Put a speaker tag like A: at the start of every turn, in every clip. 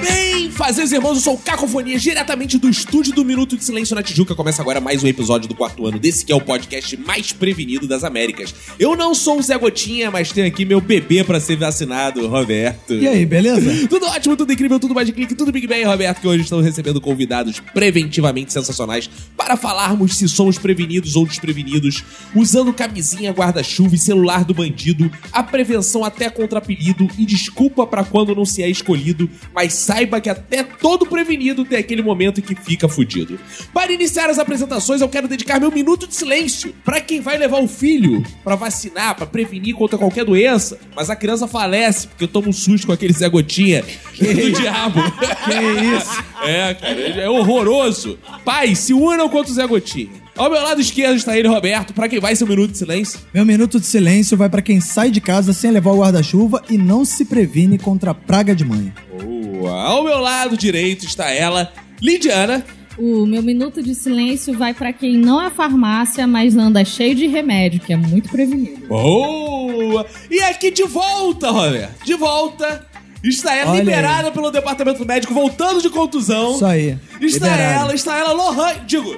A: Bem, fazeres irmãos, eu sou o Cacofonia, diretamente do estúdio do Minuto de Silêncio na Tijuca. Começa agora mais um episódio do quarto ano desse que é o podcast mais prevenido das Américas. Eu não sou o Zé Gotinha, mas tenho aqui meu bebê pra ser vacinado, Roberto.
B: E aí, beleza?
A: Tudo ótimo, tudo incrível, tudo mais de clique, tudo Big Bang, Roberto, que hoje estamos recebendo convidados preventivamente sensacionais para falarmos se somos prevenidos ou desprevenidos, usando camisinha, guarda-chuva e celular do bandido, a prevenção até contra apelido e desculpa pra quando não se é escolhido, mas saiba que até todo prevenido tem aquele momento em que fica fudido. Para iniciar as apresentações, eu quero dedicar meu minuto de silêncio para quem vai levar o filho para vacinar, para prevenir contra qualquer doença, mas a criança falece porque toma um susto com aquele Zé Gotinha do diabo. Que isso? É, cara, é horroroso. Pai, se unam contra o Zé Gotinha. Ao meu lado esquerdo está ele, Roberto, para quem vai ser um minuto de silêncio.
B: Meu minuto de silêncio vai pra quem sai de casa sem levar o guarda-chuva e não se previne contra a praga de mãe.
A: Boa. Ao meu lado direito está ela, Lidiana.
C: O meu minuto de silêncio vai pra quem não é farmácia, mas anda cheio de remédio, que é muito prevenido.
A: Boa! E aqui de volta, Roberto, de volta. Está ela
B: Olha
A: liberada pelo departamento médico, voltando de contusão.
B: Isso aí.
A: Está
B: liberado.
A: ela, está ela, Lohan. Digo,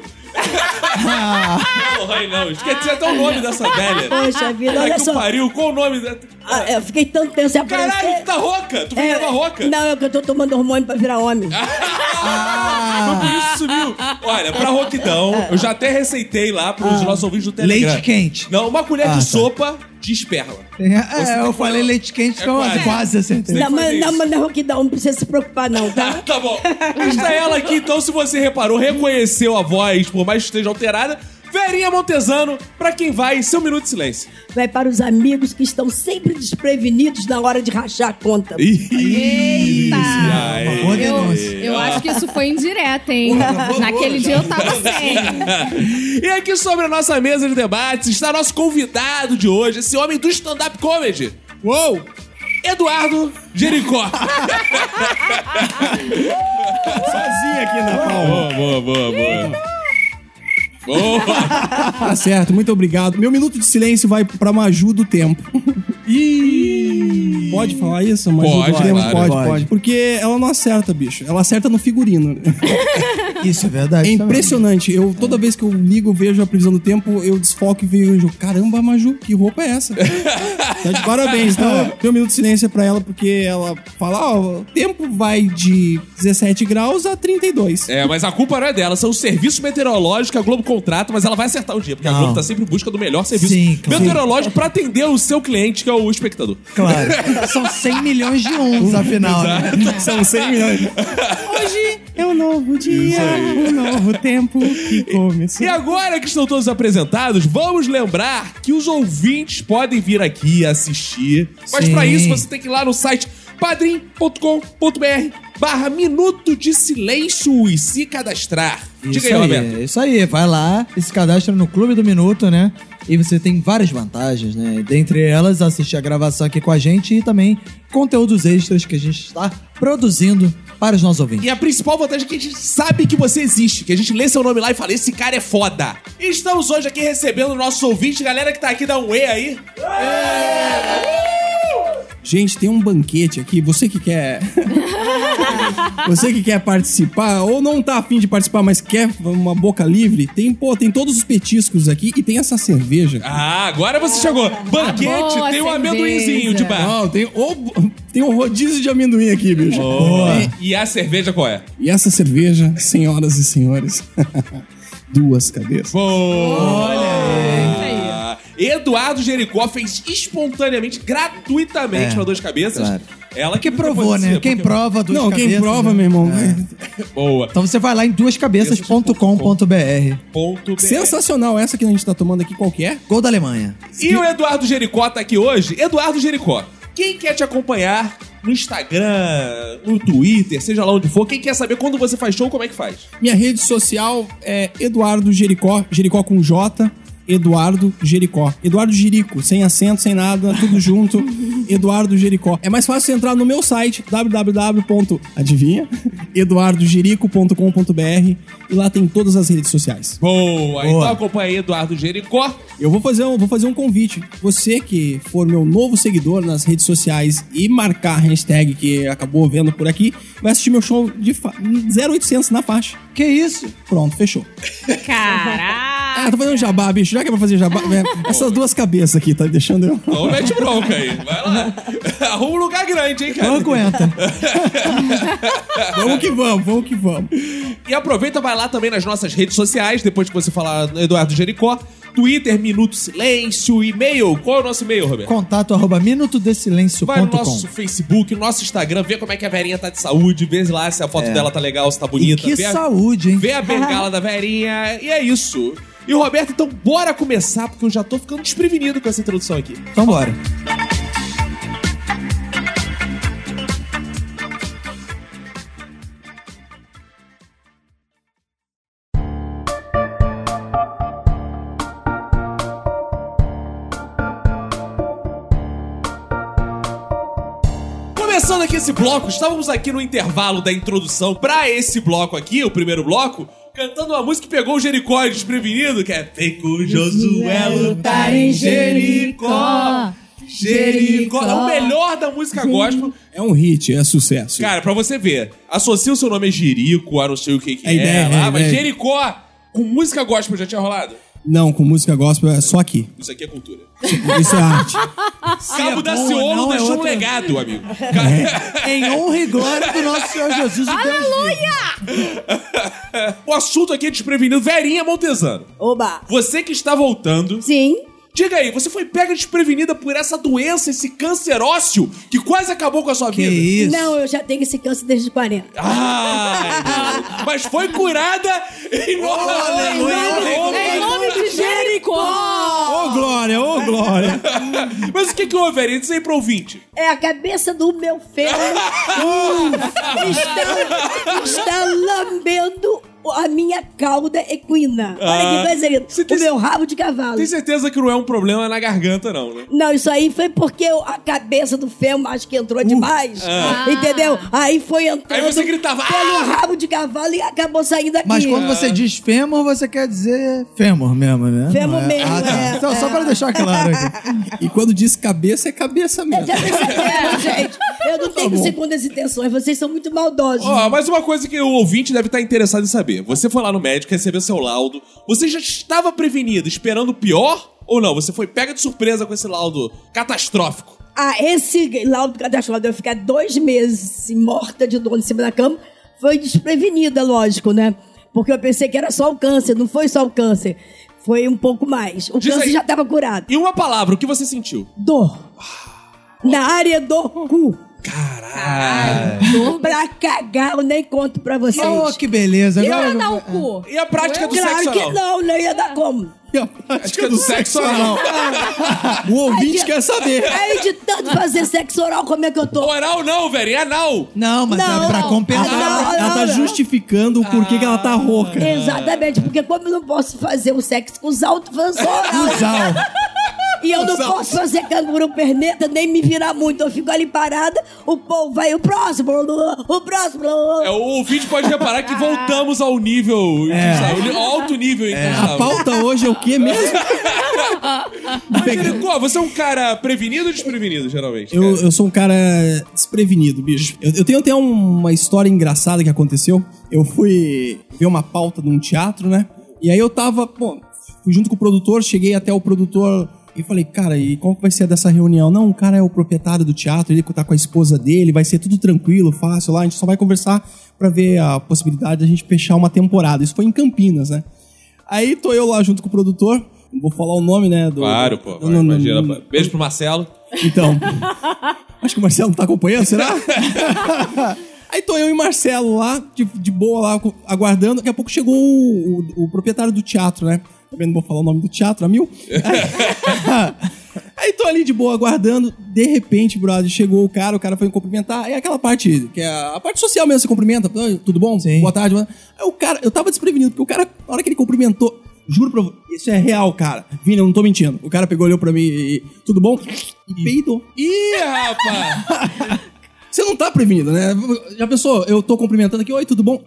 B: Ah,
A: Lohan não, esqueci até o nome dessa velha.
D: Poxa vida,
A: Ai,
D: olha
A: que
D: só.
A: pariu, qual o nome da.
D: Ah, eu fiquei tanto tempo sem
A: Caralho,
D: aparecer.
A: tu tá rouca! Tu virava rouca?
D: Não, é que eu tô tomando hormônio pra virar homem.
A: Então por isso sumiu.
B: É,
A: Olha, pra rouquidão, eu já até receitei lá pros nossos ouvintes do Telegram.
B: Ah. leite quente.
A: Não, uma colher
B: Ah,
A: de
B: tá.
A: sopa de esperma. Você
B: É,
A: tem
B: eu
A: que
B: falei
A: falar.
B: leite quente,
A: É
B: então
A: quase.
B: quase, quase acertei.
A: Não.
D: Não,
A: fazer
D: mas não,
A: isso.
D: mas não, que dá, não precisa se preocupar, não, tá?
A: Tá bom. Está ela aqui, então, se você reparou, reconheceu a voz, por mais que esteja alterada. Verinha Montesano, pra quem vai, seu minuto de silêncio.
D: Vai para os amigos que estão sempre desprevenidos na hora de rachar a conta.
A: Eita!
B: Uma boa
C: Eu,
B: denúncia.
C: eu acho que isso foi indireta, hein? Naquele dia eu tava sem.
A: E aqui sobre a nossa mesa de debates está nosso convidado de hoje, esse homem do stand-up comedy. Uou! Eduardo Jericó.
B: Sozinho aqui na palma.
A: boa, boa, boa. Boa!
E: Tá certo, muito obrigado. Meu minuto de silêncio vai pra Maju do Tempo. Pode falar isso, Maju
A: Pode,
E: do Tempo?
A: claro.
E: Pode,
B: Pode.
E: pode, Porque ela não acerta, bicho. Ela acerta no figurino.
B: Isso é
E: É
B: verdade.
E: impressionante. Eu, toda vez que eu ligo, vejo a previsão do tempo, eu desfoco e vejo. Caramba, Maju, que roupa é essa? tá de parabéns. Então, meu minuto de silêncio é pra ela, porque ela fala: ó, o tempo vai de 17 graus a 32.
A: É, mas a culpa não é dela, são os serviços meteorológicos que a Globo contrata, mas ela vai acertar o dia, porque a
B: Não.
A: Globo tá sempre em busca do melhor serviço
B: Sim, claro.
A: meteorológico pra atender o seu cliente, que é o espectador.
B: Claro. São 100 milhões de uns, afinal. Né?
E: São 100 milhões. Hoje é um novo dia, um novo tempo que começou.
A: E agora que estão todos apresentados, vamos lembrar que os ouvintes podem vir aqui assistir. Mas
B: Sim.
A: pra isso você tem que ir lá no site padrim.com.br barra Minuto de Silêncio e se cadastrar.
B: Isso
A: Diga aí, Roberto.
B: aí, é isso aí, vai lá e se cadastra no Clube do Minuto, né? E você tem várias vantagens, né? Dentre elas, assistir a gravação aqui com a gente e também conteúdos extras que a gente está produzindo para os nossos ouvintes.
A: E a principal vantagem é que a gente sabe que você existe, que a gente lê seu nome lá e fala: esse cara é foda. E Estamos hoje aqui recebendo o nosso ouvinte, galera que tá aqui, dá um E aí.
E: Gente, tem um banquete aqui. Você que quer. Você que quer participar, ou não tá afim de participar, mas quer uma boca livre, tem, pô, tem todos os petiscos aqui e tem essa cerveja. tá
A: Ah, agora você chegou. Banquete,
C: Boa
A: tem um
C: cerveja.
A: amendoinzinho de bar.
E: Não, tem, o, tem um rodízio de amendoim aqui, bicho. Tem-
A: E a cerveja qual é?
E: E essa cerveja, senhoras e senhores, duas cabeças.
A: Olha é aí. Ah, Eduardo Jericó fez espontaneamente, gratuitamente,
B: É,
A: pra Dois Cabeças.
B: claro.
A: Ela
B: Que
A: que
B: provou, né? Quem prova duas
E: Não,
B: cabeças.
E: quem prova,
B: né?
E: meu irmão. é.
A: Boa.
B: Então você vai lá em duascabeças.com.br.
A: Ponto BR.
E: Sensacional essa que a gente tá tomando aqui, qualquer.
B: Gol da Alemanha.
A: E o Eduardo Jericó tá aqui hoje. Eduardo Jericó, quem quer te acompanhar no Instagram, no Twitter, seja lá onde for. Quem quer saber quando você faz show, como é que faz?
E: Minha rede social é Eduardo Jericó, Jericó com J, Eduardo Jericó. Eduardo Jerico, sem acento, sem nada, tudo junto. Eduardo Jericó. É mais fácil entrar no meu site, www.adivinha? eduardojerico.com.br e lá tem todas as redes sociais.
A: Boa! Então acompanha aí Eduardo Jericó.
E: Eu vou fazer um, vou fazer um convite. Você que for meu novo seguidor nas redes sociais e marcar a hashtag que acabou vendo por aqui, vai assistir meu show de fa- 0800 na faixa.
B: Que isso?
E: Pronto, fechou.
F: né?
C: Caraca!
E: Ah, tô fazendo jabá, bicho. Já que é pra fazer jabá, né? essas duas cabeças aqui, tá deixando eu.
A: Então mete bronca aí. Vai lá. Arruma um lugar grande, hein, cara?
B: Não aguenta.
E: vamos que vamos, vamos que vamos.
A: E aproveita, vai lá também nas nossas redes sociais, depois que você falar Eduardo Jericó. Twitter, Minuto Silêncio, e-mail. Qual é o nosso e-mail, Roberto?
B: Contato arroba
A: Vai no
B: minutodesilêncio.com.
A: nosso Facebook, nosso Instagram, vê como é que a Verinha tá de saúde, vê lá se a foto dela tá legal, se tá
B: E
A: bonita.
B: que
A: vê, a-
B: saúde, hein?
A: vê a bengala da Verinha. E é isso. E o Roberto, então bora começar, porque eu já tô ficando desprevenido com essa introdução aqui.
B: Então bora.
A: Começando aqui esse bloco, estávamos aqui no intervalo da introdução pra esse bloco aqui, o primeiro bloco, cantando uma música que pegou o Jericó desprevenido, que é Tem com Josué
G: Tá
A: lutar em Jericó. Jericó. É o melhor da música gospel.
E: É um hit, é sucesso.
A: Cara, pra você ver, associa o seu nome a Jerico, a não sei o que que
E: É
A: é,
E: ideia,
B: né,
A: lá,
E: é
A: mas
E: ideia.
A: Jericó com música gospel já tinha rolado?
E: Não, com música gospel é só aqui.
A: Isso aqui é cultura.
E: Isso é arte.
A: Cabo
B: é
A: da
B: bom ou
A: Daciolo
B: não é
A: deixou um
B: outra- É.
A: legado, amigo.
B: Em honra e glória do nosso Senhor Jesus. o Deus vivo.
A: o assunto aqui é desprevenido. Verinha Montesano,
D: Oba!
A: você que está voltando,
D: Sim,
A: Diga aí, você foi pega desprevenida por essa doença, esse câncer ósseo que quase acabou com a sua
B: Que
A: vida.
B: isso?
D: não, eu já tenho esse câncer desde os 40.
A: Ah, meu Deus. mas foi curada em nome
E: aleluia,
A: Em
C: Em
A: nome-
C: nome de Jericó!
E: Ô, glória, ô, glória.
A: Mas o que que houve, Eri? Diz aí pro ouvinte.
D: É a cabeça do meu fêmur está, está lambendo a minha cauda equina. Olha
A: Ah.
D: que coisa linda.
A: Você
D: O
A: tem-
D: meu rabo de cavalo.
A: Tem certeza que não é um problema na garganta, não, né?
D: Não, isso aí foi porque eu- a cabeça do fêmur acho que entrou demais.
B: Ah.
D: Entendeu? Aí foi entrando
A: Aí você gritava,
D: pelo
A: "Ah!"
D: rabo de cavalo e acabou saindo aqui. Ah.
B: Mas
E: ah.
B: quando você diz fêmur, você quer dizer fêmur mesmo, né?
D: Fêmur
B: Não
D: mesmo,
B: tá.
D: é,
B: Só, só
D: é.
B: pra deixar claro aqui.
E: E quando diz cabeça, é cabeça mesmo.
D: Já perceberam, É, gente? Eu não tenho
E: favor.
D: segundas intenções, vocês são muito maldosos.
A: Tá Ó, mas uma coisa que o ouvinte deve estar interessado em saber. Você foi lá no médico, recebeu seu laudo. Você já estava prevenida, esperando o pior? Ou não? Você foi pega de surpresa com esse laudo catastrófico.
D: Ah, esse laudo cadastral de eu ficar dois meses morta de dor em cima da cama foi desprevenida, lógico, né? Porque eu pensei que era só o câncer, não foi só o câncer. Foi um pouco mais. O
A: Diz
D: câncer
A: aí.
D: já estava curado.
A: Em uma palavra, o Ah. que você sentiu?
D: Dor. Na área do cu.
A: Caralho.
D: Pra cagar, eu nem conto pra vocês.
B: Oh, que beleza.
C: E
B: Agora
C: pra
B: eu-
C: dar o cu?
A: E a prática do sexo
D: claro que
A: anal?
D: não, não ia dar como.
A: Prática é do sexo anal.
E: O ouvinte quer saber.
D: Aí de tanto fazer sexo oral, como é que eu tô?
A: Oral não, velho, é anal.
B: Não, mas
D: Não,
B: é pra
D: não.
B: compensar.
D: Ah, Não,
E: Ela tá
D: não.
E: justificando o porquê que ela tá rouca.
D: Exatamente, porque como eu não posso fazer o sexo com os altos, eu sou oral. né?
B: Sal.
D: E eu não posso fazer canguru perneta, nem me virar muito. Eu fico ali parada, o povo vai, o próximo, o próximo.
A: É, o ouvinte pode reparar que voltamos ao nível, em que está, o ni- ao alto nível em que
E: É. A
A: estava.
E: pauta hoje é o quê mesmo?
A: Jericó, você é um cara prevenido ou desprevenido, geralmente?
E: Eu,
A: cara?
E: eu sou um cara desprevenido, bicho. Eu, eu tenho até um, uma história engraçada que aconteceu. Eu fui ver uma pauta num teatro, né? E aí eu tava, pô, fui junto com o produtor, cheguei até o produtor e falei, cara, e qual que vai ser dessa reunião? Não, o cara é o proprietário do teatro, ele tá com a esposa dele, vai ser tudo tranquilo, fácil lá, a gente só vai conversar pra ver a possibilidade da gente fechar uma temporada. Isso foi em Campinas, né? Aí tô eu lá junto com o produtor, não vou falar o nome, né? Do,
A: Claro, pô.
E: do-
A: vai,
E: não, não,
A: imagina,
E: não-
A: pô. Beijo pro Marcelo.
E: então. Acho que o Marcelo não tá acompanhando, será? Aí tô eu e Marcelo lá, de, de boa lá, co- aguardando. Daqui a pouco chegou o, o- o proprietário do teatro, né? Também não vou falar o nome do teatro, a mil. Aí tô ali de boa aguardando. De repente, brother, chegou o cara, o cara foi me cumprimentar. É aquela parte, que é a parte social mesmo, você cumprimenta. "Oi, Tudo bom?
B: Sim.
E: Boa tarde. mano." Aí o cara, eu tava desprevenido, porque o cara, na hora que ele cumprimentou, juro pra você, isso é real, cara. Vini, eu não tô mentindo. O cara pegou, olhou pra mim e. Tudo bom? E peidou.
A: Ih, rapaz!
E: Você não tá prevenido, né? Já pensou? Eu tô cumprimentando aqui, oi, tudo bom?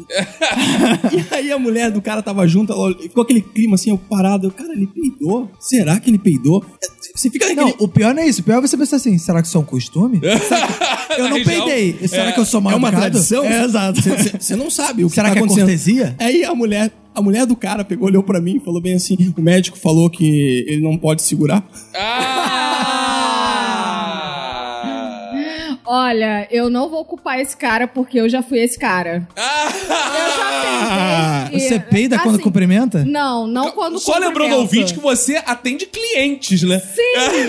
E: e aí a mulher do cara tava junto, ela olhou- ficou aquele clima assim, eu parado. Eu, cara, ele peidou? Será que ele peidou? É, Você fica naquele...
B: Não, o pior não é isso. O pior é você pensar assim, será que isso é um costume? Será que- Eu não
A: Região.
B: peidei. Será que eu sou mal
E: É uma
B: educado?
E: tradição?
B: É, exato.
E: Você- Você você não sabe o que
B: Será
E: tá
B: que é
E: acontecendo.
B: cortesia?
E: Aí a mulher, a mulher do cara pegou, olhou pra mim e falou bem assim: o médico falou que ele não pode segurar.
A: Ah!
C: Olha, eu não vou culpar esse cara porque eu já fui esse cara. Eu
E: Ah,
C: já tentei.
B: Você peida quando
C: Assim,
B: cumprimenta?
C: Não, não quando
A: Só lembrando
C: cumprimento.
A: ao ouvinte que você atende clientes, né?
C: Sim,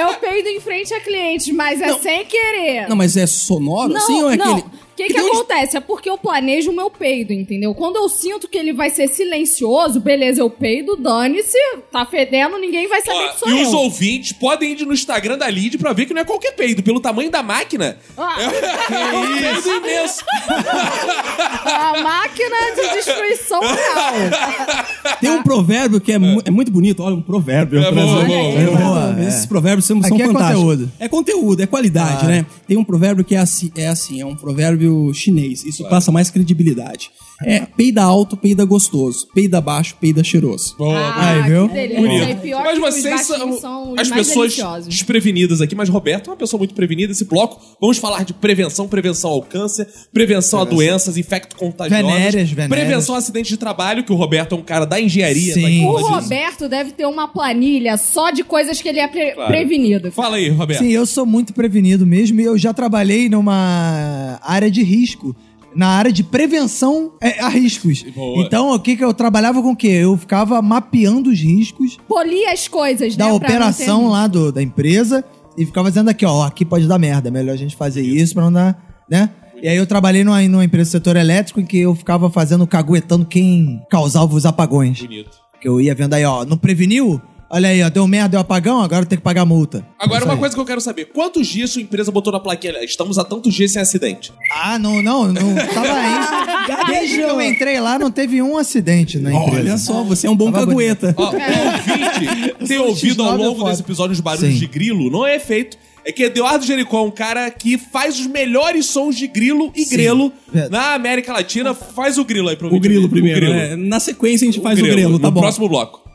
C: eu peido em frente a clientes, mas é sem querer.
E: Não, mas é sonoro?
C: não,
E: assim, ou é
C: não.
E: aquele.
C: O que, que
E: tem uns-
C: acontece? É porque eu planejo o meu peido, entendeu? Quando eu sinto que ele vai ser silencioso, beleza, eu peido, dane-se, tá fedendo, ninguém vai saber
A: Ó,
C: que sou
A: e
C: eu.
A: os ouvintes podem ir no Instagram da Lid pra ver que não é qualquer peido. Pelo tamanho da máquina,
C: Ah,
A: é um peido imenso.
C: a máquina de destruição real.
E: Tem um provérbio que é, mu- é muito bonito, olha, um provérbio.
A: É
E: eu trazer.
A: boa, boa,
E: É
B: boa.
E: boa,
B: É.
E: Esses provérbios são, são
B: Aqui é
E: fantásticos.
B: conteúdo.
E: É conteúdo, é qualidade,
B: Claro.
E: né? Tem um provérbio que é assim, é, assim, é um provérbio chinês. Isso passa mais credibilidade. É peida alto, peida gostoso. Peida baixo, peida cheiroso.
C: Ah,
B: Aí,
C: que
B: viu?
C: delícia. É pior que
A: mas
C: os
A: vocês são,
C: baixinhos são os
A: as
C: mais
A: pessoas
C: deliciosos.
A: desprevenidas aqui, mas Roberto é uma pessoa muito prevenida. Esse bloco, vamos falar de prevenção, prevenção ao câncer, prevenção a doenças, infecto contagiosas,
B: Venéreas, venéreas.
A: prevenção a acidentes de trabalho, que o Roberto é um cara da engenharia.
B: Sim.
A: Tá
C: O
A: aqui, fala disso.
C: Roberto deve ter uma planilha só de coisas que ele é pre- prevenido.
A: Fala aí, Roberto.
B: Sim, eu sou muito prevenido mesmo. e Eu já trabalhei numa área de risco. Na área de prevenção é, a riscos.
A: Boa.
B: Então, o que, que eu trabalhava com o quê? Eu ficava mapeando os riscos
C: Polia as coisas,
B: da
C: né? pra
B: operação
C: não ter-
B: lá do, da empresa e ficava dizendo aqui, ó, aqui pode dar merda, é melhor a gente fazer isso pra não dar, né? E aí eu trabalhei numa, numa empresa do setor elétrico em que eu ficava fazendo, caguetando quem causava os apagões.
A: Bonito.
B: Que eu ia vendo aí, ó, não preveniu? Olha aí, ó, deu merda, deu apagão, agora tem que pagar multa.
A: Agora,
B: Isso
A: uma
B: aí.
A: coisa que eu quero saber: quantos dias sua empresa botou na plaquinha? Estamos há tantos dias sem acidente.
B: Ah, não, não, não tava aí. Desde que eu entrei lá, não teve um acidente na empresa.
E: Olha só, você é um bom
B: Tava
E: cagueta.
A: Ó, o ouvinte ter ouvido ao
B: X9 é
A: longo
B: foda.
A: desse episódio os barulhos
B: Sim.
A: de grilo não é feito. É que Eduardo Jericó é um cara que faz os melhores sons de grilo e grelo
B: Verdade.
A: na América Latina. Faz o grilo aí pro
E: O
A: ouvinte
E: grilo
A: ouvir.
E: primeiro.
A: O grilo.
E: né? Na sequência a gente faz o grelo, tá
A: no
E: bom.
A: próximo bloco.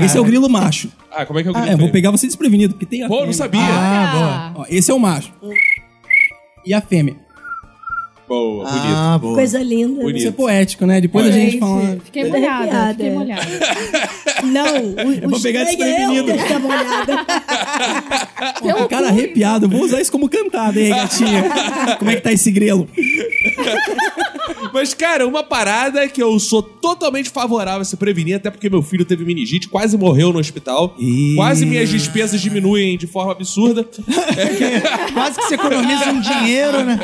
E: Esse é o grilo macho.
A: Ah, como é que é o
E: Ah,
A: grilo?
E: é, vou
A: primeiro?
E: pegar você desprevenido, porque tem a
A: Pô, não
E: fêmea.
A: sabia.
B: Ah, boa.
C: Ah,
E: Ó, esse é o macho. E a fêmea.
A: Boa, bonito.
B: Ah, boa.
D: Coisa linda.
A: Bonito.
E: Isso é poético, né? Depois a gente fala.
C: Fiquei
D: Tô
C: molhada,
D: arrepiada.
C: fiquei molhada.
D: Não, o, eu
E: vou É pegar desprevenido.
D: Eu estou molhada. um
E: Pô, cara arrepiado. Vou usar isso como cantada, hein, gatinha? Como é que tá esse grelo?
A: Mas, cara, uma parada que eu sou totalmente favorável a se prevenir, até porque meu filho teve meningite, quase morreu no hospital.
B: Ih.
A: Quase minhas despesas diminuem de forma absurda.
B: Quase que você economiza um dinheiro, né?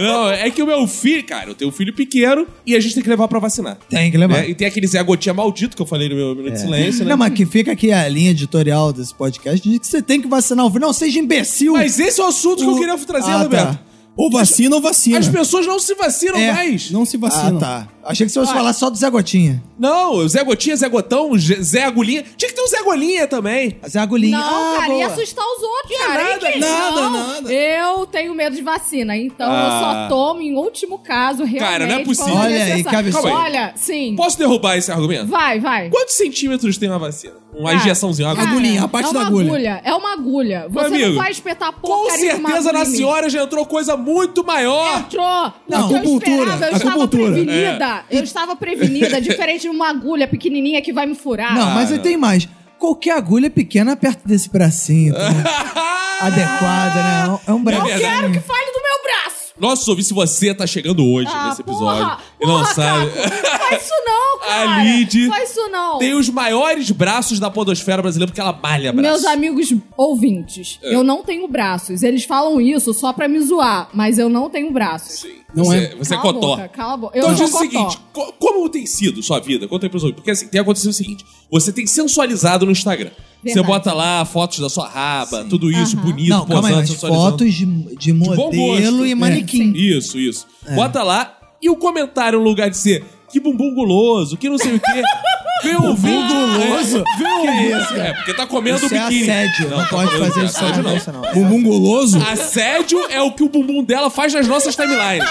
A: Não, é que o meu filho, cara, eu tenho um filho pequeno e a gente tem que levar pra vacinar.
B: Tem que levar.
A: Né? E tem aquele Zé Gotinha maldito que eu falei no meu Minuto de Silêncio, né?
B: É. Não, mas que fica aqui a linha editorial desse podcast de que você tem que vacinar o filho. Não, seja imbecil.
A: Mas esse é o assunto que eu
B: O-
A: queria trazer,
B: Ah, tá.
A: Roberto.
E: Ou vacina ou vacina.
A: As pessoas não se vacinam
B: É.
A: mais. Não.
E: Não se
B: Ah,
E: vacina.
B: tá. Achei que você fosse falar só do Zé Gotinha.
A: o Zé Gotinha, Zé Gotão, Ge- Zé Agulhinha. Tinha que ter um Zé Agulhinha também.
B: Zé Agulhinha.
C: Não,
B: ah,
C: cara, ia
B: boa.
C: assustar os outros, cara.
A: nada,
C: hein, que
E: nada,
C: não?
E: nada.
C: Eu tenho medo de vacina, então
A: Ah.
C: eu só tomo em último caso, realmente.
A: Cara, não é possível.
C: quando
B: Olha aí,
C: necessário.
B: que absurdo.
A: Calma aí.
C: Olha, sim.
A: Posso derrubar esse argumento?
C: Vai, vai.
A: Quantos centímetros tem uma vacina? Uma
C: Cara,
A: injeçãozinha, uma
C: cara,
A: agulhinha.
E: agulhinha, a parte
C: é uma
E: da agulha.
C: É uma agulha. Você
A: amigo,
C: não vai espetar
A: Com
C: porcaria de uma
A: certeza na
C: agulha em mim.
A: senhora já entrou coisa muito maior.
C: Entrou!
E: Não,
C: Porque eu
E: acupuntura,
C: esperava, eu estava
E: acupuntura.
B: é.
C: prevenida. Eu estava prevenida, diferente de uma agulha pequenininha que vai me furar.
B: Não,
A: Ah.
B: mas aí tem mais. Qualquer agulha pequena perto desse bracinho. tá? adequada, né? É um braço.
C: Eu quero que fale do meu braço!
A: Nossa, ouvi É. se você tá chegando hoje nesse episódio
C: Ah, porra,
A: e não
C: porra,
A: sabe.
C: Caco, Faz isso não, cara!
A: A Lid
C: Faz isso não!
A: Tem os maiores braços da podosfera brasileira porque ela malha braço.
C: Meus amigos
A: É.
C: ouvintes, eu não tenho braços. Eles falam isso só pra me zoar, mas eu não tenho braços.
A: Sim.
E: Não
A: você,
E: é.
C: Cala
A: Você é
C: a
A: cotó.
C: boca, cala a boca. Eu
A: Então
C: sou
A: diz o
C: cotó.
A: seguinte, co- como tem sido sua vida? Conta aí pros ouvintes. Porque assim, tem acontecido o seguinte, você tem sensualizado no Instagram. Você
C: Verdade.
A: bota lá fotos da sua raba, tudo isso,
C: Aham.
A: bonito,
B: Não, calma aí, mas
A: sensualizando.
B: fotos de, de
A: bom gosto.
B: modelo
A: É.
B: e manequim. É.
A: Isso, isso. Bota lá e o comentário no lugar de ser que bumbum guloso, que não sei o quê. Vem ouvir.
E: guloso?
A: Vem ouvir. isso? É, porque tá comendo
B: um Isso é
A: biquíni.
B: assédio, não,
A: tá
B: pode
A: comendo
B: fazer isso só
A: assédio,
B: não.
A: não.
B: Isso não.
E: Bumbum guloso?
A: Assédio é o que o bumbum dela faz nas nossas timelines.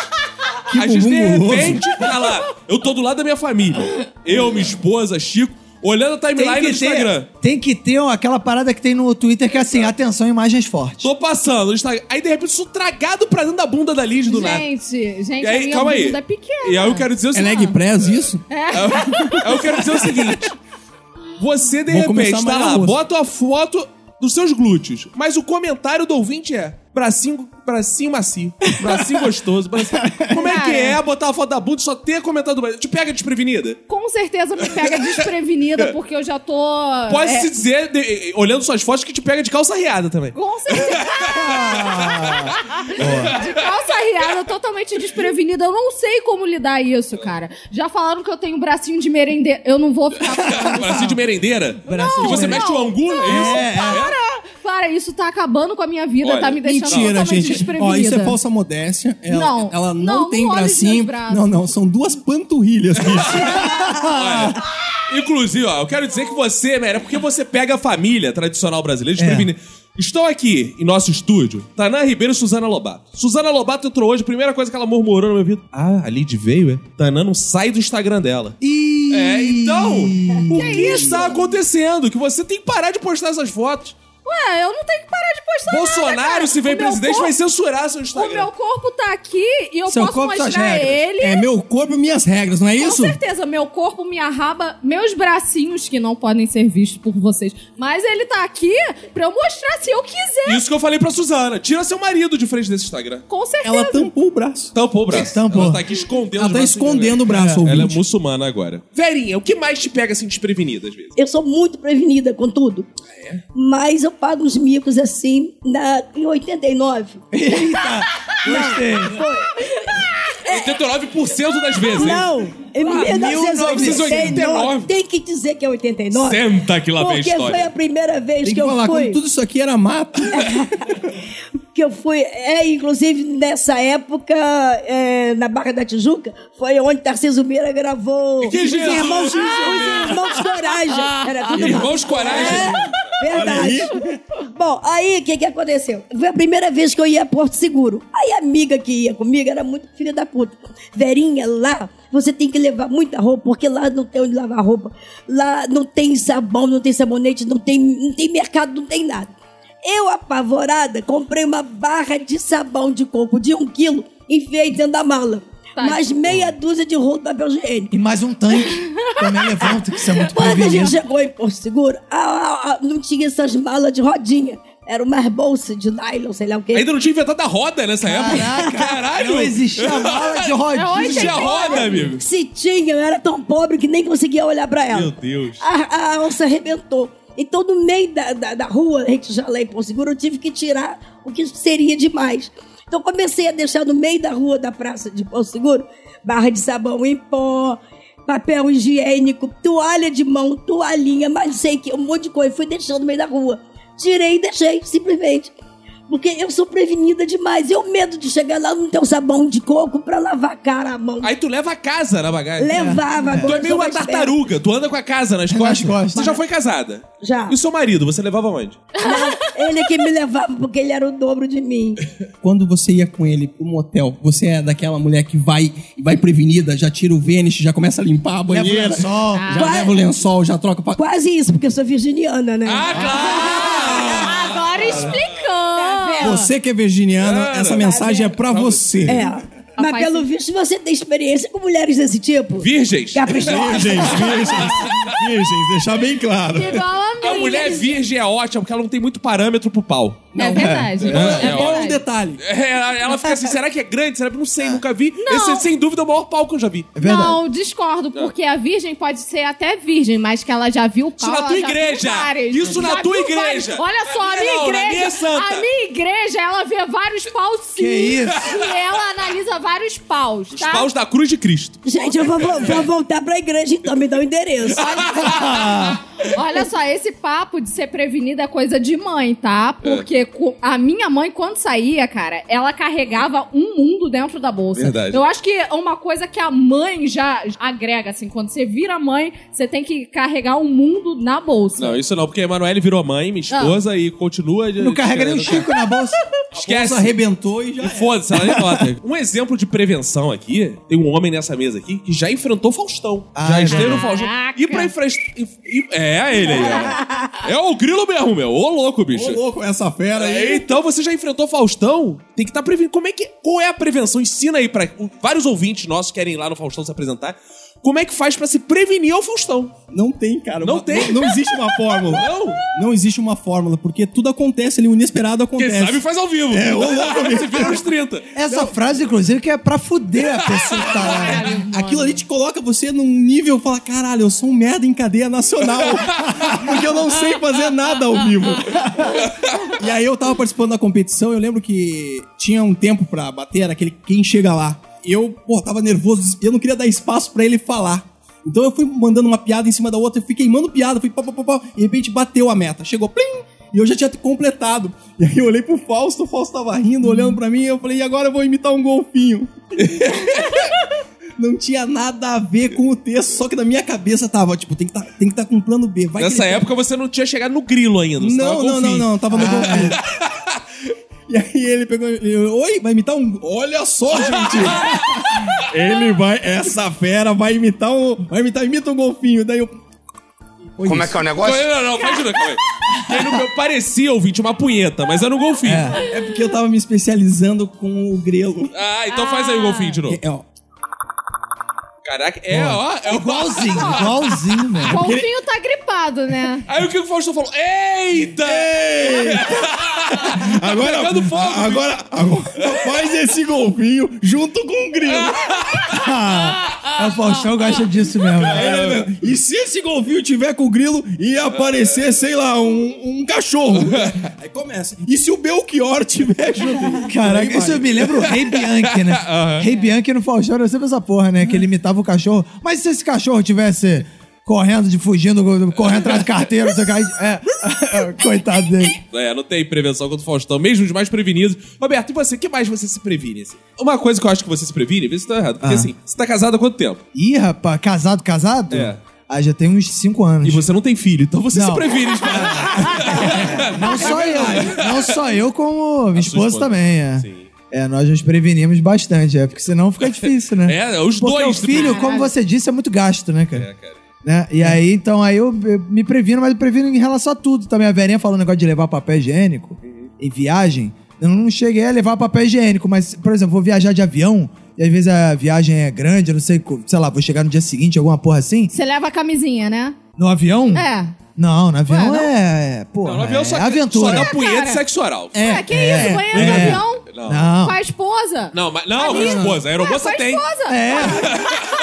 A: a gente, de
E: bumbum guloso.
A: repente, tá lá. Eu tô do lado da minha família. Eu, minha esposa, Chico, olhando a timeline do Instagram.
B: tem que ter aquela parada que tem no Twitter que é assim, atenção, imagens fortes.
A: Tô passando no Instagram. Aí, de repente, sou tragado pra dentro da bunda da Liz do nada.
C: Gente, gente,
A: E
C: a
A: aí,
C: minha
A: calma aí.
C: bunda é pequena.
A: E aí eu quero dizer o
E: É
A: seguinte. É.
E: leg press isso?
A: Aí eu quero dizer o seguinte: você de
E: Vou começar
A: repente
E: a
A: tá
E: malhar
A: lá,
E: osso.
A: bota a foto dos seus glúteos, mas o comentário do ouvinte é bracinho, bracinho macio, bracinho gostoso. Bracinho... Como é que
C: Cara.
A: é botar a foto da bunda e só ter comentado do braço? Te pega desprevenida?
C: Com certeza me pega desprevenida, porque eu já tô...
A: É. Pode
C: é,
A: se dizer, de- olhando suas fotos, que te pega de calça riada também.
C: Com certeza. de calça riada, totalmente desprevenida. Eu não sei como lidar isso, cara. Já falaram que eu tenho bracinho de merendeiro. Eu não vou ficar falando isso,
A: Bracinho Assim, de merendeira?
B: Bracinho
A: que você
B: de
A: mexe o
C: não,
A: angu, é isso?
C: Para! Para, isso tá acabando com a minha vida,
A: Olha,
C: tá me deixando
E: Mentira,
C: totalmente
E: gente.
C: desprevenida.
E: Ó, isso é falsa modéstia. Ela
C: Não.
E: ela não,
C: Não,
E: tem
C: não olha os
E: bracinho.
C: meus braços.
E: Não, não. São duas panturrilhas, bicho.
A: Olha, Inclusive, ó, eu quero dizer que você, Mera, porque você pega a família tradicional brasileira de prevenir. Estão aqui em nosso estúdio Taná Ribeiro e Suzana Lobato. Suzana Lobato entrou hoje, a primeira coisa que ela murmurou no meu ouvido. Ah, a Lid veio, é? Taná não sai do Instagram dela.
B: E...
A: É, então, o que, está acontecendo? Que você tem que parar de postar essas fotos.
C: Ué, eu não tenho que parar de postar
A: Bolsonaro,
C: nada, cara.
A: se vem
C: O meu
A: presidente, vai
C: corpo-
A: censurar seu
C: O
A: Instagram.
C: meu corpo tá aqui e eu
E: Seu
C: posso
E: corpo, suas
C: mostrar
E: regras.
C: ele.
E: É meu corpo, minhas regras, não é
C: Com
E: isso?
C: certeza, meu corpo, minha raba, meus bracinhos que não podem ser vistos por vocês. Mas ele tá aqui pra eu mostrar se eu quiser.
A: Isso que eu falei pra Suzana. Tira seu marido de frente desse Instagram.
C: Com certeza.
E: Ela tampou o braço.
A: Tampou o braço.
B: Tampou.
A: Ela tá aqui escondendo
E: Ela
A: os
E: tá
A: braços do Instagram.
E: escondendo o braço,
A: Ela é
E: ouvinte.
A: muçulmana agora. Verinha, o que mais te pega assim desprevenida às vezes?
D: Eu sou muito prevenida com tudo.
A: É.
D: Mas eu pago uns micos assim na, em 89.
A: Ah,
B: Gostei.
A: 89% das vezes, hein? Ah,
D: Não, é em
A: 1989.
D: 1989. Tem que dizer que é 89.
A: Senta que lá vem a
D: porque foi a
A: história.
D: primeira vez
E: Tem
D: que,
E: que
D: eu
E: falar,
D: fui.
E: quando tudo isso aqui era mato.
D: que eu fui, é, inclusive nessa época, é, na Barra da Tijuca, foi onde Tarcísio Meira gravou
A: Que
D: os
A: Jesus, Ah!
D: irmãos, os
A: Jesus.
D: irmãos Coragem. Era tudo mato.
A: Irmãos Coragem.
D: É, verdade. Bom, aí o que, que aconteceu? Foi a primeira vez que eu ia a Porto Seguro. Aí a amiga que ia comigo era muito filha da puta. Verinha, lá você tem que levar muita roupa, porque lá não tem onde lavar roupa. Lá não tem sabão, não tem sabonete, não tem, não tem mercado, não tem nada. Eu, apavorada, comprei uma barra de sabão de coco de um quilo, enfiei dentro da mala.
C: Tá.
D: Mais meia dúzia de rolo de papel higiênico.
B: E mais um tanque. Também levanta, que isso é muito
D: Quando a gente
B: prevenido.
D: chegou em Porto Seguro, ah, ah, ah, não tinha essas malas de rodinha. Era umas bolsas de nylon, sei lá o quê.
A: Ainda não tinha inventado a roda nessa época. Caralho.
B: Não existia mala de
C: É
A: Não
C: hoje,
B: rodinha.
A: existia roda, amigo.
D: Se tinha, eu era tão pobre que nem conseguia olhar pra ela.
A: Meu Deus.
D: A, a onça arrebentou. Então, no meio da, da, da rua, a gente já lá em Porto Seguro, eu tive que tirar o que seria demais. Então, comecei a deixar no meio da rua da praça de Porto Seguro barra de sabão em pó, papel higiênico, toalha de mão, toalhinha, mas não sei o que, um monte de coisa. Fui deixando no meio da rua. Tirei e deixei, simplesmente. Porque eu sou prevenida demais. Eu medo de chegar lá e não ter um sabão de coco pra lavar a cara, a mão.
A: Aí tu leva a casa na bagagem.
D: Levava.
A: Tu
D: agora
A: é meio
D: eu sou
A: uma
D: mais
A: tartaruga, tu anda com a casa É nas costas.
B: costas.
A: Você já foi casada?
C: Tá.
D: Já.
A: E o seu marido, você levava onde?
D: esperta. Ele é que me levava, porque ele era o dobro de mim.
E: Quando você ia com ele pro motel, você é daquela mulher que vai vai prevenida, já tira o Vênus, já começa a limpar a
B: Leva o
E: banheira.
B: lençol.
C: Ah.
E: Já leva o lençol, já troca pra...
D: Quase isso, porque eu sou virginiana, né?
A: Ah,
C: Ah,
A: claro!
C: Agora
D: Tá
C: explicando.
E: Você que é virginiana,
A: Cara.
E: essa mensagem é pra você.
D: É. Mas
C: Rapaz,
D: pelo visto você tem experiência com mulheres desse tipo.
A: Virgens?
D: Caprichosas.
H: Virgens, virgens, virgens, deixar bem claro.
C: Igual a
A: A
C: minha.
A: mulher virgem é ótima porque ela não tem muito parâmetro pro pau.
C: É verdade. É,
E: É bom um
C: verdade.
E: detalhe.
A: É, ela- ela fica assim, será que é grande? Será que não sei, nunca vi.
C: Não.
A: Esse é sem dúvida o maior pau que eu já vi.
C: Não, discordo, porque a virgem pode ser até virgem, mas que ela já viu o pau.
A: na
C: ela
A: tua
C: já viu
A: igreja!
C: vários.
A: Isso na
C: Já
A: tua
C: viu
A: igreja!
C: vários. Olha só, a minha
A: Na minha não, na
C: igreja.
A: minha santa.
C: A minha igreja, ela vê vários paus sim.
B: Que isso?
C: E ela analisa usa vários paus,
A: Os
C: tá?
A: paus da cruz de Cristo.
D: Gente, eu vou, vou- vou voltar pra igreja então, me dá o endereço.
C: Olha só, esse papo de ser prevenida é coisa de mãe, tá? Porque co- a minha mãe, quando saía, cara, ela carregava um mundo dentro da bolsa.
A: Verdade.
C: Eu acho que é uma coisa que a mãe já agrega, assim, quando você vira mãe, você tem que carregar um mundo na bolsa.
A: Não, isso não, porque a Emanuele virou mãe, minha esposa, e continua.
B: Não carrega nem o Chico na bolsa.
A: Esquece.
E: Nossa, arrebentou e já.
A: E Foda-se, ela nem nota. Um exemplo de prevenção aqui, tem um homem nessa mesa aqui que já enfrentou Faustão.
B: Ah,
A: já
B: é
A: esteve no
C: verdade.
A: Faustão. E pra enfrentar... É ele aí. ó. É o grilo mesmo, meu. Ô, louco, bicho.
E: Ô, louco, essa fera aí.
A: Então você já enfrentou Faustão? Tem que estar prevenido. Como é que qual é a prevenção? Ensina aí pra o- vários ouvintes nossos que querem ir lá no Faustão se apresentar. Como é que faz pra se prevenir ao Faustão?
E: Não tem, cara.
A: Não
E: Uma-
A: tem.
E: Não, existe uma fórmula.
A: Não.
E: Não existe uma fórmula, porque tudo acontece ali, o inesperado
A: Quem
E: acontece.
A: sabe faz ao vivo. É, ô louco, você vira aos 30.
B: Essa frase, inclusive, que é pra fuder a pessoa que tá lá.
C: Caralho, mano.
E: Aquilo ali te coloca você num nível fala, caralho, eu sou um merda em cadeia nacional. porque eu não sei fazer nada ao vivo. e aí eu tava participando da competição, eu lembro que tinha um tempo pra bater, era aquele quem chega lá. Eu, pô, tava nervoso, eu não queria dar espaço pra ele falar. Então eu fui mandando uma piada em cima da outra, eu fui queimando piada, fui pá, pá, pá, pá, e de repente bateu a meta. Chegou, plim! E eu já tinha completado. E aí eu olhei pro Fausto, o Fausto tava rindo, olhando pra mim, e eu falei, e agora eu vou imitar um golfinho não tinha nada a ver com o texto, só que na minha cabeça tava, tipo, tem que tá, tem que tá com um plano B. Vai que
A: Nessa
E: ele-
A: época você não tinha chegado no grilo ainda. você tava
E: Não,
A: Ah.
E: não, não,
A: golfinho.
E: não, tava no golfinho. E aí ele pegou ele, oi, vai imitar um... Olha só, gente! ele vai, essa fera vai imitar um... Vai imitar, imita um golfinho. Daí eu... Foi
G: Como é
E: isso.
G: que é o negócio?
A: Não, não, não, faz de novo, calma aí. Porque no meu parecia, ouvinte, uma punheta, mas era um golfinho.
E: É, é porque eu tava me especializando com o grelo.
A: Ah, então faz aí o golfinho de novo.
E: É, ó,
A: Caraca, é, ó, é o
B: Igualzinho, igualzinho, mano.
C: O golfinho tá gripado, né?
A: Aí o que o Faustão falou? É. Eita! Tá
H: Agora,
A: pegando fogo,
H: agora, agora faz esse golfinho junto com o grilo.
B: Ah, o Faustão gosta disso mesmo. né?
H: É, meu. e se esse golfinho tiver com o grilo e aparecer, sei lá, um, um cachorro?
E: aí começa.
H: E se o Belchior tiver junto?
B: Caraca, isso me lembra o Rei Bianchi, né? Rei Bianchi no Faustão era sempre essa porra, né? Que ele imitava o cachorro. Mas se esse cachorro tivesse correndo, de fugindo, correndo atrás de carteiro, não sei o que, aí- é, coitado dele.
A: É, não tem prevenção contra o Faustão, mesmo os mais prevenidos. Roberto, e você? O que mais você se previne? assim? Uma coisa que eu acho que você se previne, vê se tá errado. Porque
B: Ah.
A: assim, você tá casado há quanto tempo?
B: Ih, rapaz, casado, casado?
A: É.
B: Ah, já tem uns 5 anos.
A: E você não tem filho, então você se
B: Não.
A: previne. cara.
B: Não só eu, né? não só eu, como minha
A: É sua
B: esposa,
A: esposa.
B: também, é.
A: Sim.
B: É, nós nos prevenimos bastante, é, porque senão fica difícil, né?
A: É, os
B: Porque
A: dois.
B: o filho, como você disse, é muito gasto, né, cara? Né?
A: É.
B: E aí, então, aí eu, eu me previno, mas eu previno em relação a tudo também. A Verinha falou um negócio de levar papel higiênico em viagem. Eu não cheguei a levar papel higiênico, mas, por exemplo, vou viajar de avião, e às vezes a viagem é grande, eu não sei, co- sei lá, vou chegar no dia seguinte, alguma porra assim.
C: Você leva a camisinha, né?
B: No avião?
C: É.
B: Não, no
C: Ué,
B: avião
C: não?
B: é. é, Pô,
A: Não, no avião
B: é
A: só,
B: aventura.
A: só dá punheta
C: cara.
A: e sexo oral.
B: É,
C: Ué, que
B: é,
C: isso? Banheiro no
B: é.
C: avião?
A: Não.
B: Não.
C: Com a esposa?
A: Não, mas não, minha esposa. A
C: Ué, com
A: aeromoça
C: a
A: tem.
C: esposa?
B: É.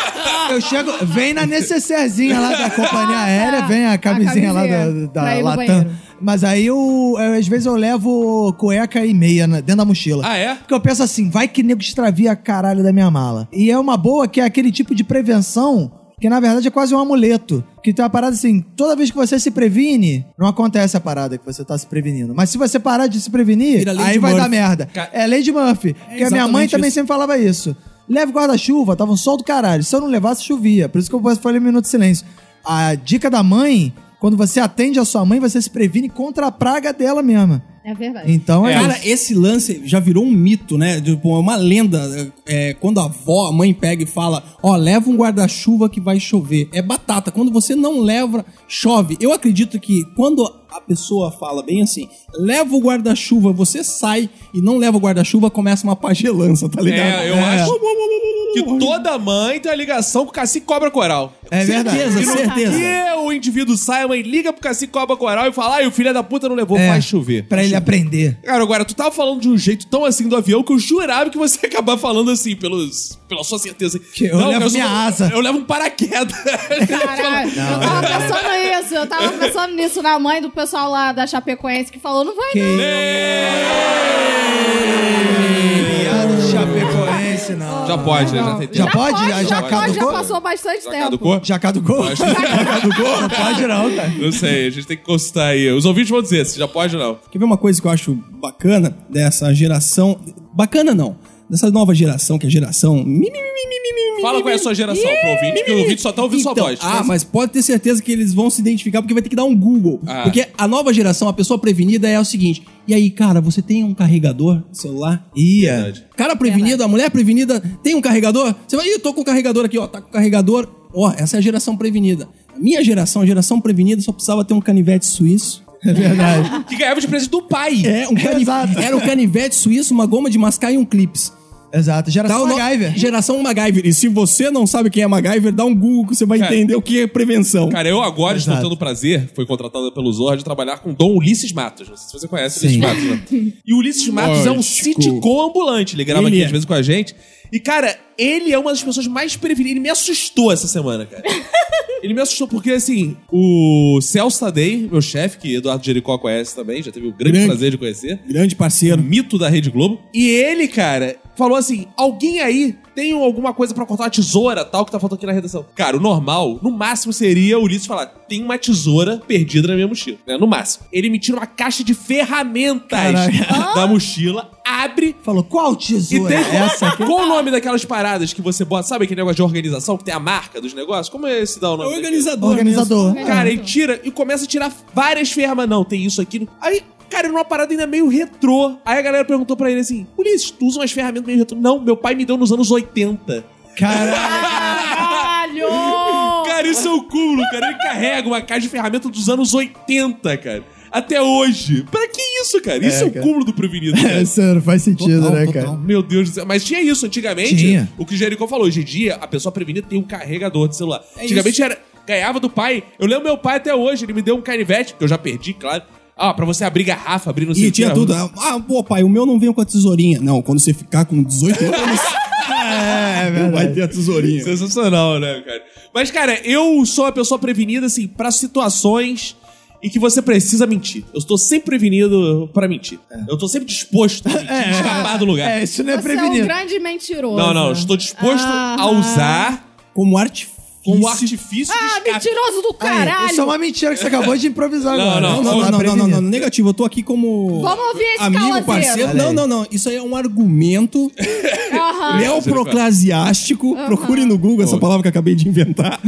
B: Eu chego, vem na necessairezinha lá da companhia aérea, vem a
C: Ah, tá.
B: camisinha,
C: A camisinha
B: lá da-
C: pra
B: da,
C: ir no
B: Latam.
C: banheiro.
B: Mas aí eu, eu, às vezes eu levo cueca e meia na- dentro da mochila.
A: Ah, é?
B: Porque eu penso assim, vai que nego extravia a caralho da minha mala. E é uma boa que é aquele tipo de prevenção que na verdade é quase um amuleto. Que tem uma parada assim, toda vez que você se previne, não acontece a parada que você tá se prevenindo. Mas se você parar de se prevenir,
E: Vira Lady
B: aí vai
E: Murphy.
B: dar merda.
A: Ca-
B: É Lady Murphy. Porque a minha
E: exatamente
B: mãe
E: isso.
B: também sempre falava isso. Leve guarda-chuva, tava um sol do caralho. Se eu não levasse, chovia. Por isso que eu falei um minuto de silêncio. A dica da mãe, quando você atende a sua mãe, você se previne contra a praga dela mesma.
C: É verdade.
B: Então é,
E: Cara,
B: isso.
E: esse lance já virou um mito, né? Tipo, é uma lenda. É, quando a avó, a mãe pega e fala: Ó, leva um guarda-chuva que vai chover. É batata. Quando você não leva, chove. Eu acredito que quando a pessoa fala bem assim: leva o guarda-chuva, você sai e não leva o guarda-chuva, começa uma pagelança, tá ligado?
A: É, eu acho que toda mãe tem a ligação com o cacique cobra coral.
B: É verdade.
E: Certeza, certeza.
A: Que o indivíduo sai, a mãe liga pro cacique cobra coral e fala: ai, o filho da puta não levou,
B: É,
A: faz chover.
B: Pra ele aprender.
A: Cara, agora, tu tava falando de um jeito tão assim do avião que eu jurava que você ia acabar falando assim, pelos, pela sua certeza.
B: Que eu levo
A: só-
B: minha asa. é
A: Eu levo um paraquedas.
C: Caralho, eu tava pensando nisso, eu tava pensando nisso na mãe do pessoal lá da Chapecoense que falou, não vai
B: Que
C: não.
B: piada de Chapecoense, não.
A: Já pode, né? Já tem
B: Já
A: tempo.
B: pode? Já, já
C: pode, já
B: caducou?
C: passou bastante
A: Já
C: tempo.
A: caducou?
B: Já caducou? Já caducou? Não pode não, cara.
A: Não sei, a gente tem que constar aí. Os ouvintes vão dizer se já pode ou não.
E: Quer ver uma coisa que eu acho bacana dessa geração? Bacana não. Dessa nova geração, que é a geração. mi, mi, mi, mi, mi, mi,
A: Fala
E: mi,
A: qual é a
E: mi.
A: sua geração pro ouvinte, que o ouvinte só tá ouvindo
E: então,
A: sua voz.
E: Ah, mas pode ter certeza que eles vão se identificar porque vai ter que dar um Google.
A: Ah.
E: Porque a nova geração, a pessoa prevenida é o seguinte: e aí, cara, você tem um carregador de celular? Ia. Cara prevenido, a mulher prevenida tem um carregador? Você vai, ih, eu tô com o carregador aqui, ó, tá com o carregador. Ó, essa é a geração prevenida. A minha geração, a geração prevenida, só precisava ter um canivete suíço.
B: É verdade.
A: Que ganhava de presente do pai.
E: É, um cani-
B: Exato.
E: Era um canivete suíço, uma goma de mascar e um clips.
B: Exato.
E: Tá
B: Geração
E: o no-
B: MacGyver.
E: Geração MacGyver. E se você não sabe quem é MacGyver, dá um Google que você vai
A: Cara.
E: entender o que é prevenção.
A: Cara, eu agora
B: Exato.
A: estou tendo o prazer, foi contratado pelo Zorra, de trabalhar com Dom Ulisses Matos. Não sei se você conhece o
B: Sim.
A: Ulisses Matos, né? E o Ulisses Matos é um sitcom ambulante. Ele grava
E: Ele
A: aqui
E: é.
A: às vezes com a gente. E, cara, ele é uma das pessoas mais prevenidas. Ele me assustou essa semana, cara. Ele me assustou porque, assim, o Celso Tadei, meu chefe, que Eduardo Jericó conhece também, já teve o grande
E: Grande.
A: prazer de conhecer
E: Grande parceiro.
A: mito da Rede Globo. E ele, cara, falou assim: alguém aí tem alguma coisa pra cortar uma tesoura, tal, que tá faltando aqui na redação. Cara, o normal, no máximo, seria o Ulisses falar: tem uma tesoura perdida na minha mochila. Né? No máximo. Ele me tira uma caixa de ferramentas da mochila, abre.
B: Falou, qual
A: E
B: tesoura?
A: tem
B: é Essa aqui?
A: qual o nome daquelas paradas que você bota? Sabe aquele negócio de organização que tem a marca dos negócios? Como é esse dá o nome? daquele?
E: Organizador.
B: Organizador.
A: Cara, ele tira e começa a tirar várias ferramentas. Não, tem isso aqui. Aí, cara, numa parada ainda meio retrô. Aí a galera perguntou pra ele assim: Ulisses, tu usa umas ferramentas meio retrô? Não, meu pai me deu nos anos 80.
B: Caralho.
C: Caralho!
A: Cara, isso é o cúmulo, cara. Ele carrega uma caixa de ferramenta dos anos 80, cara. Até hoje. Pra que isso, cara? Isso é, o
B: cara.
A: cúmulo do né? prevenido, cara.
B: É, sério, faz sentido,
E: Total,
B: né,
E: total.
B: cara?
A: Meu Deus do céu. Mas tinha isso antigamente.
B: Tinha.
A: O que o Jericó falou. Hoje em dia, a pessoa prevenida tem um carregador de celular.
C: É
A: antigamente era. Ganhava do pai. Eu lembro meu pai até hoje. Ele me deu um canivete, que eu já perdi, claro. Ah, pra você abrir garrafa, abrir não sei
E: E
A: o quê.
E: tinha tudo.
B: É,
E: Ah, pô, pai, o meu não veio com a tesourinha. Não, quando você ficar com 18 anos,
B: É, é
E: não
B: verdade.
E: vai ter a tesourinha.
A: Sensacional, né, cara? Mas, cara, eu sou uma pessoa prevenida, assim, pra situações em que você precisa mentir. Eu estou sempre prevenido pra mentir. Eu tô sempre disposto a mentir, escapar do lugar.
B: É, isso não é
C: Você é um
B: prevenido.
C: grande mentiroso.
A: Não, não, estou disposto a
C: Aham.
A: usar
E: Como artifício.
A: como artifício de
C: Ah,
A: escape.
C: mentiroso do
B: Aí,
C: caralho!
B: Isso é uma mentira que você acabou de improvisar
A: Não,
B: agora.
E: Não, não,
B: Tá
E: não, não, não,
B: prevenido.
E: não, negativo. Eu tô aqui como.
C: Vamos ouvir esse
E: Amigo,
C: calazeiro.
E: parceiro.
B: Olha
E: Não,
B: aí.
E: não, não. Isso aí é um argumento
C: Aham.
E: neoproclasiástico. Procure no Google essa palavra que eu acabei de inventar.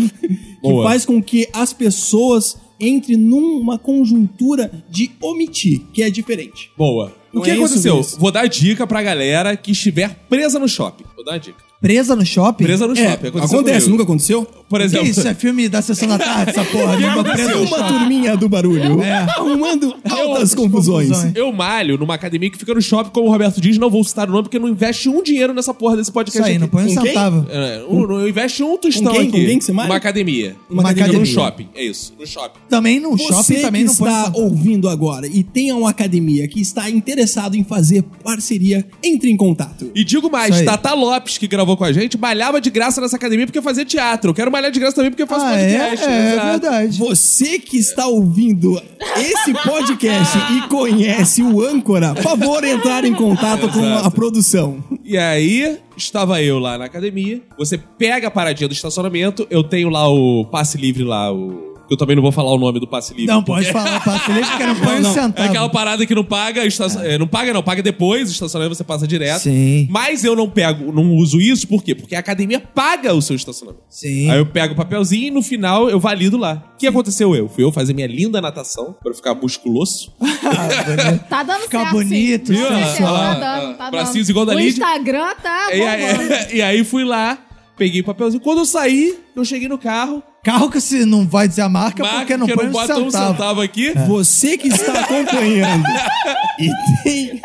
A: Boa.
E: Que faz com que as pessoas entrem numa conjuntura de omitir, que é diferente.
A: Boa.
E: Não
A: o que
E: é isso,
A: aconteceu?
E: Vinícius?
A: Vou dar dica pra galera que estiver presa no shopping. Vou dar uma dica.
B: Presa no shopping?
A: Presa no shopping.
E: É, acontece,
A: Aconteceu comigo.
E: nunca aconteceu?
A: Por
B: Que
A: exemplo,
B: isso? É filme da sessão da tarde, essa porra.
A: que
B: Uma presa
A: aconteceu?
B: no
E: Uma
B: shopping.
E: turminha do barulho. Arrumando altas confusões.
B: confusões.
A: É. eu malho numa academia que fica no shopping, como o Roberto diz, não vou citar o nome porque não investe um dinheiro nessa porra desse podcast
B: Isso aí,
A: aqui.
B: não põe um
E: Com quem?
B: centavo.
A: É, um- não investe um tostão
E: quem?
A: aqui.
E: Com quem que você malha?
A: Uma academia.
B: Uma
A: No
B: academia.
A: shopping. É isso, no shopping.
B: Também no
E: Você
B: shopping também
E: que
B: não põe um
E: está
B: centavo.
E: ouvindo agora e tem uma academia que está interessado em fazer parceria, entre em contato.
A: E digo mais,
B: Isso aí.
A: Tata Lopes, que gravou com a gente, malhava de graça nessa academia porque fazia teatro. Eu quero malhar de graça também porque eu faço
B: Ah, é?
A: podcast. né?
B: É,
A: Exato.
B: verdade.
E: Você que está ouvindo esse podcast e conhece o Âncora, favor entrar em contato com a produção.
A: E aí, estava eu lá na academia. Você pega a paradinha do estacionamento. Eu tenho lá o passe livre lá, o. Eu também não vou falar o nome do passe livre.
B: Não pode falar passe livre porque não põe um
A: É aquela
B: centavo.
A: parada que não paga, estacion... é, não paga não, paga depois, o estacionamento você passa direto.
B: Sim.
A: Mas eu não pego, não uso isso, por quê? Porque a academia paga o seu estacionamento.
B: Sim.
A: Aí eu pego o papelzinho e no final eu valido lá. O que aconteceu eu? Fui eu fazer minha linda natação pra eu ficar musculoso.
C: Tá dando
B: Fica
C: certo,
B: bonito,
C: sim.
A: viu?
C: Com certeza,
A: Ah,
C: Tá
A: ah,
C: dando, tá
A: bracinhos
C: dando.
A: igual da É,
C: O
A: Lidia.
C: Instagram tá
A: E aí,
C: bombando.
A: e aí fui lá, peguei o papelzinho. Quando eu saí, eu cheguei no carro,
B: Carro que se não vai dizer a marca
A: marca
B: porque não
A: que eu
B: põe
A: não
B: um
A: boto um
B: centavo.
A: centavo aqui.
B: É.
E: Você que está acompanhando e tem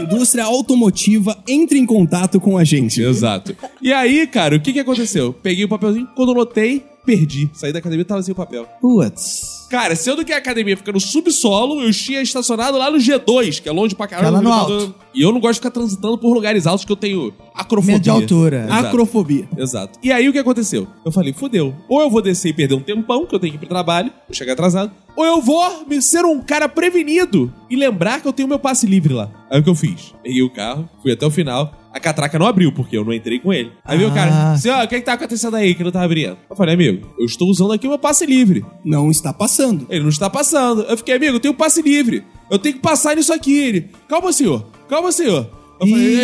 E: indústria automotiva, entre em contato com a gente.
A: Exato. E aí, cara, o que que aconteceu? Peguei o papelzinho, quando eu notei, perdi. Saí da academia, tava sem o papel.
B: Putz.
A: Cara, sendo que a academia fica no subsolo, eu tinha estacionado lá no G2, que é longe pra caralho.
B: Que é lá no
A: elevador.
B: alto.
A: E eu não gosto de ficar transitando por lugares altos que eu tenho acrofobia.
B: Medo de altura.
A: Exato.
E: Acrofobia.
A: Exato. E aí o que aconteceu? Eu falei, fudeu. Ou eu vou descer e perder um tempão, que eu tenho que ir pro trabalho, vou chegar atrasado. Ou eu vou me ser um cara prevenido e lembrar que eu tenho meu passe livre lá. Aí o que eu fiz? Peguei o carro, fui até o final. A catraca não abriu, porque eu não entrei com ele. Aí veio o cara, assim, ó, o que é que tá acontecendo aí que não tá abrindo? Eu falei, amigo, eu estou usando aqui o meu passe livre.
E: Não está passando.
A: Ele não está passando. Eu fiquei, amigo, eu tenho passe livre. Eu tenho que passar nisso aqui. Ele, calma, senhor. Calma, senhor. Eu falei,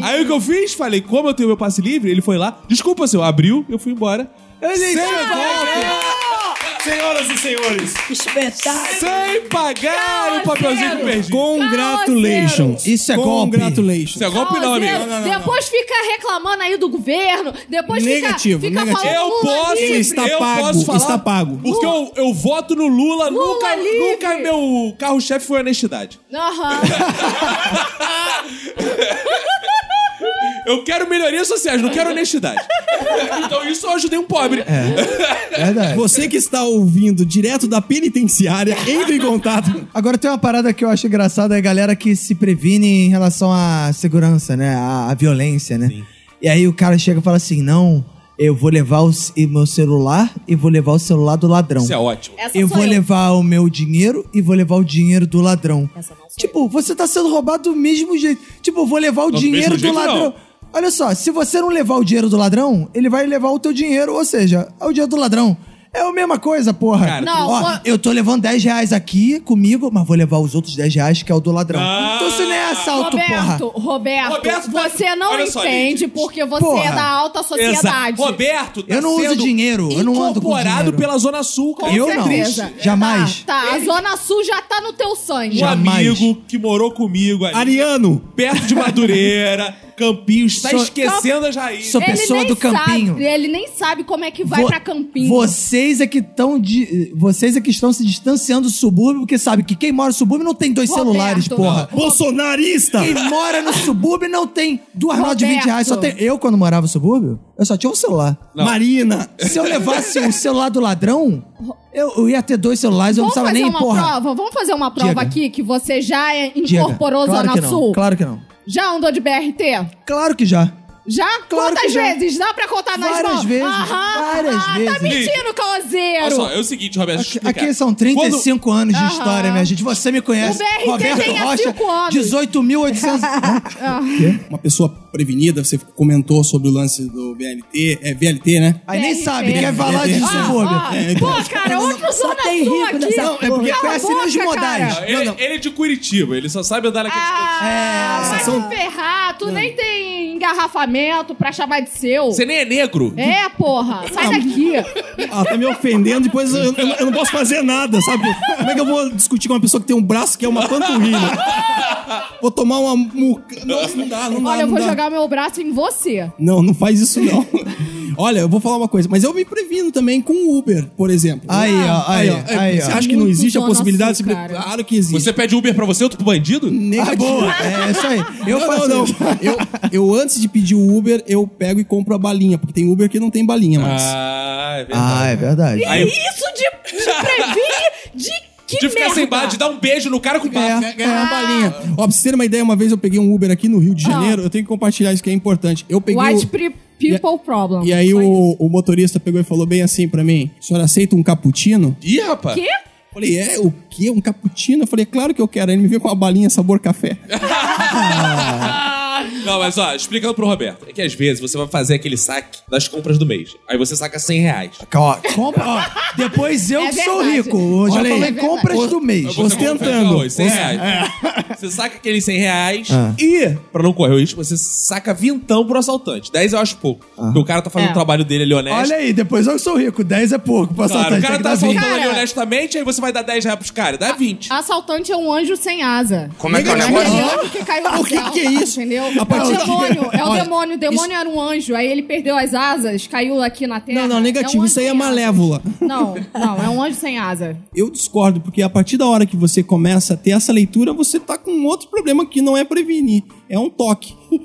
A: aí o que eu fiz? Falei, como eu tenho meu passe livre? Ele foi lá, desculpa, senhor. Abriu, eu fui embora. Eu disse, sem pagar,
H: Senhoras e senhores,
D: Espetáculo.
A: sem
C: um
A: pagar o papelzinho que eu perdi.
E: Congratulations.
B: Isso é golpe.
E: Congratulations.
A: Isso é golpe não, amigo.
C: Deus, Depois fica reclamando aí do governo, depois fica-
E: Negativo,
C: fica,
E: negativo.
C: falando
A: Eu
C: Lula
A: posso,
C: livre.
E: Está
A: eu
E: pago,
A: posso falar.
E: está pago.
A: Porque eu, eu voto no Lula, nunca,
C: livre.
A: nunca meu carro-chefe foi honestidade.
C: Aham.
A: Eu quero melhorias sociais, não quero honestidade. então isso eu ajudei um pobre.
B: É.
C: É
B: Verdade.
E: Você que está ouvindo direto da penitenciária, entre em contato.
B: Agora tem uma parada que eu acho engraçada, é a galera que se previne em relação à segurança, né? À, à violência, né? E aí o cara chega e fala assim: não, eu vou levar o ce- meu celular e vou levar o celular do ladrão.
A: Isso é ótimo.
C: Essa
B: Eu
C: sou
B: vou levar o meu dinheiro e vou levar o dinheiro do ladrão.
C: Essa não sou
B: Tipo, você tá sendo roubado do mesmo jeito. Tipo, eu vou levar o
A: do
B: dinheiro
A: mesmo
B: do,
A: jeito,
B: ladrão. Olha só, se você não levar o dinheiro do ladrão, ele vai levar o teu dinheiro, ou seja, é o dinheiro do ladrão. É a mesma coisa, porra.
A: Cara,
C: Não,
B: Ó,
C: uma-
B: eu tô levando 10 reais aqui comigo, mas vou levar os outros 10 reais, que é o do ladrão.
A: Ah,
B: então isso não é assalto, porra.
C: Roberto, Roberto,
A: Roberto tá-
C: você não
A: Olha só,
C: entende
A: gente.
C: porque você é
B: Porra.
C: da alta sociedade.
A: Exato. Roberto tá
B: Eu não uso
A: sendo
B: dinheiro, eu não ando com
A: incorporado
B: dinheiro.
A: pela Zona Sul. cara.
B: Eu não.
C: Certeza.
B: Jamais.
C: Tá, tá, a Zona Sul já tá no teu sangue.
A: Um
B: Jamais.
A: amigo que morou comigo ali,
E: Ariano,
A: perto de Madureira, Campinhos, tá
B: Sou-
A: esquecendo as raízes.
B: Sou pessoa
C: nem
B: do campinho.
C: Sabe, ele nem sabe como é que vai
B: Vo-
C: pra Campinho.
B: Vocês é que estão de, vocês é que estão se distanciando do subúrbio, porque sabe que quem mora no subúrbio não tem dois
C: Roberto.
B: celulares, porra.
E: bolsonarista.
B: Quem mora no subúrbio não tem duas notas de 20 reais. Só
C: Roberto.
B: tem... Eu, quando morava no subúrbio, eu só tinha um celular.
E: Marina.
B: Se eu levasse o celular do ladrão, eu, eu ia ter dois celulares, eu não
C: Vamos
B: precisava
C: fazer
B: nem,
C: uma
B: porra.
C: prova? Vamos fazer uma prova
B: Diga.
C: aqui que você já é-
B: Diga,
C: incorporou
B: claro
C: Zona
B: que não,
C: Sul?
B: Claro que não.
C: Já andou de BRT?
B: Claro que já.
C: Já?
B: Claro
C: Quantas
B: que já.
C: vezes? Dá pra contar nas
B: Várias
C: mãos?
B: vezes,
C: Aham.
B: várias
C: ah, Tá
B: vezes.
C: mentindo,
A: Olha só,
C: caoseiro.
A: é o seguinte, Roberto, deixa eu
B: Aqui,
A: explicar.
B: aqui são 35 anos de
C: Aham.
B: história, minha gente. Você me conhece.
C: O BRT
B: Roberto
C: tem há
B: Rocha,
C: cinco Ah. anos.
B: 18.800.
E: Uma pessoa prevenida, você comentou sobre o lance do BLT, é BLT, né?
B: Aí nem
C: BRT.
B: sabe, quer falar de
C: Ó,
E: Ah!
B: subúrbio.
C: ó. Pô, cara, outro
D: Só
C: Zona
D: tem
C: Sul
D: rico
C: aqui.
D: nessa
B: Não, é porque
C: Cala a
B: conhece
C: boca,
B: os modais.
C: cara.
A: Ele, ele é de Curitiba, ele só sabe andar naquele...
C: Ah, vai
E: são- É.
C: te ferrar. Tu nem tem engarrafamento pra chamar de seu.
A: Você nem é negro.
C: É, porra. Sai daqui.
E: Ah, tá me ofendendo, depois eu, eu- eu não posso fazer nada, sabe? Como é que eu vou discutir com uma pessoa que tem um braço que é uma panturrilha? Vou tomar uma muca. Não, não dá, não dá.
C: Olha, eu
E: não
C: vou
E: dá.
C: jogar meu braço em você.
E: Não, não faz isso não. Olha, eu vou falar uma coisa, mas eu me previno também com o Uber, por exemplo.
B: Aí, ó, aí, ó,
E: É,
B: aí, ó.
E: Você acha que não
C: Muito
E: existe a
C: Zona
E: possibilidade?
C: Sul,
E: de se...
C: cara.
E: Claro que existe.
A: Você pede Uber pra você, outro pro bandido?
B: Ah,
E: Negativo.
B: boa. É isso aí. Eu
E: não,
B: faço
E: não, não.
B: isso.
E: Eu, eu, antes de pedir o Uber, eu pego e compro a balinha, porque tem Uber que não tem balinha mais.
A: Ah, é verdade.
B: Ah, é verdade.
A: Aí-
C: Isso de, de previne de que
A: de ficar
C: merda? Ah,
A: sem bar, de dar um beijo no cara com o papo.
E: É, ganhar uma balinha. Ó, pra você ter uma ideia, uma vez eu peguei um Uber aqui no Rio de Janeiro, eu tenho que compartilhar isso que é importante. Eu peguei
C: White
E: o-
C: pre- people problem.
E: E aí o, o motorista pegou e falou bem assim pra mim, o senhor aceita um cappuccino?
A: Ih, rapaz.
C: Quê?
E: Eu Falei, é, o quê? Um cappuccino? Eu falei, claro que eu quero. Aí Ele me veio com uma balinha sabor café.
A: Não, mas ó, explicando pro Roberto. É que às vezes você vai fazer aquele saque das compras do mês. Aí você saca 100 reais.
B: Ó, compra, ó, depois eu
C: É
B: que sou
C: verdade.
B: rico. Eu já
E: Olha aí.
B: falei
C: É verdade.
B: compras do mês. É.
A: Você compra
E: ostentando.
A: arroz, 100 reais. Você saca aqueles 100 reais
B: Ah.
A: e, pra não correr o risco, você saca vintão pro assaltante. 10 eu acho pouco. Porque o cara tá fazendo
C: É.
A: o trabalho dele ali honesto.
B: Ah. Olha aí, depois eu que sou rico. 10 é pouco. Pra
A: Claro,
B: assaltar,
A: o cara
B: tem que
A: tá
B: dar 20.
A: assaltando ali
C: Cara.
A: honestamente, aí você vai dar 10 reais pros caras. Dá 20.
C: Assaltante é um anjo sem asa.
G: Como é que é o
C: É
G: negócio?
C: melhor do que caiu no
E: O que
C: céu,
E: que é isso?
C: Entendeu?
E: A partir
C: é o
E: da-
C: demônio. É o
E: Olha,
C: demônio. O demônio era um anjo. Aí ele perdeu as asas, caiu aqui na terra.
E: Não, não, negativo.
C: um anjo
E: isso aí é
C: sem asas.
E: malévola.
C: Não, não. É um anjo sem asa.
E: Eu discordo, porque a partir da hora que você começa a ter essa leitura, você tá com outro problema que não é prevenir. É um toque.
C: N-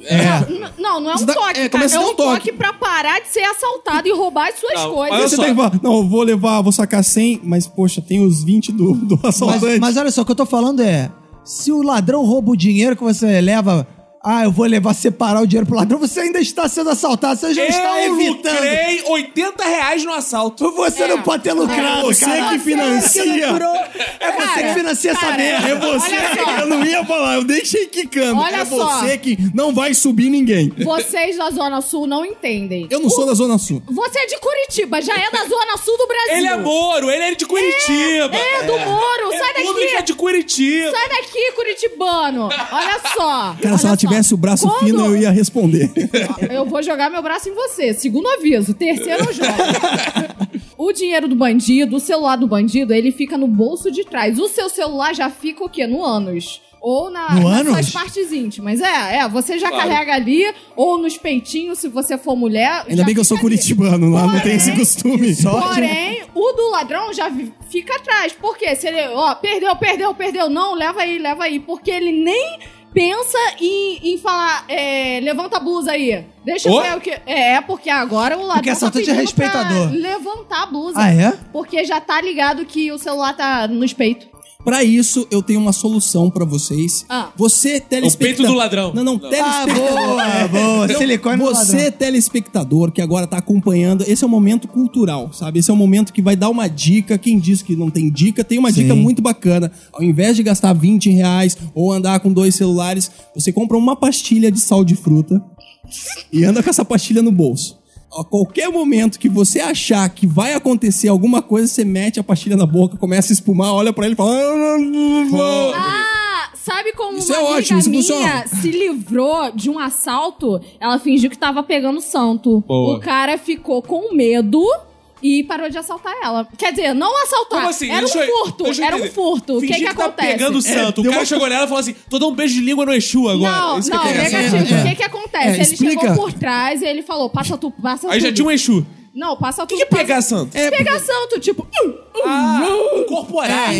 C: Não, não é um
E: Você dá-
C: toque,
E: é,
C: cara.
E: começa
C: É
E: a dar
C: um
E: um toque.
C: toque pra parar de ser assaltado e roubar as suas
A: Não,
C: coisas.
A: olha
E: Você
A: só.
E: tem que falar, não, eu vou levar, vou sacar 100, mas poxa, tem os 20 do, do assaltante.
B: Mas, mas olha só, o que eu tô falando é: se o ladrão rouba o dinheiro que você leva ah, eu vou levar, separar o dinheiro pro ladrão, você ainda está sendo assaltado, você já
A: É,
B: está
A: eu
B: tá evitando.
A: lucrei 80 reais no assalto.
B: Você
C: É.
B: não pode ter lucrado,
H: Você
B: cara.
H: que financia.
B: É você
C: Cara,
B: que financia essa
C: cara,
B: merda.
H: É você.
C: Olha só.
H: Eu não ia falar, eu deixei quicando.
C: Olha
H: é
C: só.
H: você que não vai subir ninguém.
C: Vocês da Zona Sul não entendem.
H: Eu não sou da Zona Sul.
C: Você é de Curitiba, já é da Zona Sul do Brasil.
A: Ele é Moro, ele é de Curitiba.
C: É, do Moro, sai
A: É tudo que é
C: daqui.
A: de Curitiba.
C: Sai daqui, curitibano. Olha só.
E: Cara,
C: olha
E: se ela
C: só.
E: tivesse o braço
C: Quando-
E: fino, eu ia responder.
C: Eu vou jogar meu braço em você. Segundo aviso. Terceiro eu jogo. O dinheiro do bandido, o celular do bandido, ele fica no bolso de trás. O seu celular já fica o quê? No ânus. Ou na,
B: No
C: nas
B: ânus?
C: suas partes íntimas. É, é. Você já
A: Claro.
C: carrega ali, ou nos peitinhos, se você for mulher.
E: Ainda
C: já
E: bem que eu sou
C: fica ali.
E: curitibano, lá não tem
C: Porém-
E: esse costume.
B: né?
C: Porém, o do ladrão já vi- fica atrás. Por quê? Se ele, ó, perdeu, perdeu, perdeu. Não, leva aí, leva aí. Porque ele nem pensa em, em falar, é, levanta a blusa aí. Deixa
A: Ô?
C: eu ver o que... É, porque agora o ladrão
B: Porque essa
C: tá
B: tudo de
C: pedindo
B: respeitador.
C: pra levantar a blusa.
B: Ah, é?
C: Porque já tá ligado que o celular tá nos peitos.
E: Pra isso, eu tenho uma solução pra vocês.
C: Ah.
E: Você, telespectador...
A: peito do ladrão. Tá
E: Não, não,
A: Não.
B: Ah,
E: telespectador.
B: boa, boa. Silicone no
E: Você,
B: ladrão.
E: telespectador, que agora tá acompanhando, esse é o momento cultural, sabe? Esse é o momento que vai dar uma dica. Quem diz que não tem dica, tem uma
B: Sim.
E: dica muito bacana. Ao invés de gastar 20 reais ou andar com dois celulares, você compra uma pastilha de sal de fruta e anda com essa pastilha no bolso. A qualquer momento que você achar que vai acontecer alguma coisa, você mete a pastilha na boca, começa a espumar, olha pra ele e fala. "Ah, não vou".
C: Ah, sabe como
E: Isso
C: uma
E: é
C: amiga
E: ótimo, isso
C: minha
E: funciona.
C: se livrou de um assalto? Ela fingiu que tava pegando santo.
A: Boa.
C: O cara ficou com medo e parou de assaltar ela. Quer dizer, não assaltar.
A: Como assim?
C: Era um
A: Deixa eu-
C: furto.
A: deixa eu
C: Era um
A: entender.
C: furto. O que
A: Fingir
C: que
A: tá
C: acontece?
B: É,
A: pegando o santo. o
E: deu
A: cara
E: uma-
A: chegou nela e falou assim: tô dando um beijo de língua no Exu agora.
C: Não,
A: Isso que eu
C: não,
A: quero dizer.
C: negativo.
E: É.
C: O que que acontece?
E: É,
C: ele
E: explica.
C: chegou por trás e ele falou, passa tu, passa
A: Aí já
C: tudo.
A: tinha um Exu. O
C: Não, passa
A: que,
C: tudo.
A: que é pegar santo?
E: É,
C: Pegar santo, tipo... um.
A: Ah, incorporar.
E: É, incorporar.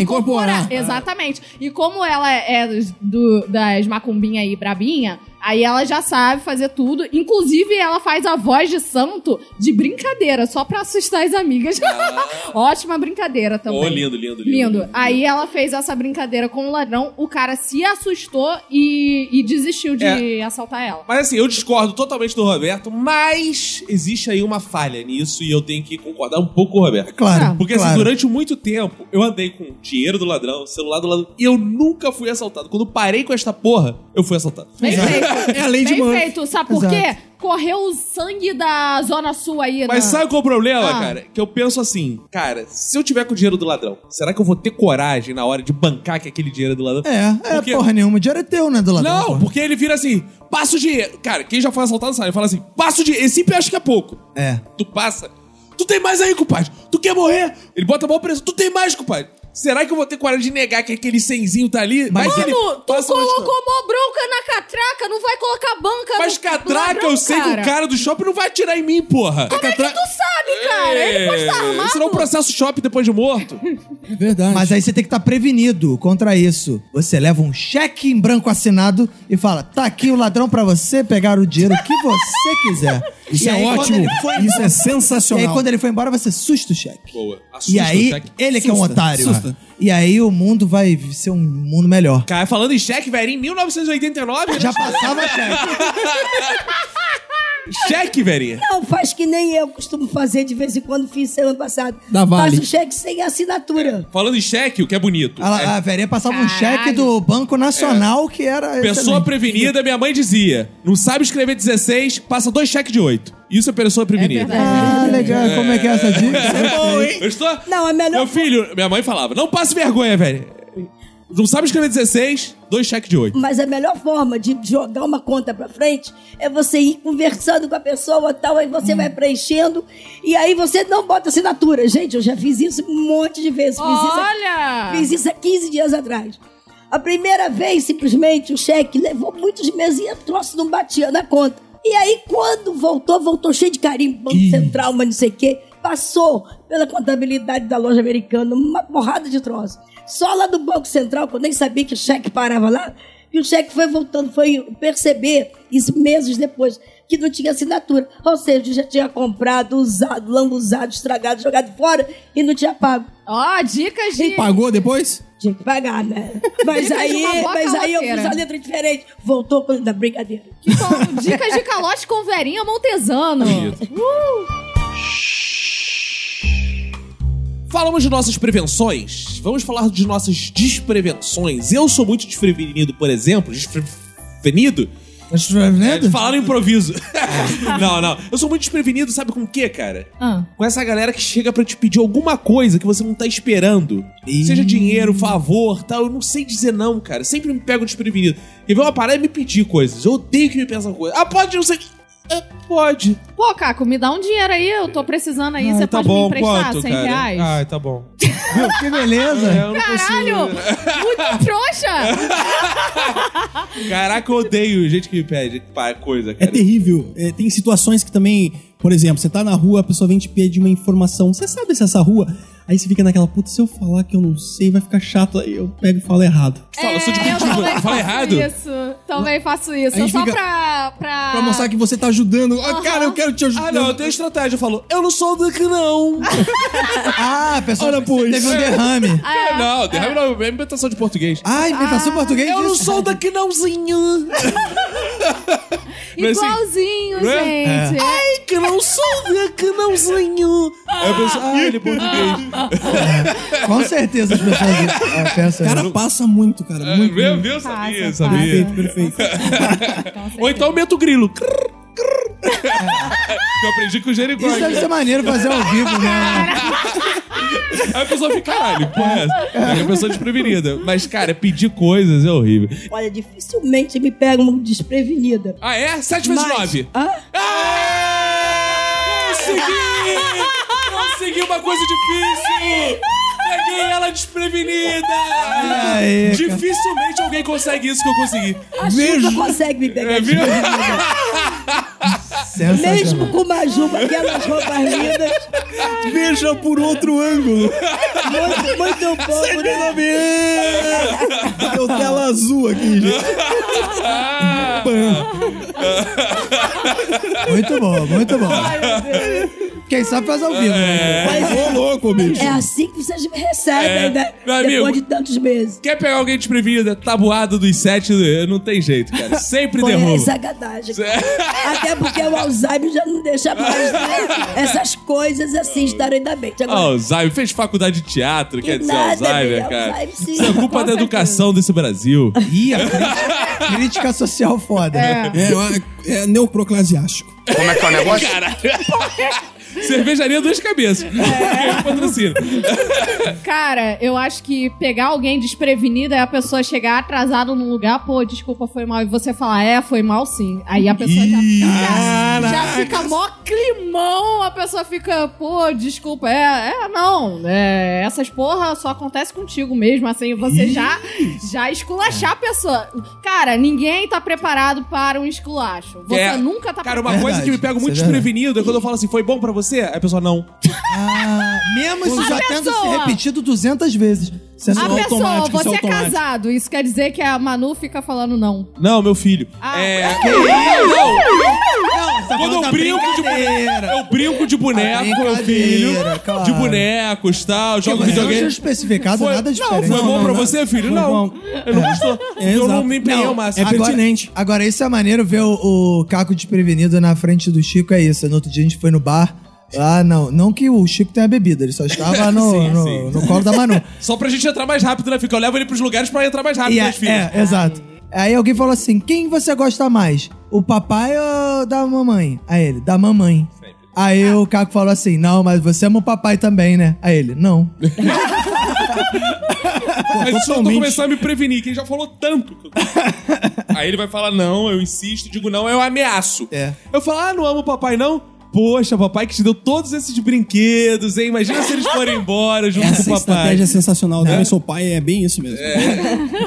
C: Incorporar, Exatamente. E como ela é do, das macumbinha aí brabinha, aí ela já sabe fazer tudo. Inclusive, ela faz a voz de santo de brincadeira, só pra assustar as amigas. Ótima brincadeira também.
A: Ah. Ô, lindo, lindo, lindo,
C: Lindo.
A: lindo.
C: Aí ela fez essa brincadeira com o ladrão, o cara se assustou e, e desistiu de
A: É.
C: assaltar ela.
A: Mas assim, eu discordo totalmente do Roberto, mas existe aí uma falha nisso e eu tenho que concordar um pouco com o Roberto.
B: Claro,
A: Porque assim,
B: claro.
A: durante muito tempo eu andei com dinheiro do ladrão, celular do ladrão, e eu nunca fui assaltado. Quando parei com esta porra, eu fui assaltado.
C: Bem
B: né?
C: feito.
E: É a lei de
C: Bem
E: Murphy.
C: feito. Sabe por
B: Exato.
C: quê? Correu o sangue da Zona Sul aí. né?
A: Mas
C: na-
A: sabe qual é o problema,
C: Ah.
A: cara? Que eu penso assim, cara, se eu tiver com o dinheiro do ladrão, será que eu vou ter coragem na hora de bancar que aquele dinheiro é do ladrão?
B: É, é
A: Porque-
B: porra nenhuma. O dinheiro é teu, né, do ladrão?
A: Não,
B: porra.
A: porque ele vira assim, passa o dinheiro. Cara, quem já foi assaltado sabe, ele fala assim, passa o dinheiro. Ele sempre acha que é pouco.
B: É.
A: Tu passa. Tu tem mais aí, compadre. Tu quer morrer? Ele bota a mão preso. Tu tem mais, compadre. Será que eu vou ter coragem de negar que aquele senzinho tá ali?
B: Mas
A: ele
C: Mano, tu
A: passa um monte de coisa.
C: colocou mó bronca na catraca, não vai colocar banca
A: Mas
C: Tá no- no
A: catraca,
C: ladrão,
A: eu sei que o cara do shopping não vai atirar em mim, porra.
C: Como é que tu sabe, cara? Ele
A: É,
C: pode estar Tá armado.
A: Senão eu um processo o shopping depois de morto.
E: É verdade.
B: Mas aí você tem que estar prevenido contra isso. Você leva um cheque em branco assinado e fala: tá aqui o ladrão pra você pegar o dinheiro que você quiser.
E: Isso
B: E
E: é
B: aí, quando
E: ótimo.
B: ele foi-
E: Isso é
B: E
E: sensacional.
B: aí, quando ele foi embora, você susta o cheque.
A: Boa. Assusta
B: E aí,
A: o cheque.
B: ele que é um
E: Susta,
B: otário.
E: susta.
B: E aí o mundo vai ser um mundo melhor.
A: Cara, falando em cheque, velho, em 1989, né?
B: Já passava cheque.
A: cheque, velhinha.
D: Não, faz que nem eu costumo fazer de vez em quando, fiz semana passada.
E: Da Vale.
D: Faço cheque sem assinatura.
A: Falando em cheque, o que é É. bonito.
B: A, a velhinha passava um
C: Caralho.
B: cheque do Banco Nacional que era.
A: Pessoa
B: excelente.
A: prevenida, minha mãe dizia. Não sabe escrever 16, passa dois cheques de 8. Isso é pessoa prevenida.
C: verdade.
B: Ah, legal. Como é que é essa dica?
A: bom, hein? Eu estou...
D: Não, é melhor-
A: Meu filho, minha mãe falava, não passe vergonha, velho. Não sabe escrever 16, dois cheques de 8.
D: Mas a melhor forma de jogar uma conta pra frente é você ir conversando com a pessoa tal, aí você vai preenchendo e aí você não bota assinatura. Gente, eu já fiz isso um monte de vezes. Fiz isso aqui
C: Olha!
D: Fiz isso há 15 dias atrás. A primeira vez, simplesmente, o cheque levou muitos meses e o troço não batia na conta. E aí, quando voltou, voltou cheio de carimbo, Banco Central, mas não sei o quê. Passou pela contabilidade da loja americana, uma porrada de troço. Só lá do Banco Central, que eu nem sabia que o cheque parava lá, e o cheque foi voltando, foi perceber, isso meses depois, que não tinha assinatura. Ou seja, eu já tinha comprado, usado, lambuzado, estragado, jogado fora e não tinha pago.
C: Ó, dicas de...
E: Pagou depois?
D: Tinha que pagar, né? Mas
C: Dicas de
D: aí,
C: uma boa
D: mas aí eu
C: caloteira.
D: fiz a letra diferente. Voltou com da brincadeira.
C: Que são dicas de calote com verinha montesano. Uh.
A: Falamos de nossas prevenções. Vamos falar de nossas desprevenções. Eu sou muito desprevenido, por exemplo. Desprevenido?
B: Mas tu vai
A: É,
B: vendo?
A: falar no improviso. não, não. Eu sou muito desprevenido, sabe com o quê, cara?
C: Ah.
A: Com essa galera que chega pra te pedir alguma coisa que você não tá esperando. Seja dinheiro, favor, tal. Eu não sei dizer não, cara. Sempre me pego desprevenido. E vem uma parada e me pedir coisas. Eu odeio que me peçam coisas. Ah, pode, não sei. o quê. É, pode.
C: Pô, Caco, me dá um dinheiro aí, eu tô precisando aí, você
A: tá
C: pode me
A: bom,
C: emprestar
A: quanto,
C: 100
A: cara?
C: reais?
A: Ah, tá bom.
B: Que beleza.
A: É, eu não
C: Caralho, muito trouxa!
A: consigo- Caraca, eu odeio gente que me pede pá, coisa,
E: É
A: cara.
E: terrível. É, tem situações que também, por exemplo, você tá na rua, a pessoa vem te pedir uma informação. Você sabe se é essa rua? Aí você fica naquela, puta, se eu falar que eu não sei, vai ficar chato. Aí eu pego e falo errado.
A: Fala, eu sou de
C: É,
A: Curitiba.
C: também faço
A: Fala errado.
C: Isso, também faço isso.
E: Aí
C: Só
E: fica-
C: pra, pra.
E: Pra mostrar que você tá ajudando. Ah, cara, eu quero te ajudar.
A: Ah, não, eu tenho estratégia. Eu falo, eu não sou daqui, não.
B: Ah, a pessoa
E: Olha, pois.
B: teve um derrame.
A: Ah,
C: É,
A: não, derrame não, é inventação de português.
B: Ah, inventação em português.
A: Eu não
B: disso.
A: sou daqui, nãozinho. Não é assim?
C: Igualzinho,
A: Não é?
C: gente.
A: Ai, que não sou daqui, nãozinho. Aí eu penso, ah, ele é português. é.
B: Com certeza as pessoas ah, pensam.
E: O cara passa muito, cara. muito.
A: Meu Deus,
C: Passa,
E: Perfeito,
A: sabia, sabia.
E: perfeito.
A: Então, Ou então aumenta o grilo. Crrr, crrr. Eu aprendi com o Jericó.
B: Isso deve ser maneiro fazer ao vivo, né?
A: Aí a pessoa fica, caralho, que porra é essa? É a pessoa desprevenida. Mas, cara, pedir coisas é horrível.
D: Olha, dificilmente me pegam desprevenida.
A: Ah, é? 7 vezes
D: Mas-
A: 9.
D: Hã?
A: Ah! Consegui! Consegui uma coisa difícil! Peguei ela desprevenida!
B: Aê, cara.
A: Dificilmente alguém consegue isso que eu consegui.
D: A Juba consegue me pegar.
A: É, viu?
D: Mesmo
B: Sensacional.
D: com uma juba, aquelas roupas lindas.
E: Veja por outro ângulo.
D: Muito, muito pouco, né?
E: Deu tela azul aqui, gente.
B: Muito bom, muito bom.
D: Ai, meu Deus.
B: Quem sabe faz ao vivo. né?
D: Mas
E: Ô, louco, bicho.
D: é assim que vocês me recebem,
A: É.
D: né?
A: Meu
D: Depois
A: amigo.
D: de tantos meses.
A: Quer pegar alguém desprevenida, tabuado dos sete, né? não tem jeito, cara. Sempre
D: Pô, é
A: derruba.
D: sacanagem. Até porque o Alzheimer já não deixa mais né? essas coisas assim estarem da mente. Agora,
A: Alzheimer, fez faculdade de teatro, quer dizer,
D: nada,
A: é Alzheimer,
D: meu,
A: cara.
D: Alzheimer, sim.
A: Isso é culpa da educação desse Brasil.
B: Ih, a crítica, crítica social foda. né?
E: É, é, é neocroclasiástico.
A: Cervejaria duas cabeças.
D: É.
A: um Porque patrocina.
C: Cara, eu acho que pegar alguém desprevenida é a pessoa chegar atrasada num lugar, pô, desculpa, foi mal. E você falar, é, foi mal sim. Aí a pessoa já fica. Já fica mó climão, a pessoa fica, pô, desculpa, é, é, não. é, essas porra só acontece contigo mesmo, assim, você já, já esculachar a pessoa. Cara, ninguém tá preparado para um esculacho. Você
A: É.
C: nunca tá
A: Cara, uma
C: preparado.
A: coisa que me pega muito
B: Isso é verdade.
A: desprevenido é quando eu falo assim, foi bom pra você? Aí a pessoa, não.
B: Ah, mesmo isso já tendo se
C: pessoa-
B: repetido 200 vezes. Sendo
C: A pessoa,
B: automático, isso
C: você é
B: automático.
C: casado, isso quer dizer que a Manu fica falando não.
A: Não, meu filho.
C: Ah.
A: É. Não!
B: Não, você tá
A: Quando
B: falando
A: eu
B: da
A: brinco de boneco.
B: brincadeira.
A: Eu brinco de
B: A
A: boneco, meu
B: brincadeira,
A: filho.
B: claro. é
A: De bonecos tal, jogo
B: Mas não tinha
A: videogame.
B: especificado
A: Foi-
B: nada
A: não,
B: diferente.
A: foi bom
E: Não,
A: pra
E: não.
A: você, filho?
E: Foi
A: Não.
E: bom.
A: Eu não gostou. eu não
E: exato.
A: me empenhei
E: Não,
A: ao máximo.
E: é pertinente.
B: É, Agora, agora, isso é maneiro ver o, o Caco desprevenido na frente do Chico, é isso. No outro dia a gente foi no bar. Ah, não. Não que o Chico tenha bebido, ele só estava no,
A: Sim,
B: no,
A: sim.
B: no colo da Manu.
A: Só pra gente entrar mais rápido, né? Fica, eu levo ele pros lugares pra entrar mais rápido né,
B: E
A: nas
B: é,
A: filas.
B: é, exato. Aí alguém falou assim: quem você gosta mais? O papai ou da mamãe? Aí ele, da mamãe. Aí o Caco falou assim: não, mas você ama o papai também, né? Aí ele, não.
A: Mas isso eu tô
E: totalmente.
A: começando a me prevenir, que ele já falou tanto. que eu- Aí ele vai falar não, eu insisto, digo não, eu ameaço.
B: É.
A: Eu falo, ah, não amo o papai não? Poxa, papai que te deu todos esses brinquedos, hein? Imagina se eles forem embora junto
E: Essa
A: com o papai.
E: estratégia é sensacional.
B: né?
E: Também sou pai, é bem isso mesmo.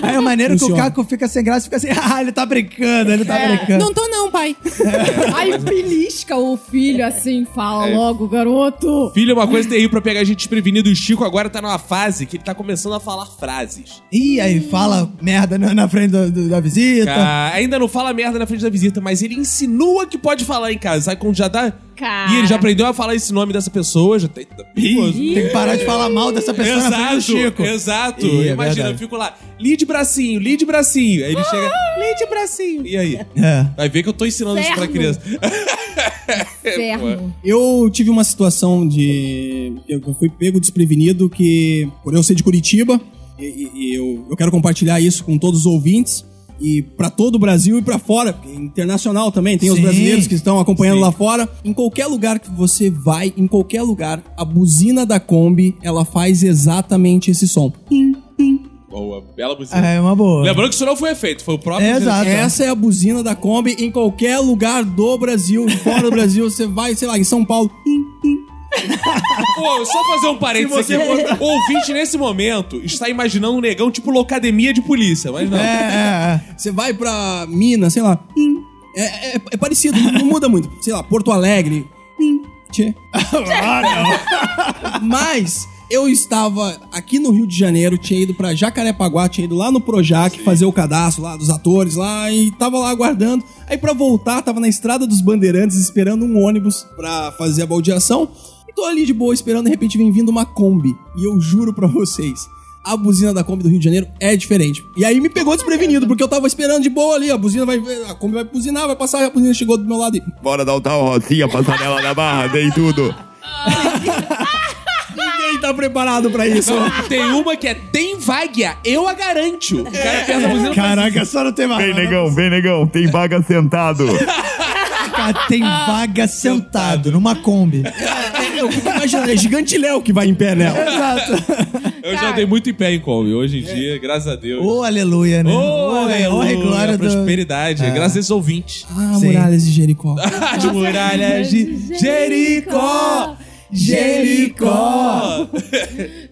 B: Aí é maneiro que o
E: Funciona.
B: Caco fica sem graça e fica assim: ah, ele tá brincando, ele tá brincando.
G: Não tô não, pai.
C: Aí belisca o filho assim, fala logo, garoto.
A: Filho, é uma coisa terrível pra pegar a gente desprevenido. O Chico agora tá numa fase que ele tá começando a falar frases.
B: Ih, aí fala merda na, na frente do- do- da visita.
A: Ah, ainda não fala merda na frente da visita, mas ele insinua que pode falar em casa. Sabe quando já dá?
C: cara.
A: E ele já aprendeu a falar esse nome dessa pessoa, já tem. tá
B: Tem que parar de falar mal dessa pessoa na frente do
A: Exato,
B: Chico.
A: exato.
B: Ih, é
A: Imagina,
B: verdade.
A: eu fico lá, lead bracinho, lead bracinho. Aí ele chega, lead bracinho. E aí?
B: É.
A: Vai ver que eu tô ensinando isso pra
C: Inferno.
A: criança.
C: Inferno.
E: Eu tive uma situação de. Eu eu fui pego desprevenido que, por eu ser de Curitiba, e, e- e eu, eu quero compartilhar isso com todos os ouvintes. E pra todo o Brasil e pra fora, porque é internacional também, tem os
B: Sim.
E: brasileiros que estão acompanhando lá fora. Em qualquer lugar que você vai, em qualquer lugar, a buzina da Kombi, ela faz exatamente esse som. É,
A: Boa, bela música.
B: É uma boa.
A: Lembrando que isso não foi efeito, foi o próprio. assim,
B: É, exato.
E: Essa é a buzina da Kombi em qualquer lugar do Brasil, fora do Brasil, você vai, sei lá, em São Paulo.
A: Pô, só fazer um parênteses
H: Se você
A: aqui. O ouvinte, nesse momento, está imaginando um negão tipo locademia de polícia, mas não.
B: É, é, é.
E: Você vai pra Minas, sei lá. hum, É, é- é parecido, não muda muito. Sei lá, Porto Alegre. hum, tchê. Mas eu estava aqui no Rio de Janeiro, tinha ido pra Jacarepaguá, tinha ido lá no Projac fazer o cadastro lá dos atores lá e tava lá aguardando. Aí pra voltar, tava na Estrada dos Bandeirantes esperando um ônibus pra fazer a baldeação. E tô ali de boa esperando, de repente vem vindo uma Kombi. E eu juro pra vocês, a buzina da Kombi do Rio de Janeiro é diferente. E aí me pegou desprevenido, porque eu tava esperando de boa ali, a buzina vai. A Kombi vai buzinar, vai passar, e a buzina chegou do meu lado e.
H: Bora dar o tal Rosinha, passarela na barra, dei tudo.
E: Ninguém tá preparado pra isso.
A: Tem uma que é tem vaga, eu a garanto. O cara pensa a buzina
B: Caraca, só não tem
H: Vem,
B: vaga.
H: negão, vem, negão, tem vaga sentado.
B: Cara, Tem vaga sentado numa Kombi.
E: Eu fico imaginando, é gigante Léo que vai em pé nela.
B: Exato.
A: Eu já dei muito em pé em Kombi. Hoje em dia, graças a Deus.
B: Ô, aleluia, né? Ô, honra e glória do...
A: prosperidade.
B: É.
A: Graças a esses ouvintes.
E: Ah,
B: Sim.
E: muralhas de Jericó.
A: As muralhas de Jericó!
B: Jericó!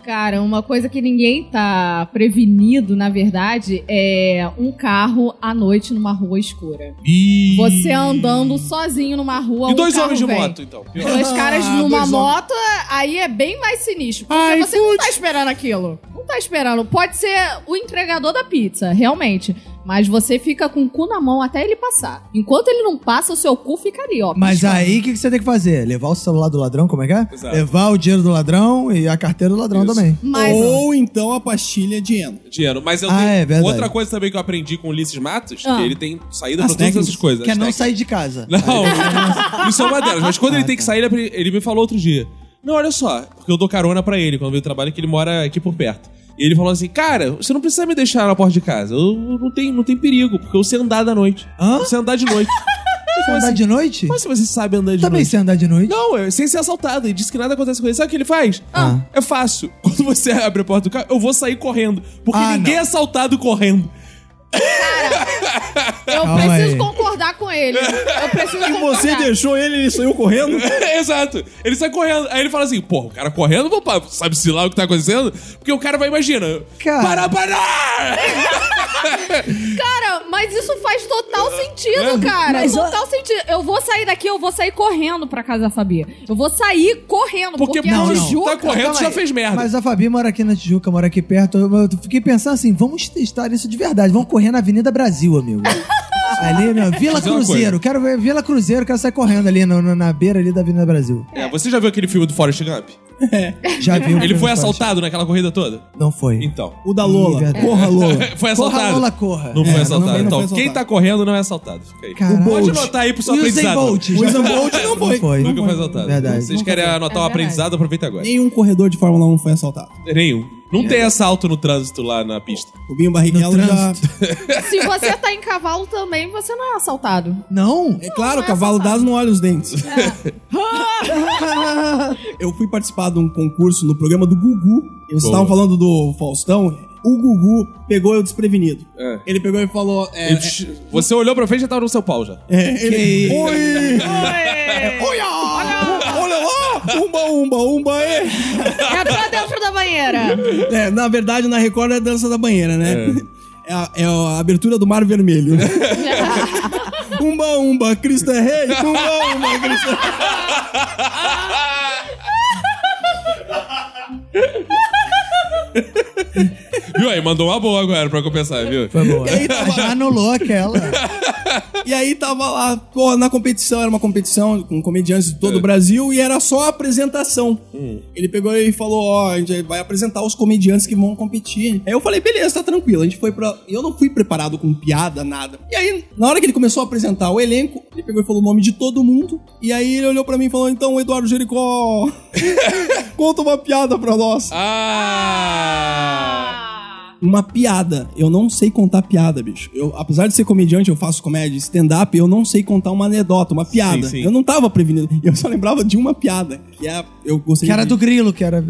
C: Cara, uma coisa que ninguém tá prevenido, na verdade, é um carro à noite numa rua escura.
A: E...
C: Você andando sozinho numa rua.
A: E
C: um
A: dois
C: carro
A: homens de
C: vem.
A: moto, então. Pior.
C: Dois caras
E: Ah,
C: numa
E: dois homens.
C: moto, aí é bem mais sinistro. Porque você não tá esperando aquilo. Não tá esperando. Pode ser o entregador da pizza, realmente. Mas você fica com o cu na mão até ele passar. Enquanto ele não passa, o seu cu fica ali, ó.
B: Mas
C: piscando.
B: aí, o que, que você tem que fazer? Levar o celular do ladrão, como é que é?
A: Exato.
B: Levar o dinheiro do ladrão e a carteira do ladrão também.
C: Mas
E: Ou então a pastilha de Eno.
A: Dinheiro. Mas eu
B: Ah,
A: tenho
B: é verdade.
A: outra coisa também que eu aprendi com o Ulisses Matos,
C: Ah.
A: que ele tem saída
E: As
A: pra todas essas
E: técnicas.
A: coisas.
B: Que é
A: As
B: não
A: técnicas.
B: sair de casa.
A: Não, isso é uma delas. Mas quando
B: Ah,
A: ele tem
B: tá.
A: que sair, ele apre- ele me falou outro dia. Não, olha só, porque eu dou carona pra ele quando eu trabalho, que ele mora aqui por perto. E ele falou assim, cara, você não precisa me deixar na porta de casa. Eu eu não tenho, não tem perigo, porque eu sei andar da noite.
B: Hã?
A: Eu sei andar de noite.
B: Você andar de noite?
A: Mas se assim você sabe andar de
B: Também
A: noite.
B: sem andar de noite.
A: Não, é sem ser assaltado. Ele disse que nada acontece com ele. Sabe o que ele faz?
B: Ah.
A: É fácil. Quando você abre a porta do carro, eu vou sair correndo. Porque
B: Ah,
A: ninguém
B: não.
A: é assaltado correndo.
C: eu
B: Calma
C: preciso
A: é.
B: aí.
C: concordar com ele. Eu preciso
H: E
C: concordar.
H: você deixou ele, ele saiu correndo?
A: Exato. Ele sai correndo. Aí ele fala assim, porra, o cara correndo, vou pa- sabe-se lá o que tá acontecendo? Porque o cara vai, imagina,
B: Cara.
A: parar, parar!
C: Cara, mas isso faz total sentido, cara.
D: Mas, ó-
C: total sentido. Eu vou sair daqui, eu vou sair correndo pra casa da Fabi. Eu vou sair correndo,
A: Porque
C: porque,
A: não,
C: a
A: não.
C: Tijuca...
A: Tá correndo,
B: Calma
A: já
B: aí.
A: fez merda.
B: Mas a Fabi mora aqui na Tijuca, mora aqui perto. Eu eu fiquei pensando assim, vamos testar isso de verdade. Vamos correr na Avenida Brasil, amigo. Ali, meu, Vila
A: Fazer uma
B: Cruzeiro. Quero ver Vila Cruzeiro, quero sair correndo ali no- no- na beira ali da Avenida Brasil.
A: É, você já viu aquele filme do Forrest Gump?
B: Já viu?
A: Ele foi assaltado naquela corrida toda?
B: Não foi.
A: Então.
E: O da Lola.
B: Ih, verdade.
E: Porra, Lola.
A: Foi
B: Corra,
A: assaltado.
B: Lola, corra.
A: Não foi
E: É,
A: assaltado.
E: também não
A: então,
E: foi assaltado.
A: quem tá correndo não é assaltado. Fica aí.
B: Caraca.
A: Pode anotar aí pro seu
B: Usain
A: aprendizado.
B: Bolt.
E: Usain Bolt não foi.
A: Nunca foi assaltado.
B: Verdade.
A: Vocês querem anotar um
C: verdade.
A: aprendizado? Aproveita agora.
E: Nenhum corredor de Fórmula 1 foi assaltado.
A: Nenhum. Não tem assalto no trânsito lá na pista.
E: É. O Binho Barrichello
B: No
E: já...
C: Se você tá em cavalo também, você não é assaltado.
B: Não?
E: É claro,
C: é
E: cavalo
C: assaltado. É.
E: dado não olha os dentes. Eu fui participar de um concurso no programa do Gugu. Vocês
A: Boa.
E: estavam falando do Faustão. O Gugu pegou eu desprevenido.
A: É.
E: Ele pegou e falou... é,
A: Ele- Você olhou pra frente e já tava no seu pau já.
E: é, ele-
B: Que-
E: Oi! Olha! Olha lá! Umba, umba, umba, é!
C: É pra dentro da banheira.
E: É, na verdade, na Record é a dança da banheira, né? É, a, é a abertura do Mar Vermelho. umba, umba, Cristo é rei! Umba, umba, Cristo é rei! é
A: Viu aí? Mandou uma boa agora pra compensar, viu?
B: Foi boa. Já anulou aquela.
E: E aí tava lá, pô, na competição, era uma competição com comediantes de todo o Brasil e era só a apresentação. Ele pegou e falou: Ó, a gente vai apresentar os comediantes que vão competir. Aí eu falei: beleza, tá tranquilo. A gente foi pra. Eu não fui preparado com piada, nada. E aí, na hora que ele começou a apresentar o elenco, ele pegou e falou o nome de todo mundo. E aí ele olhou pra mim e falou: então, Eduardo Jericó, conta uma piada pra nós.
A: Ah!
C: Ah,
E: Uma piada. Eu não sei contar piada, bicho. Eu, apesar de ser comediante, eu faço comédia, stand-up, eu não sei contar uma anedota, uma piada.
A: sim.
E: Eu não tava prevenido. Eu só lembrava de uma piada. Que é. Eu
B: Que
E: gostaria
B: era
E: de-
B: do grilo, que era.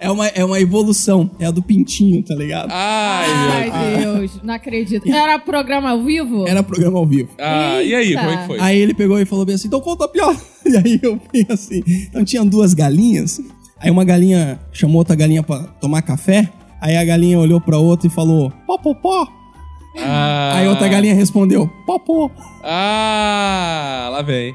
E: É uma, é uma evolução. É a do pintinho, tá ligado?
A: Ai,
C: Ai, Deus, não acredito. Era programa ao vivo?
E: Era programa ao vivo.
A: Ah, e aí,
C: Eita.
A: como é que foi?
E: Aí ele pegou e falou bem assim, então conta a piada. E aí eu fui assim, então tinha duas galinhas. Aí uma galinha chamou outra galinha pra tomar café. Aí a galinha olhou pra outra e falou, pó, pó, pó.
A: Ah,
E: Aí outra galinha respondeu, pó, pó.
A: Ah, lá vem.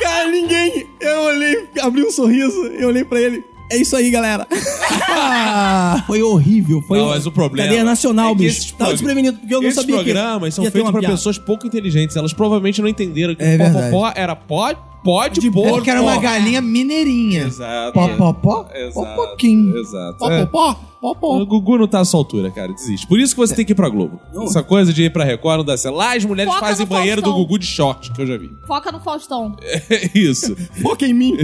E: Cara, ninguém. Eu olhei, abri um sorriso, eu olhei pra ele. É isso aí, galera. foi horrível. Foi
A: Não, mas o problema
E: Cadeia nacional,
A: é que esses
E: bicho. Tava
A: prog-
E: desprevenido, porque eu não
A: Esses
E: sabia que
A: programas são
E: ia ter
A: feitos
E: uma
A: pra
E: piada.
A: pessoas pouco inteligentes. Elas provavelmente não entenderam que
B: É
A: o
B: verdade.
A: popopó era pode, pode,
B: É
A: pôr,
B: porque era uma
A: pó.
B: galinha mineirinha.
A: Exato.
B: Pó, pó, pó. Pó,
A: Exato.
B: pouquinho.
A: Exato.
E: Pó,
A: É.
E: pó, pó, pó, pó. É.
A: O Gugu não tá à sua altura, cara. Desiste. Por isso que você tem que ir pra Globo. Essa coisa de ir pra Record não dá certo. Lá as mulheres
C: Foca
A: fazem
C: no
A: banheiro do
C: Faustão.
A: Gugu de short, que eu já vi.
C: Foca no Faustão.
A: É isso.
E: Foca em mim.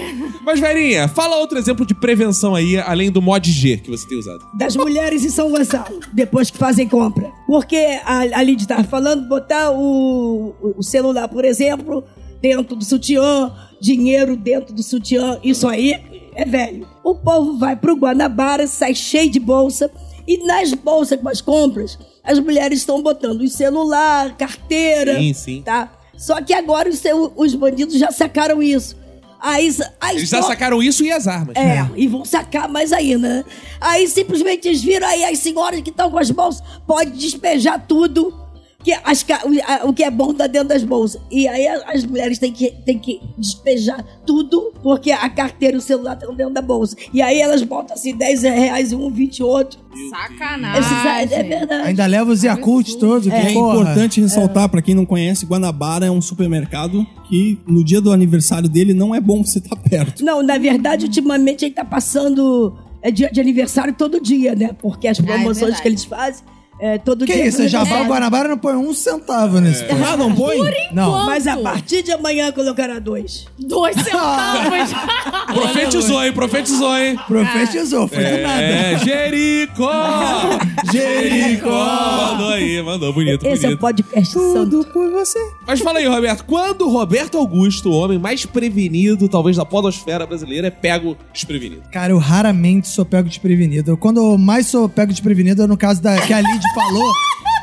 A: Mas, Verinha, fala outro exemplo de prevenção aí, além do mod G que você tem usado.
D: das mulheres em São Gonçalo, depois que fazem compra. Porque a, a Lid estava falando, botar o, o celular, por exemplo, dentro do sutiã, dinheiro dentro do sutiã, isso aí é velho. O povo vai pro Guanabara, sai cheio de bolsa, e nas bolsas com as compras, as mulheres estão botando o celular, carteira,
A: Sim, sim.
D: tá? Só que agora os, seu- os bandidos já sacaram isso. Aí, aí
A: Eles já
D: só-
A: sacaram isso e as armas. Né?
D: é, e vão sacar mais ainda. né? Aí simplesmente eles viram aí as senhoras que estão com as bolsas, pode despejar tudo. Que as ca- o, a- o que é bom tá dentro das bolsas. E aí a- as mulheres têm que, têm que despejar tudo, porque a carteira e o celular estão dentro da bolsa. E aí elas botam assim 10 reais, um, 20 outro. Esses aí- é
C: Sacanagem.
D: verdade.
B: Ainda leva os Yakult todos. que
E: É
B: porra.
E: importante ressaltar, pra quem não conhece, Guanabara é um supermercado que no dia do aniversário dele não é bom você estar perto.
D: Não, na verdade, ultimamente ele tá passando é, dia de aniversário todo dia, né? Porque as promoções
C: verdade.
D: que eles fazem, é, todo
B: Que
D: dia.
B: isso?
D: é
B: Jabá, o
D: aniversário.
B: Guanabara não põe um centavo nesse é.
E: Ah, não põe?
B: Não.
D: Mas a
C: Quanto?
D: partir de amanhã colocará dois.
C: Dois centavos.
D: é
A: Profetizou, hein? Profetizou, hein?
B: Profetizou, foi danado.
A: É, Jericó! Jericó! Mandou aí, mandou. Bonito,
D: Esse é o
A: bonito.
D: podcast santo.
B: por você.
A: Mas fala aí, Roberto. Quando o Roberto Augusto, o homem mais prevenido, talvez, da podosfera brasileira, é pego desprevenido?
B: Cara, eu raramente sou pego desprevenido. Eu- Quando eu mais sou pego desprevenido é no caso da que a Lid falou,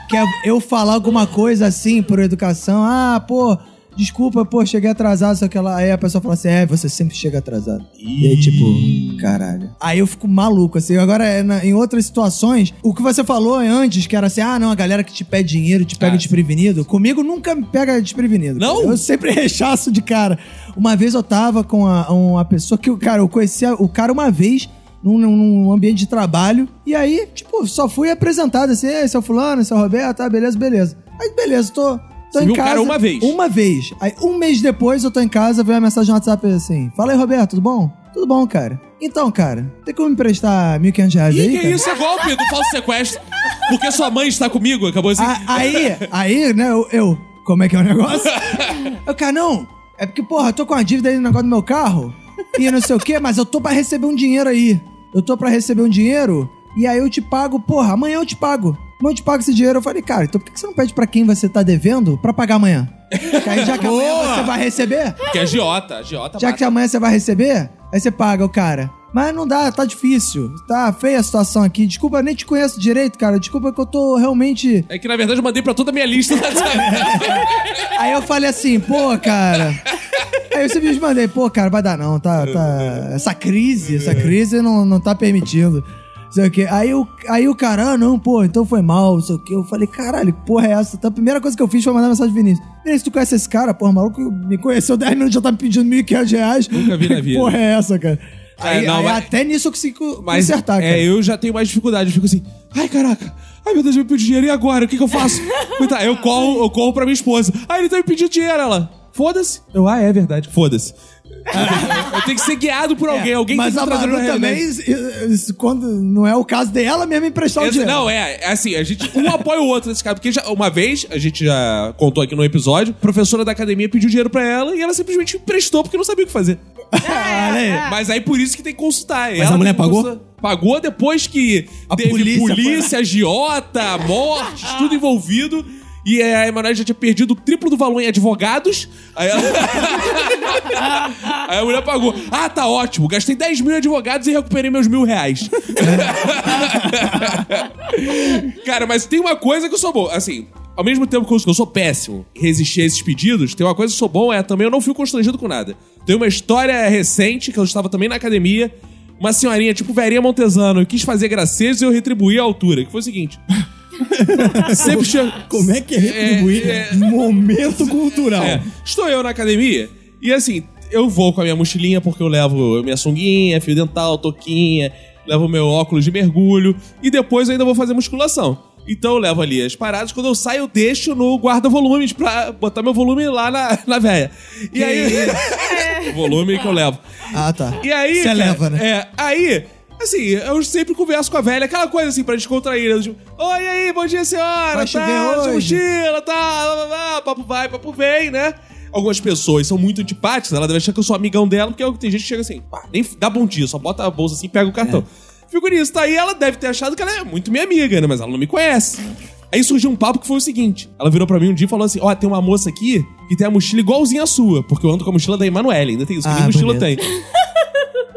B: que é eu falar alguma coisa assim por educação. Ah, pô, desculpa, pô, cheguei atrasado, só que ela. Aí a pessoa fala assim: é, você sempre chega atrasado. E aí, tipo, caralho. Aí eu fico maluco, assim. Agora, é na- em outras situações, o que você falou antes, que era assim: ah, não, a galera que te pede dinheiro te pega
A: Ah,
B: desprevenido. Comigo nunca me pega desprevenido.
A: Não?
B: Eu sempre rechaço de cara. Uma vez eu tava com a- uma pessoa que, o cara, eu conhecia o cara uma vez num, num- num ambiente de trabalho. E aí, tipo, só fui apresentado assim, "Ei, seu fulano, seu Roberto, tá, beleza, beleza. Aí, beleza, tô, tô
A: Você
B: em
A: viu o
B: casa.
A: cara uma vez?
B: Uma vez. Aí, um mês depois, eu tô em casa, veio uma mensagem no WhatsApp assim, fala aí, Roberto, tudo bom? Tudo bom, cara. Então, cara, tem como me emprestar 1.500 reais aí,
A: Ih, que
B: cara?
A: isso é golpe do falso sequestro. Porque sua mãe está comigo, acabou assim.
B: A- Ah, aí, aí, né, eu, eu, como é que é o negócio? Eu, cara, não, é porque, porra, eu tô com uma dívida aí no negócio do meu carro, e não sei o quê, mas eu tô pra receber um dinheiro aí. Eu tô pra receber um dinheiro, e aí eu te pago, porra, amanhã eu te pago. Amanhã eu te pago esse dinheiro. Eu falei, cara, então por que que você não pede pra quem você tá devendo pra pagar amanhã? Que aí já que amanhã você vai receber,
A: Porque é agiota, agiota.
B: já
A: mata.
B: que amanhã você vai receber, aí você paga o cara. Mas não dá, tá difícil. Tá feia a situação aqui. Desculpa, eu nem te conheço direito, cara. Desculpa que eu tô realmente
A: É que, na verdade, eu mandei pra toda a minha lista. sabe?
B: Aí eu falei assim, pô, cara. Aí eu simplesmente mandei, pô, cara, vai dar não, tá, tá- Essa crise, essa crise não, não tá permitindo. Não Sei o quê. Aí, o, aí o cara, ah, não, pô, então foi mal, não sei o quê. Eu falei, caralho, que porra é essa? Então, a primeira coisa que eu fiz foi mandar mensagem pro Vinícius. Vinícius, tu conhece esse cara? Porra, maluco me conheceu 10 minutos, já tá me pedindo 1.500 reais.
A: Nunca vi na vida.
B: Que porra é essa, cara?
A: É,
B: Aí,
A: não,
B: aí
A: mas-
B: até nisso eu consigo
A: Mas
B: consertar, cara.
A: é, eu já tenho mais dificuldade. Eu fico assim, ai, caraca. Ai, meu Deus, ele me pediu dinheiro, e agora? O que, que eu faço? Coitada, eu corro, eu corro pra minha esposa. Ai, ele tá me pedindo dinheiro, ela. Foda-se. Eu, ah, é verdade, foda-se. eu tenho que ser guiado por alguém, alguém
B: É, Mas
A: que
B: a
A: tá trazendo
B: Maru
A: realidade.
B: também, isso- isso quando não é o caso dela, mesmo emprestar o
A: Esse-
B: dinheiro.
A: não, é, é assim, a gente um apoia o outro nesse caso. Porque já- uma vez, a gente já contou aqui no episódio, a professora da academia pediu dinheiro pra ela e ela simplesmente emprestou porque não sabia o que fazer.
B: Olha aí.
A: Mas aí por isso que tem que consultar. Mas
E: a mulher pagou?
A: Pagou depois que
B: A
A: teve
B: polícia
A: polícia,
B: foi-
A: agiota, mortes, tudo envolvido. E a Emanuel já tinha perdido o triplo do valor em advogados. Aí, ela... Aí a mulher pagou. Ah, tá ótimo. Gastei 10 mil em advogados e recuperei meus mil reais. Cara, mas tem uma coisa que eu sou bom. Assim, ao mesmo tempo que eu sou- eu sou péssimo em resistir a esses pedidos, tem uma coisa que eu sou bom é também eu não fico constrangido com nada. Tem uma história recente que eu estava também na academia. Uma senhorinha, tipo Verinha Montesano, quis fazer gracejos e eu retribuí a altura. Que foi o seguinte. sempre chega.
E: Como é que é retribuir
A: É, é.
E: momento cultural?
A: É, estou eu na academia e assim, eu vou com a minha mochilinha porque eu levo minha sunguinha, fio dental, toquinha, levo meu óculos de mergulho e depois eu ainda vou fazer musculação. Então eu levo ali as paradas, quando eu saio eu deixo no guarda-volumes pra botar meu volume lá na, na véia. E aí... o volume que eu levo.
B: Ah, tá.
A: E aí.
B: Você
A: cara,
B: leva, né?
A: É, aí. Assim, eu sempre converso com a velha, aquela coisa assim, pra descontrair. Eu digo, Oi, e aí, bom dia, senhora.
B: Vai chover
A: tá, de
B: hoje."
A: mochila, tá, blá, blá, blá, papo vai, papo vem, né? Algumas pessoas são muito antipáticas, ela deve achar que eu sou amigão dela, porque tem gente que chega assim, pá, nem f- dá bom dia, só bota a bolsa assim e pega o cartão.
B: É.
A: Fico nisso, tá? E ela deve ter achado que ela é muito minha amiga, né? Mas ela não me conhece. Aí surgiu um papo que foi o seguinte: ela virou pra mim um dia e falou assim: Ó, tem uma moça aqui que tem a mochila igualzinha à sua, porque eu ando com a mochila da Emanuele, ainda tem isso, que
B: Ah,
A: nem mochila
B: bonito.
A: tem.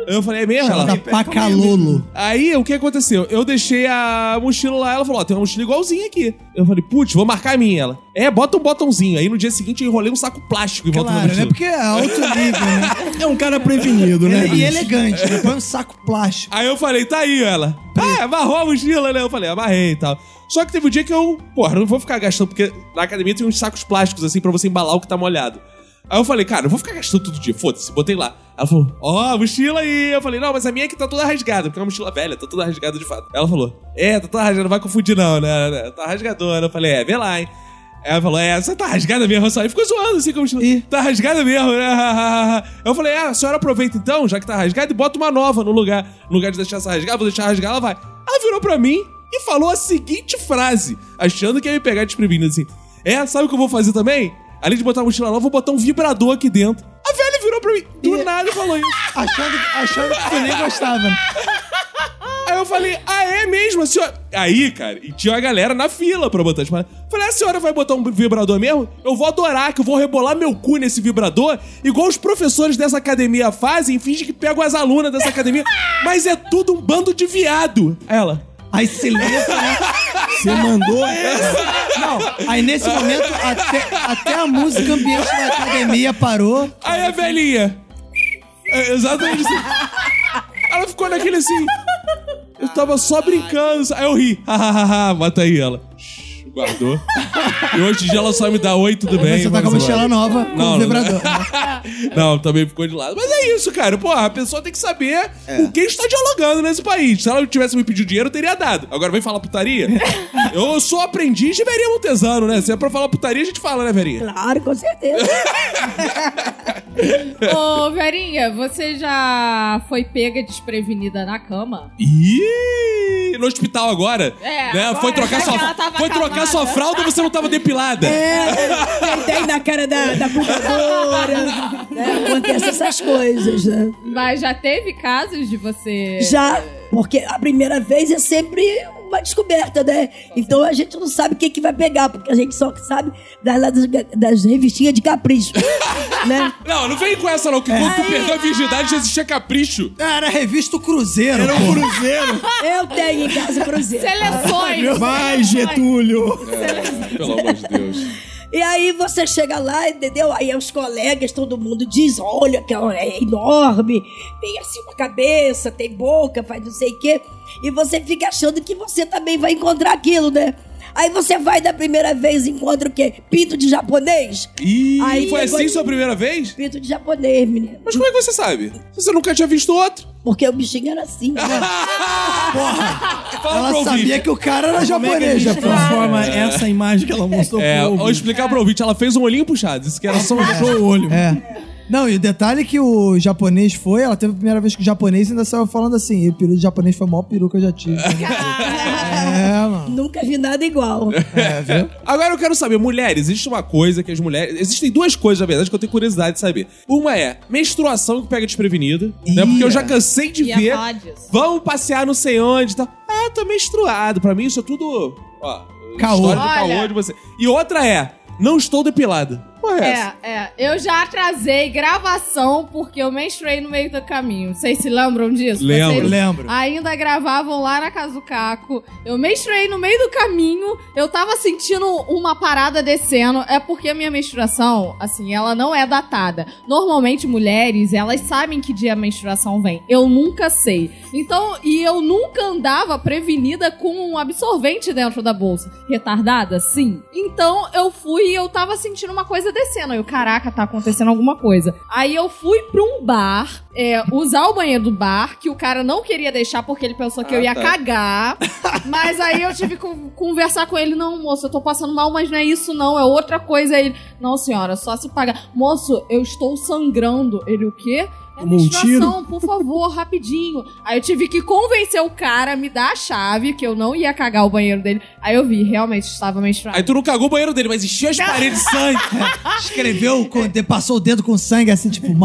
A: Eu falei, é mesmo?
B: Ela
A: Ela,
B: dá pacalolo.
A: Aí, o que aconteceu? Eu deixei a mochila lá, ela falou, ó, tem uma mochila igualzinha aqui. Eu falei, putz, vou marcar a minha. Ela, é, bota um botãozinho. Aí, no dia seguinte, eu enrolei um saco plástico em volta da
B: Claro,
A: mochila. é
B: né? Porque é alto nível, né?
E: É um cara prevenido, né?
B: Ele- e
E: bicho?
B: elegante, né? Põe um saco plástico.
A: Aí eu falei, tá aí, ela. Ah, amarrou a mochila, né? Eu falei, amarrei e tal. Só que teve um dia que eu, porra, não vou ficar gastando, porque na academia tem uns sacos plásticos, assim, pra você embalar o que tá molhado. Aí eu falei, cara, eu vou ficar gastando todo dia, foda-se, botei lá. Ela falou, ó, a mochila aí. Eu falei, não, mas a minha é que tá toda rasgada, porque é uma mochila velha, tá toda rasgada de fato. Ela falou, é, tá toda rasgada, não vai confundir não, né? Tá rasgadora. Eu falei, é, vê lá, hein. Ela falou, é, você tá rasgada mesmo, eu saí. Ficou zoando assim com a mochila. Tá rasgada mesmo, né? Eu falei, é, a senhora aproveita então, já que tá rasgada, e bota uma nova no lugar. No lugar de deixar essa rasgada, vou deixar rasgar, ela vai. Ela virou pra mim e falou a seguinte frase, achando que ia me pegar desprevenido assim. É, sabe o que eu vou fazer também? Além de botar a mochila nova, eu vou botar um vibrador aqui dentro. A velha virou pra mim, do nada e falou isso.
B: Achando, achando que tu nem gostava. né?
A: Aí eu falei, ah, é mesmo, a senhora. Aí, cara, e tinha uma galera na fila pra botar as paradas. Falei, a senhora vai botar um vibrador mesmo? Eu vou adorar, que eu vou rebolar meu cu nesse vibrador, igual os professores dessa academia fazem, finge que pegam as alunas dessa academia. Mas é tudo um bando de viado. Aí Ela.
B: Aí se lembra, né?
E: Você mandou essa.
B: Não, aí nesse momento até, até a música ambiente da academia parou.
A: Aí a velhinha. É exatamente assim. Ela ficou naquele assim. Eu tava só brincando. Aí eu ri. Hahaha, mata aí ela. Shhh, Guardou. E hoje em dia ela só me dá oi, tudo bem.
B: Você tá com a
A: vamos embora.
B: mochila nova com
A: Não,
B: o
A: não.
B: vibrador. né?
A: Não, também ficou de lado. Mas é isso, cara. Porra, a pessoa tem que saber com quem está dialogando nesse país. Se ela tivesse me pedido dinheiro, eu teria dado. Agora vem falar putaria? eu sou aprendiz de Verinha Montesano, né? Se é pra falar putaria, a gente fala, né, Verinha?
D: Claro, com certeza.
C: Ô, Verinha, você já foi pega desprevenida na cama?
A: Ih, no hospital agora.
C: É,
A: né?
C: agora,
A: foi trocar
C: já
A: sua,
C: que ela tava
A: foi trocar
C: acabada.
A: sua fralda, você não tava depilada.
D: É, deitei na cara da, da cuidadora. né? Acontece essas coisas, né?
C: Mas já teve casos de você.
D: Já, porque a primeira vez é sempre uma descoberta, né? Então a gente não sabe quem que vai pegar, porque a gente só sabe das, lá das, das revistinhas de capricho, né?
A: Não, não vem com essa não, que quando tu perdeu a virgindade já existia capricho.
B: Era a revista O Cruzeiro.
E: Era um cruzeiro.
D: Eu tenho em casa o cruzeiro.
C: Seleções!
E: Vai, Getúlio.
A: Pelo amor de Deus.
D: E aí você chega lá, entendeu? Aí os colegas, todo mundo diz, olha, que ela é enorme, tem assim uma cabeça, tem boca, faz não sei o quê. E você fica achando que você também vai encontrar aquilo, né? Aí você vai da primeira vez e encontra o quê? Pinto de japonês?
A: Ih,
D: Aí
A: foi assim
D: agora-
A: sua primeira vez?
D: Pinto de japonês, menino.
A: Mas como é que você sabe? Você nunca tinha visto outro?
D: Porque o bichinho era assim. né?
A: Fala
B: Ela
A: pro ouvinte.
B: sabia que o cara era
E: Como é que a
B: japonês, né?
E: gente
B: Japão.
E: transforma essa imagem que ela mostrou
A: É,
E: pro
A: vou
E: ouvinte?
A: explicar pro ouvinte, ela fez um olhinho puxado. Isso que era só um show.
E: o olho.
B: É. Não, e o detalhe é que o japonês foi, ela teve a primeira vez que o japonês e ainda saiu falando assim, e o peru de japonês foi o maior peru que eu já tive. é, mano.
D: Nunca vi nada igual.
B: É,
A: Agora eu quero saber, mulheres, existe uma coisa que as mulheres. Existem duas coisas, na verdade, que eu tenho curiosidade de saber. Uma é menstruação que pega desprevenida, né? Porque eu já cansei de
G: Ia
A: ver.
G: falar disso.
A: Vamos passear não sei onde e tal. Ah, tô menstruado. Pra mim isso é tudo. Ó,
B: Caô.
A: história do
C: Olha.
A: caô de você. E outra é, não estou depilada. Porra, é. essa?
C: É, é. Eu já atrasei gravação porque eu menstruei no meio do caminho. Vocês se lembram disso?
A: Lembro.
C: Vocês
B: Lembro.
C: Ainda gravavam lá na casa do Caco. Eu menstruei no meio do caminho. Eu tava sentindo uma parada descendo. É porque a minha menstruação, assim, ela não é datada. Normalmente, mulheres, elas sabem que dia a menstruação vem. Eu nunca sei. Então, e eu nunca andava prevenida com um absorvente dentro da bolsa. Retardada? Sim. Então, eu fui e eu tava sentindo uma coisa descendo. Eu, caraca, tá acontecendo alguma coisa. Aí eu fui pra um bar, é, usar o banheiro do bar, que o cara não queria deixar porque ele pensou que
A: Ah,
C: eu ia
A: tá.
C: cagar. Mas aí eu tive que conversar com ele. Não, moço, eu tô passando mal, mas não é isso não, é outra coisa. Aí Ele, não, senhora, só se pagar. Moço, eu estou sangrando. Ele, o quê? É
E: Tomou um
C: menstruação, por favor, rapidinho. Aí eu tive que convencer o cara a me dar a chave, que eu não ia cagar o banheiro dele. Aí eu vi, realmente estava menstruada.
A: Aí tu não cagou o banheiro dele, mas encheu as paredes de sangue.
B: Escreveu, com- de- passou o dedo com sangue assim, tipo,
C: Passei,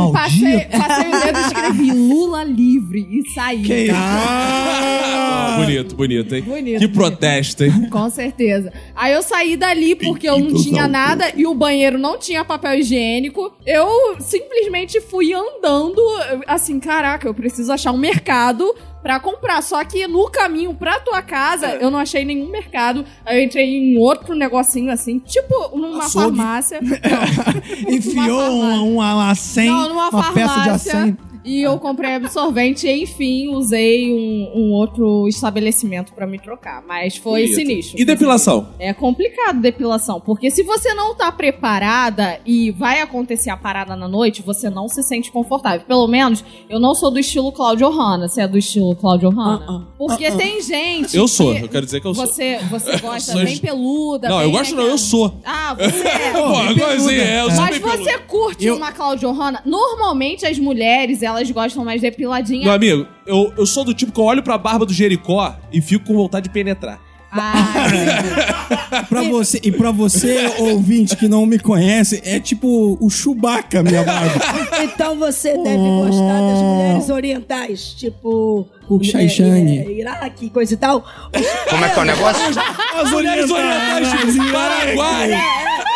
B: maldito.
C: passei o dedo e escrevi Lula livre e saí.
B: Que isso?
A: Ah, bonito, bonito, hein?
C: Bonito,
A: Que
C: bonito.
A: protesto, hein?
C: Com certeza. Aí eu saí dali porque eu não
I: Pedidos
C: tinha
I: ao
C: nada e o banheiro não tinha papel higiênico. Eu simplesmente fui andando, assim, caraca, eu preciso achar um mercado pra comprar. Só que no caminho pra tua casa, eu não achei nenhum mercado. Aí eu entrei em outro negocinho, assim, tipo numa
B: Açougue.
C: farmácia. Não.
B: Enfiou
C: farmácia.
B: um, um, um acém,
C: Não, numa
B: uma peça de
C: farmácia.
B: acém.
C: E eu comprei absorvente e, enfim, usei um, um outro estabelecimento pra me trocar. Mas foi
A: Bonito.
C: sinistro.
A: E depilação?
C: É complicado depilação, porque se você não tá preparada e vai acontecer a parada na noite, você não se sente confortável. Pelo menos, eu não sou do estilo Claudio Hanna. Você é do estilo Claudio Hanna? Porque tem gente.
A: Eu sou,
C: que
A: eu quero dizer que eu sou.
C: Você, você gosta
A: Eu sou
C: bem
A: es-
C: peluda.
A: Não, eu
C: bem
A: gosto não, eu
C: aquela-
A: sou.
C: Ah, você é.
A: Pô, agora sim, é, eu sou
C: Mas
A: bem peludo.
C: você curte
E: Eu-
C: uma Claudio Hanna? Normalmente as mulheres, elas gostam mais depiladinha.
A: Meu amigo, eu, eu sou do tipo que eu olho pra barba do Jericó e fico com vontade de penetrar.
C: Ah,
E: Pra
B: é.
E: você, e pra você, ouvinte, que não me conhece, é tipo o Chewbacca, minha barba.
D: Então você deve gostar das
A: Oh.
D: mulheres orientais, tipo.
E: O Shai
D: é,
E: Shang.
D: é, Iraque, coisa e tal.
J: Como é que é o negócio?
E: As
A: Mulheres orientais, É. tipo, Paraguai.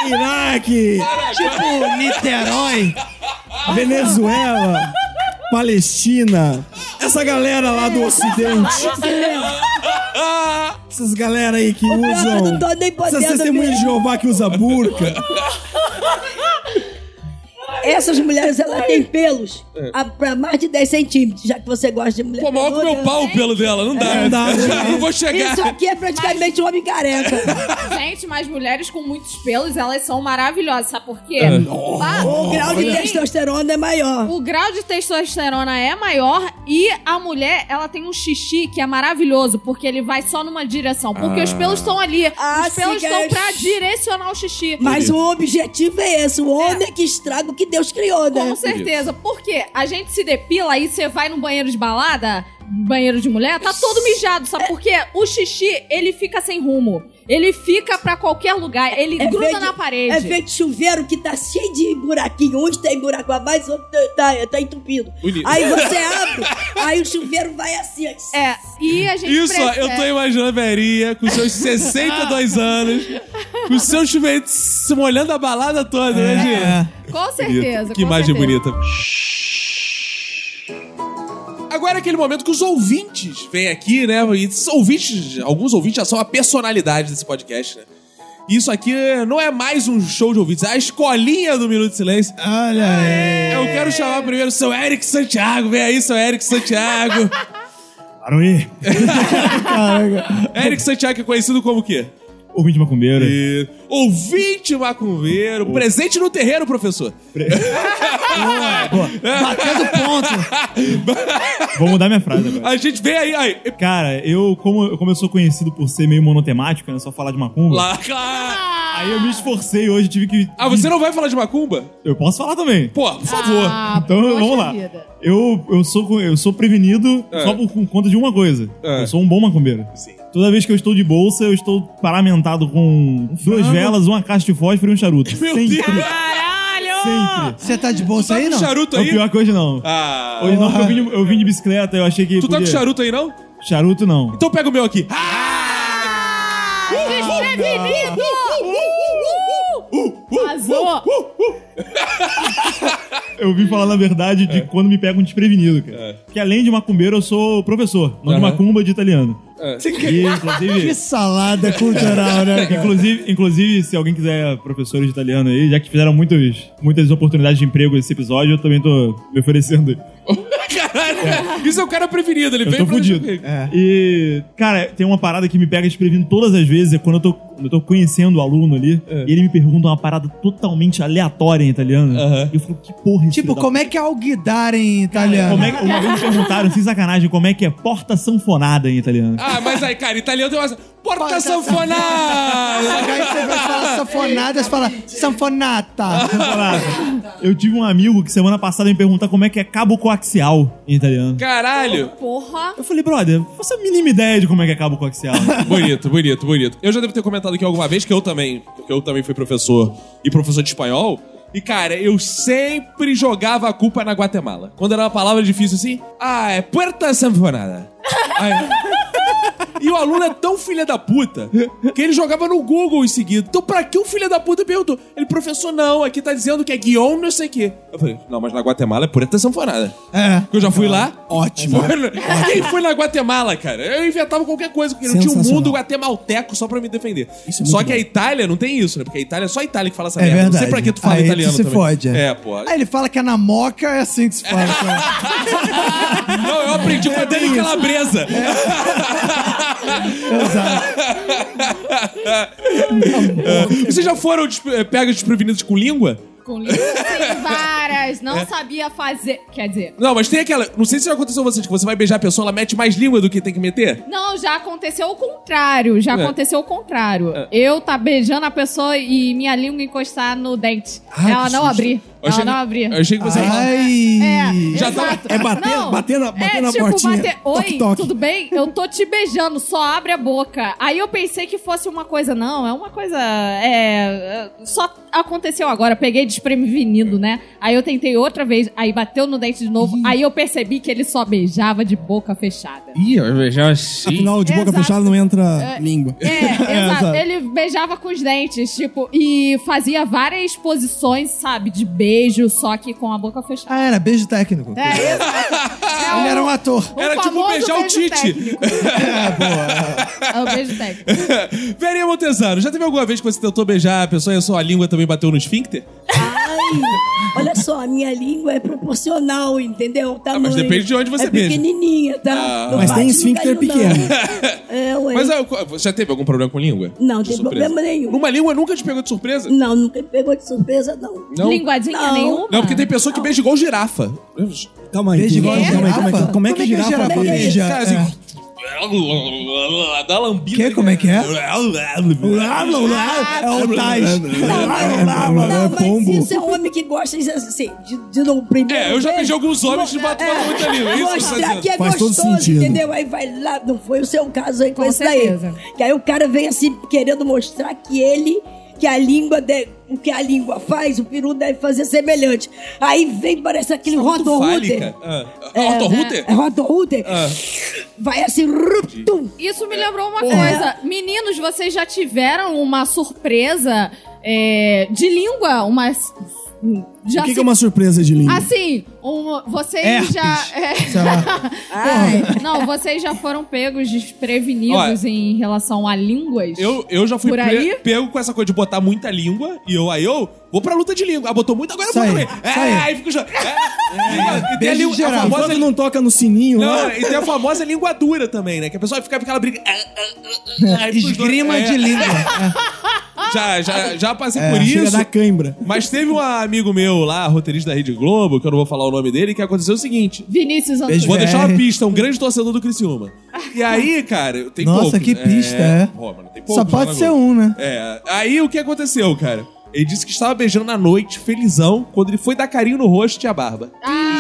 E: Iraque,
B: Tipo, Niterói.
E: Venezuela, Palestina, essa galera lá do Ocidente. Essas galera aí que
D: Eu não
E: usam.
D: tô nem
E: Essas
D: podendo.
E: testemunhas de Jeová que usa burca.
D: Essas mulheres, elas têm pelos
J: É.
D: a, pra mais de 10 centímetros, já que você gosta de mulher. É,
A: Pô, maior que o meu
D: peluda.
A: pau o pelo dela, não dá.
E: não dá,
A: Eu
E: não
A: não vou chegar.
D: Isso aqui é praticamente um homem careca.
C: gente, mas mulheres com muitos pelos, elas são maravilhosas. Sabe por quê? Ba-
D: O grau de
C: Sim.
D: testosterona é maior.
C: O grau de testosterona é maior e a mulher, ela tem um xixi que é maravilhoso, porque ele vai só numa direção. Porque os pelos estão ali.
D: Ah,
C: os pelos
D: sim,
C: estão
D: é.
C: pra direcionar o xixi.
D: Mas o objetivo é esse: o homem é que estraga o que Deus criou, né?
C: Com certeza. Porque a gente se depila aí você vai no banheiro de balada, banheiro de mulher, tá todo mijado, sabe? Porque o xixi, ele fica sem rumo. Ele fica pra qualquer lugar. Ele
D: É
C: gruda
D: feito-
C: na
D: É
C: parede.
D: feito chuveiro que tá cheio de buraquinho. Uns tem buraco a mais, outros tá, tá- tá entupido.
A: Bonito.
D: Aí você abre, aí o chuveiro vai assim. ó.
C: É, e a gente
A: Isso, ó,
C: prefere-
A: eu tô imaginando a Verinha com seus 62 anos, com seu chuveiro se molhando a balada toda, né, gente?
C: É, Com
A: Bonito.
C: certeza.
A: Que
C: com
A: imagem
C: certeza.
A: bonita. Agora é aquele momento que os ouvintes vêm aqui, né? E esses ouvintes, alguns ouvintes já são a personalidade desse podcast, né? E Isso aqui não é mais um show de ouvintes, é a escolinha do Minuto de Silêncio.
B: Olha aí.
A: Eu quero chamar primeiro o seu Eric Santiago. Vem aí, seu Eric Santiago.
E: Aruí.
A: Eric Santiago é conhecido como o quê?
G: Ouvinte macumbeiro.
A: E... Ouvinte macumbeiro, presente no terreiro, professor.
B: Batendo ponto.
G: Vou mudar minha frase agora.
A: A gente vem aí, aí.
G: Cara, eu como, eu- como eu sou conhecido por ser meio monotemático, né? Só falar de macumba.
A: Lá, claro.
G: Aí eu me esforcei hoje, tive que.
A: Ah, você não vai falar de macumba?
G: Eu posso falar também.
A: Pô, por favor.
C: Ah,
G: Então
C: poxa
G: vamos lá.
C: vida.
G: Eu, eu, sou, eu sou prevenido
A: É.
G: só por, por conta de uma coisa.
A: É.
G: Eu sou um bom macumbeiro.
A: Sim.
G: Toda vez que eu estou de bolsa, eu estou paramentado com duas velas, uma caixa de fósforo e um charuto.
A: Meu
G: Sempre,
A: Deus.
G: sempre.
B: Você tá de bolsa
A: Tá
B: aí,
A: com
B: não?
A: charuto
G: É o
A: aí?
G: pior que hoje não.
A: Ah.
G: Hoje não, porque eu vim, de- eu vim de bicicleta, eu achei que
A: Tu tá
G: podia...
A: com charuto aí, não?
G: Charuto não.
A: Então pega o meu aqui. Ah,
C: Ah,
D: Ah,
C: Desprevenido! Vazou.
G: Eu vim falar, na verdade, de quando me pegam desprevenido, cara.
A: É.
G: Que além de macumbeiro, eu sou professor. Não de
A: Aham.
G: macumba, de italiano. E, inclusive...
B: Que salada cultural, né? cara?
G: Inclusive, inclusive, se alguém quiser professores de italiano aí, já que fizeram muitos, muitas oportunidades de emprego nesse episódio, eu também tô me oferecendo.
A: Caralho. Isso é o cara preferido. Ele
G: Eu
A: veio
G: tô
A: pra
G: fudido. E, cara, tem uma parada que me pega desprevindo todas as vezes, é quando eu tô, eu tô conhecendo o aluno ali,
A: É.
G: e ele me pergunta uma parada totalmente aleatória em italiano.
A: Aham.
G: E eu falo, que porra é isso?
B: Tipo, como é que é alguidar em italiano?
G: Como é que, uma vez me perguntaram, sem sacanagem, como é que é porta sanfonada em italiano.
A: Ah, mas aí, cara, italiano tem uma. Porta
B: Porta
A: sanfonada!
B: Aí você vai falar sanfonada, você fala sanfonata.
G: Sanfonada. Eu tive um amigo que semana passada me perguntou como é que é cabo coaxial em italiano.
A: Caralho!
C: Porra.
G: Eu falei, brother, faça a mínima ideia de como é que acaba o coaxial.
A: Bonito, bonito, bonito. Eu já devo ter comentado aqui alguma vez que eu também, porque eu também fui professor e professor de espanhol. E, cara, eu sempre jogava a culpa na Guatemala. Quando era uma palavra difícil assim, ah, é puerta sanfonada. Aí- E o aluno é tão filha da puta que ele jogava no Google em seguida. Então, pra que o filho da puta perguntou? Ele, professor, não, aqui tá dizendo que é guion não sei o quê. Eu falei, não, mas na Guatemala é puerta sanfonada.
B: É.
A: Porque eu já fui lá.
E: Ótimo.
A: Mano, quem foi na Guatemala, cara? Eu inventava qualquer coisa, porque não tinha um
E: Sensacional.
A: mundo guatemalteco só pra me defender.
E: é muito
A: só que
E: bom.
A: a Itália não tem isso, né? Porque a Itália é só a Itália que fala essa
B: É
A: merda. Não sei
B: verdade.
A: pra que tu fala
B: Aí tu
A: italiano
B: se
A: também.
B: fode, é.
A: É, pô.
B: Aí ele fala que é na moca, é assim que se fala. cara.
A: Não, eu aprendi
E: É
A: com a Dani Calabresa.
B: Exato.
E: É.
A: Vocês já foram desp- eh, pegos desprevenidos com língua?
C: Com livros sem varas, não sabia fazer. Quer dizer,
A: Não, mas tem aquela. Não sei se já aconteceu com vocês, que você vai beijar a pessoa, ela mete mais língua do que tem que meter.
C: não, já aconteceu o contrário. Já
A: É.
C: aconteceu o contrário. Eu tá beijando a pessoa e minha língua encostar no dente. ela não abrir.
A: Eu achei
C: Ela
A: que-
C: não abrir.
A: Eu achei que você.
B: Ai.
C: É,
A: Já tá-
C: exato.
E: é bater-
C: Não,
E: bater na- bater
C: é,
E: na
C: tipo,
E: portinha.
C: Bater, Oi,
E: Toque, toque.
C: tudo bem? Eu tô te beijando, só abre a boca. Aí eu pensei que fosse uma coisa, não, é uma coisa, é... é, Só aconteceu agora, peguei desprevenido, né? Aí eu tentei outra vez, aí bateu no dente de novo, aí eu percebi que ele só beijava de boca fechada.
G: Ih, eu assim. já
E: Afinal, de boca
C: Exato.
E: fechada não entra língua.
C: É, exato.
E: exato.
C: Ele beijava com os dentes, tipo, e fazia várias posições, sabe, de beijo, só que com a boca fechada.
B: Ah, era beijo técnico.
C: É, exato. É
B: Ele
C: um-
B: era um ator.
C: O
A: Era tipo
C: famoso
A: beijar o
C: beijo
A: Tite.
C: técnico. É, o beijo técnico.
A: Verinha Montesano, já teve alguma vez que você tentou beijar a pessoa e a sua língua também bateu no esfíncter?
D: Ai, olha só, a minha língua é proporcional, entendeu? O tamanho.
A: Ah, depende de onde você
D: é
A: beija.
D: pequenininha, tá?
A: Ah.
D: Não
E: Mas
D: bate
E: tem
D: no
E: esfíncter
D: galho,
E: pequeno.
D: não. É, ué.
A: Mas ah, qual- você já teve algum problema com língua?
D: Não,
A: De
D: tem
A: surpresa.
D: problema nenhum.
A: Numa língua nunca te pegou de surpresa?
D: Não, nunca me pegou de surpresa, não.
A: Não.
C: Linguadinha
D: Não.
C: nenhuma?
A: Não, porque tem pessoa que beija igual girafa.
E: Calma aí,
B: Beijo
E: calma aí, calma
B: igual
E: aí,
B: girafa?
E: calma aí. Como é que
B: Como é que
E: girafa
B: girafa
E: beija?
B: beija?
A: Cara,
B: É.
A: assim. Dá lambida. né?
B: Que? Como é que é?
E: É o Tais.
D: Não, mas
E: pombo.
D: isso é homem que gosta de, assim, de, de no primeiro.
A: É, eu já
D: beijo,
A: beijei alguns homens que batem
D: é,
A: muito ali. É isso que você tá
D: Mostrar que
A: dizendo.
D: é
E: Faz todo
D: gostoso,
E: sentido.
D: entendeu? Aí vai lá, não foi o seu caso aí com,
C: Com
D: esse
C: certeza.
D: daí. Que aí o cara vem assim querendo mostrar que ele, que a língua, de- o que a língua faz, o peru deve fazer semelhante. Aí vem, parece aquele roto
A: é Fálica.
D: router.
A: Ah. Rotorruter?
D: É roto router.
A: Ah.
D: Vai assim, rup, tum.
C: Isso me lembrou uma coisa. Meninos, vocês já tiveram uma surpresa é, de língua? Uma s- já
E: O que,
C: se-
E: que é uma surpresa de lindo?
C: Assim, um- vocês
E: Herpes.
C: já. é,
B: Sei lá.
D: Ai,
C: não, vocês já foram pegos desprevenidos em relação a línguas.
A: Eu, eu já fui
C: Por aí?
A: pre- pego com essa coisa de botar muita língua e eu aí eu vou pra luta de língua. Ah, botou muita, agora eu
B: Isso
A: vou
B: aí,
A: também.
B: isso
A: É,
B: aí.
A: aí fica chorando. É, e tem a,
B: Beijo
A: língua- a
B: geral.
A: famosa
E: Quando não toca no sininho, né?
A: Não,
E: lá,
A: e tem a famosa língua dura também, né? Que a pessoa fica com aquela briga. Ah, ah, ah, ah, aí fica os dois-
B: Esgrima
A: é,
B: de língua.
A: Já, já, já passei
E: é,
A: por
E: chega
A: isso.
E: da cãibra.
A: Mas teve um amigo meu lá, roteirista da Rede Globo, que eu não vou falar o nome dele, que aconteceu o seguinte.
C: Vinícius Antunes.
B: Beijo,
A: Vou deixar uma
B: VR.
A: pista, um grande torcedor do Criciúma. E aí, cara, tem
B: Nossa,
A: poucos,
B: que
A: né?
B: pista, é.
A: Pô, mano, tem
B: Só
A: poucos lá
B: pode
A: na
B: ser
A: Globo.
B: um, né?
A: É, aí o que aconteceu, cara? Ele disse que estava beijando na noite, felizão, quando ele foi dar carinho no rosto e a barba.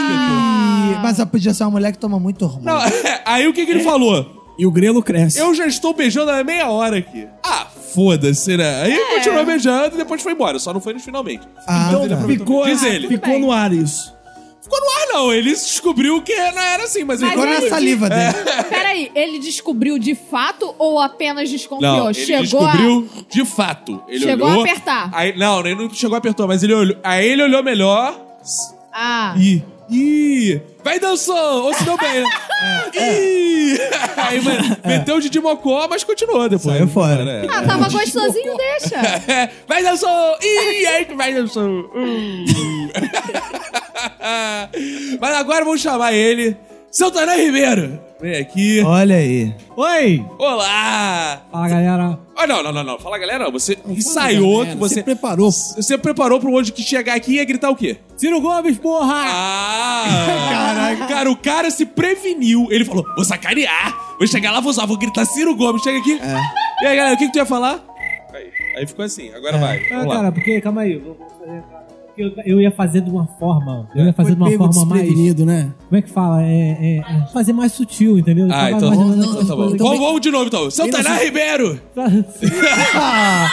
B: E-
C: Ah,
B: Mas podia ser uma mulher que toma muito hormônio.
A: Não, aí o que, que ele falou?
E: E o grelo cresce.
A: Eu já estou beijando há meia hora aqui. Ah, foda-se, né? Aí
C: É.
A: continuou beijando e depois foi embora. Só não foi nos finalmente.
B: Ah,
E: Então,
B: tá.
E: ficou,
A: Diz ele.
E: ficou
C: bem.
E: no ar isso.
A: Ficou no ar, não. Ele descobriu que não era assim, mas... ele- É.
B: Ficou
E: é
B: na saliva dele.
C: peraí, ele descobriu de fato ou apenas desconfiou?
A: Não, ele
C: Então, Chegou a.
A: descobriu de fato. Ele
C: Chegou
A: olhou,
C: a apertar.
A: Aí, não, ele não chegou a apertar, mas ele olhou. Aí ele olhou melhor.
C: Ah,
A: Ih. Ih. Vai dançando! Ou se deu bem, né?
C: É.
A: Ih! Aí, mano, meteu o Didi Mocó, mas continuou depois.
B: Saiu fora.
A: É.
C: ah tava gostosinho, deixa.
A: É, vai dançando! Ih! Aí que vai dançando! Hum. mas agora vamos chamar ele. Santané Ribeiro! Vem aqui.
B: Olha aí.
G: Oi!
A: Olá!
G: Fala, galera.
A: Ah, não, não, não, não. Fala, galera, não. você ensaiou que você... preparou. Você preparou pro hoje que chegar aqui e ia gritar o quê?
G: Ciro Gomes, porra!
A: Ah! Caraca. Cara, o cara se preveniu. Ele falou, vou sacanear. Vou chegar lá, vou usar, vou gritar Ciro Gomes. Chega aqui. E aí, galera, o que, que tu ia falar? Aí, aí ficou assim. Agora vai.
K: Ah,
A: Vamos lá.
K: cara, porque, calma aí, eu vou fazer- eu, eu ia fazer de uma forma, eu ia fazer de uma
E: Pego
K: forma mais,
E: desprevenido, né?
K: como é que fala, é, é- é fazer mais sutil, entendeu? Eu
A: Ah,
K: tava
A: então,
K: mais ou
A: então,
K: menos
A: tá bom.
K: nessas
A: Vamos, vamos de novo, então. Santana Ribeiro.
K: coisas.
B: Ah,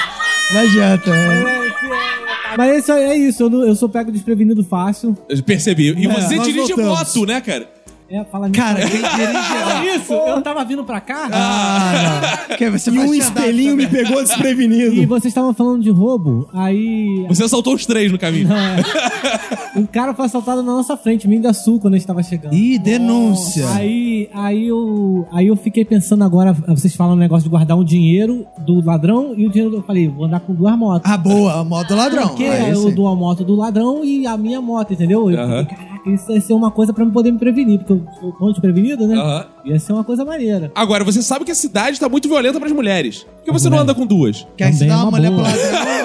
B: não adianta. É.
K: Mas isso aí é isso, eu, não- eu sou pego desprevenido fácil.
A: Eu percebi. E você
E: nós
A: dirige
E: voltamos.
A: moto, né, cara?
K: É, fala nisso.
B: Cara, quem dirige...
K: Fala isso, eu tava vindo pra cá
B: Ah, não. Que você
E: E
B: vai né?
E: um
B: te andar
E: espelhinho me pegou
K: e
E: desprevenido.
K: vocês estavam falando de roubo, aí
A: Você assaltou os três no caminho.
K: um cara foi assaltado na nossa frente, Mingaçu, quando a gente tava chegando.
B: Ih, denúncia.
K: Aí, aí, eu, aí eu fiquei pensando agora, vocês falam o negócio de guardar um dinheiro do ladrão e o dinheiro do. Eu falei, vou andar com duas motos.
B: Ah, boa, a moto ladrão. Ah,
K: Porque
B: Aí
K: eu
B: sim.
K: dou a moto do ladrão e a minha moto, entendeu? Eu
A: Aham.
K: falei, caraca, isso ia ser uma coisa pra eu poder me prevenir, porque eu sou tão desprevenido, né?
A: Aham.
K: Ia ser uma coisa maneira.
A: Agora, você sabe que a cidade tá muito violenta pras mulheres. Por que você não
K: Também.
A: anda com duas?
B: Quer
K: Também é
B: ensinar uma
K: uma
B: mulher pro
K: boa.
B: ladrão?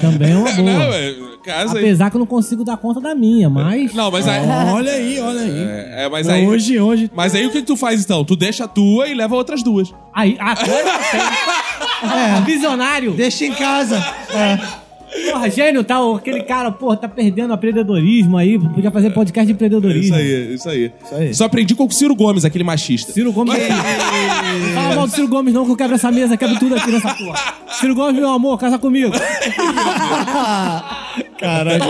K: Também é uma
A: Não,
K: boa.
A: é, casa aí.
K: Apesar que eu não consigo dar conta da minha, mas.
A: Não, mas aí...
E: Olha aí, olha aí.
A: É, é, mas
E: Não,
A: aí...
E: Hoje, hoje.
A: Mas aí o que, que tu faz então? Tu deixa a tua e leva outras duas.
K: Aí, agora
A: Ah,
K: eu sei. Visionário!
B: Deixa em casa. É.
K: Porra, gênio, tá? Aquele cara, porra, tá perdendo empreendedorismo aí. Podia fazer podcast de empreendedorismo.
A: É Isso aí, isso aí. Isso
B: aí.
A: Só aprendi com o Ciro Gomes, aquele machista.
K: Ciro Gomes. Não fala mal do Ciro Gomes, não, que eu quebro essa mesa, quebro tudo aqui nessa porra. Ciro Gomes, meu amor, casa comigo.
B: Caraca,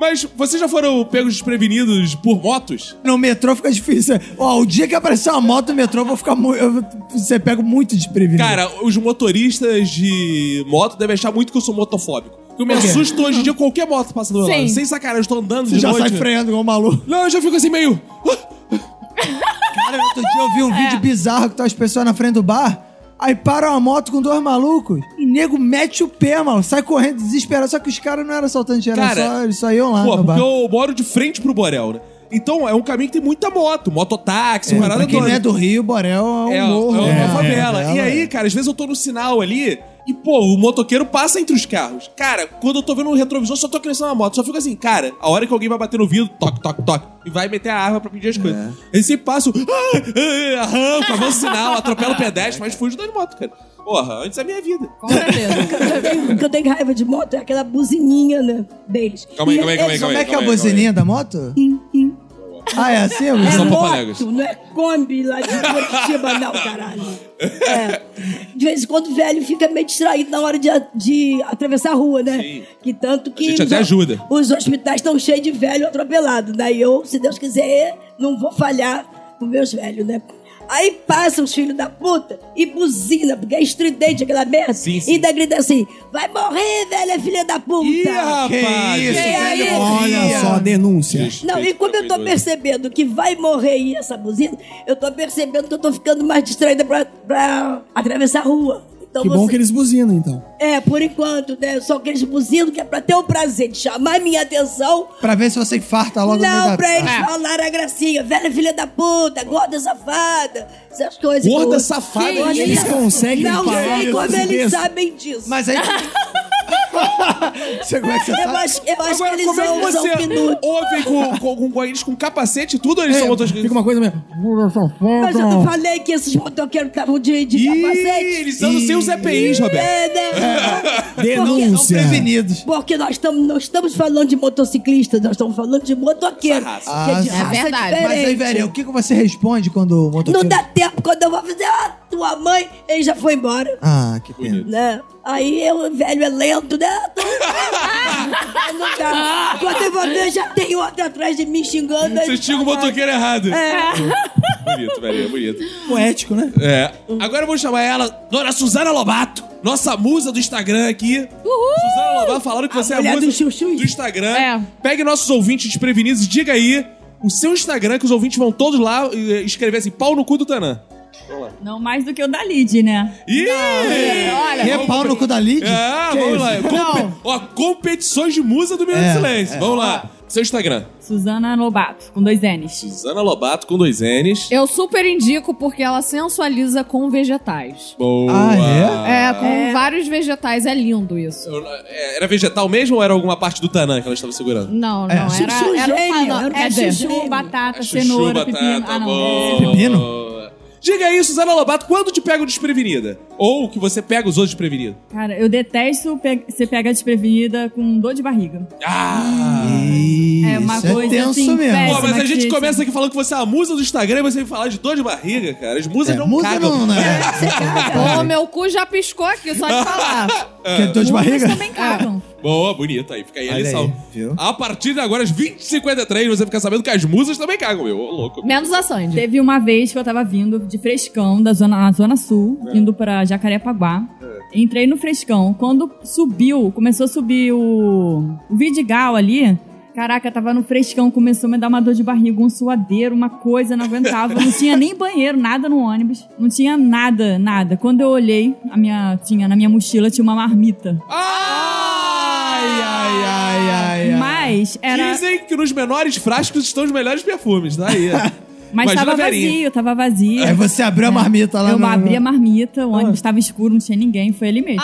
A: Mas vocês já foram pegos desprevenidos por motos?
B: No metrô fica difícil. Ó, o dia que aparecer uma moto no metrô, eu vou ficar muito. Eu vou ser pego muito desprevenido.
A: Cara, os motoristas de moto devem achar muito que eu sou motofóbico. Que eu me assusto hoje em dia qualquer moto passa do meu
C: Sim.
A: lado. Sem sacanagem, eu tô andando
B: Você
A: de
B: já
A: noite.
B: sai freando igual um maluco.
A: Não, eu já fico assim meio. ah."
B: Cara, outro dia eu vi um vídeo bizarro que tá as pessoas na frente do bar. Aí para uma moto com dois malucos e nego mete o pé, mano. Sai correndo desesperado. Só que os caras não eram assaltantes, era
A: Cara,
B: só, eles só iam lá
A: Pô,
B: no bar.
A: porque eu moro de frente pro Borel, né? Então é um caminho que tem muita moto, mototáxi,
B: É,
A: parada
B: pra quem não
A: toda.
B: é do Rio, Borel é
A: É,
B: um morro.
A: é,
B: né?
A: uma favela.
B: É,
A: e
B: é.
A: aí, cara, às vezes eu tô no sinal ali e, pô, o motoqueiro passa entre os carros. Cara, quando eu tô vendo um retrovisor, só tô crescendo na moto. Só fico assim, cara, a hora que alguém vai bater no vidro, toque, toque, toque. E vai meter a arma pra pedir as
B: É.
A: coisas. Aí sempre passo, ah, ah, arranco, avanço o sinal, atropelo o pedestre, mas fujo da moto, cara. Porra, antes da minha vida.
C: Com certeza.
D: o que eu tenho raiva de moto é aquela buzininha né, deles.
A: Calma aí,
D: E
A: calma aí, calma aí,
D: eles-
B: Como é que é a
A: Calma aí,
B: buzininha da moto? Ah, é assim? a
D: É
B: buzina?
A: São Paulo, Negas.
D: moto, não é Kombi lá de Curitiba, não, caralho. É. De vez em quando o velho fica meio distraído na hora de, de atravessar a rua, né?
A: Sim.
D: Que tanto que.
A: A gente até
D: os-
A: ajuda.
D: Os hospitais estão cheios de velho atropelado. Daí eu, se Deus quiser, não vou falhar com meus velhos, né? Aí passa os filhos da puta e buzina, porque é estridente aquela merda. E ainda grita assim: vai morrer, velha filha da puta! Ih,
A: rapaz!
D: e aí?
E: Olha só, denúncia.
D: Não, e como eu tô percebendo que vai morrer aí essa buzina, eu tô percebendo que eu tô ficando mais distraída pra, pra atravessar a rua. Então
E: Que
D: você-
E: bom que eles buzinam, então.
D: É, por enquanto, né? Só aqueles buzinos que é pra ter o prazer de chamar minha atenção.
L: Pra ver se você infarta logo no meio
D: Não,
L: da-
D: pra eles
L: Ah.
D: falar a gracinha. Velha filha da puta, gorda safada, essas coisas.
A: Gorda
D: Pô,
A: safada,
D: que
A: eles
D: isso?
A: conseguem
D: Não
A: falar
D: sei como
A: isso
D: eles
A: mesmo?
D: sabem disso.
L: Mas aí... Você- como é que você
D: eu
L: sabe?
D: acho, eu acho
A: Agora,
D: que eles
A: como é que
D: não usam
A: você
D: pinuta.
A: ouve com, com, com, com eles com capacete e tudo? ou Eles
L: É,
A: são motociclistas.
E: Fica uma coisa mesmo.
D: Mas eu não falei que esses motoqueiros estavam de, de capacete.
A: eles andam sem os EPIs, Roberto.
D: É, né? Porque-
E: Denúncia. São
L: prevenidos.
D: Porque nós estamos, não estamos falando de motociclistas, nós estamos falando de motoqueiros.
B: Ah,
D: que é
B: É
D: de raça diferente.
L: É Mas aí, velho, o que que você responde quando o
D: Não
L: motoqueiro...
D: dá tempo quando eu vou fazer, ah, tua mãe, ele já foi embora.
L: Ah, que pena.
D: Né? Aí eu, velho, é lento, né? Tô- não dá. Quando eu vou ver, já tem outro atrás de mim xingando. aí-
A: Você xinga o motoqueiro errado.
D: É.
A: Bonito, velho, bonito.
E: Poético, né?
A: É. Agora eu vou chamar ela, Dona Suzana Lobato, nossa musa do Instagram aqui.
C: Uhul!
A: Suzana Lobato falando que você é a
D: mulher
A: musa
D: dos chuchus.
A: do Instagram.
C: É.
A: Pegue nossos ouvintes desprevenidos e diga aí o seu Instagram, que os ouvintes vão todos lá eh, escrever assim, pau no cu do Tanã.
M: Não mais do que o da Lid, né?
A: Ih!
D: É.
L: Olha, que é pau no cu da Lid?
A: Ah,
L: Que
A: vamos
L: isso?
A: lá. Compe- Ó, competições de musa do Minuto
L: É,
A: de Silêncio.
L: é.
A: Vamos lá. Seu Instagram.
M: Suzana Lobato, com dois N's.
A: Suzana Lobato com dois N's.
C: Eu super indico porque ela sensualiza com vegetais.
A: Boa.
C: É, com vários vegetais. É lindo isso.
A: Eu- é, Era vegetal mesmo ou era alguma parte do Tanã que ela estava segurando?
C: Não, não.
A: É.
C: Era,
M: Chuchu
C: era,
M: gênio,
C: não,
M: era um
C: é
M: chuchu,
C: gênio.
M: batata,
A: Chuchu,
M: cenoura,
A: batata, tá
M: pepino. Ah, não.
A: boa. Diga aí, Suzana Lobato, quando te pegam desprevenida? Ou que você pega os outros desprevenidos?
M: Cara, eu detesto pe- ser pega desprevenida com dor de barriga.
A: Ah!
M: É uma isso é coisa, tenso assim, mesmo. péssima
A: Pô, mas a gente
M: que-
A: começa aqui falando que você é a musa do Instagram e você vem falar de dor de barriga, cara. As musas não
L: É, musa
A: cagam.
L: não, né?
C: Ô, meu cu já piscou aqui, só de falar.
L: Que dor de barriga?
C: também cagam.
A: Boa, bonito. Aí fica aí a
L: Olha
A: lição.
L: aí, viu?
A: A partir de agora, às 20h53, você fica sabendo que as musas também cagam, meu. Ô, louco.
C: Menos a Sandy.
M: Teve uma vez que eu tava vindo de Frescão, da Zona, a zona Sul,
A: É.
M: indo pra Jacarepaguá. Entrei no Frescão. Quando subiu, começou a subir o, o Vidigal ali. Caraca, tava no frescão, começou a me dar uma dor de barriga, um suadeiro, uma coisa, não aguentava. Não tinha nem banheiro, nada no ônibus. Não tinha nada, nada. Quando eu olhei, a minha, tinha, na minha mochila tinha uma marmita.
A: Ai, ai, ai, ai,
M: Mas era.
A: Dizem que nos menores frascos estão os melhores perfumes, tá aí.
M: Mas
A: Imagina
M: tava
A: a velhinha.
M: vazio, tava vazio.
L: Aí É, você abriu a marmita lá
M: Eu
L: no- Ah.
M: abri a marmita, o ônibus tava escuro, não tinha ninguém, foi ele mesmo.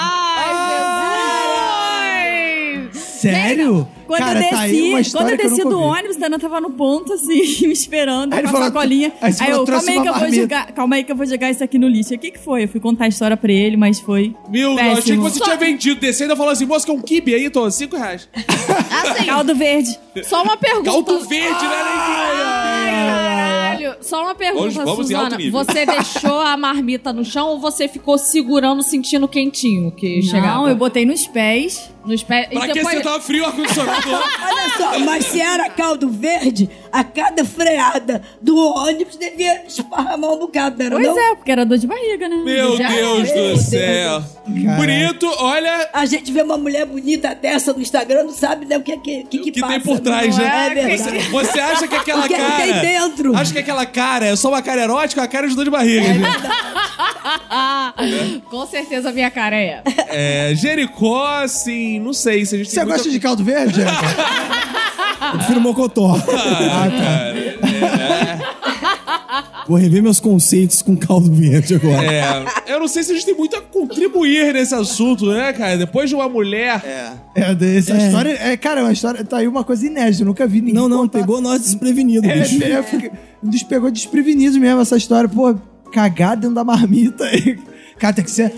L: Sério?
M: Quando
L: Cara,
M: eu desci,
L: tá aí uma
M: quando
L: história
M: eu
L: que eu
M: desci
L: nunca
M: do
L: ouvi.
M: ônibus, Dana tava no ponto, assim, me esperando,
L: Aí ele
M: com a
L: falou-
M: sacolinha.
L: aí você falou,
M: eu,
L: "Trouxe
M: calma aí
L: uma
M: que eu vou
L: marmita."
M: jogar, calma aí que eu vou jogar isso aqui no lixo. O que que foi? Eu fui contar a história pra ele, mas foi
A: Meu,
M: péssimo.
A: eu achei que você tinha vendido. Descendo e falou assim, moço, que é um kibe aí, tô, cinco reais.
C: Assim,
M: Caldo verde.
C: só uma pergunta.
A: Caldo verde, né,
C: Ai, caralho. Só uma pergunta,
A: Hoje vamos em alto
C: Suzana.
A: nível.
C: Você deixou a marmita no chão ou você ficou segurando, sentindo quentinho que
M: Não,
C: chegava?
M: eu botei nos pés.
C: Nos pés.
A: Pra que você tá tava frio, ar-condicionado?
D: Olha só, mas se era caldo verde, a cada freada do ônibus devia esparramar um bocado, não era
M: Pois
D: não?
M: é, porque era dor de barriga, né?
A: Meu
M: Já- é.
A: Deus do céu. Bonito, olha
D: A gente vê uma mulher bonita dessa no Instagram, não sabe né, o que, que, que,
A: o que
D: passa,
A: tem por trás,
D: não
A: né?
D: É verdade.
A: Você- Você acha que aquela
D: O que é que
A: cara...
D: tem dentro? É.
A: Acha que aquela cara é só uma cara erótica, uma cara de dor de barriga. né?
C: Com certeza a minha cara é.
A: É, Jericó, assim, não sei se a gente
L: Você
A: tem muita-
L: gosta de caldo verde?
E: Eu prefiro mocotó.
A: Ah, cara.
E: Vou rever meus conceitos com caldo verde agora.
A: É, eu não sei se a gente tem muito a contribuir nesse assunto, né, cara? Depois de uma mulher.
L: É, desse- essa
E: É.
L: história... É, cara, uma história... Tá aí uma coisa inédita, eu nunca vi ninguém
E: Não, não,
L: contar.
E: pegou nós desprevenidos,
L: É,
E: bicho.
L: é, fica- nos pegou desprevenidos mesmo essa história. Pô, cagar dentro da marmita. Cara, tem que ser...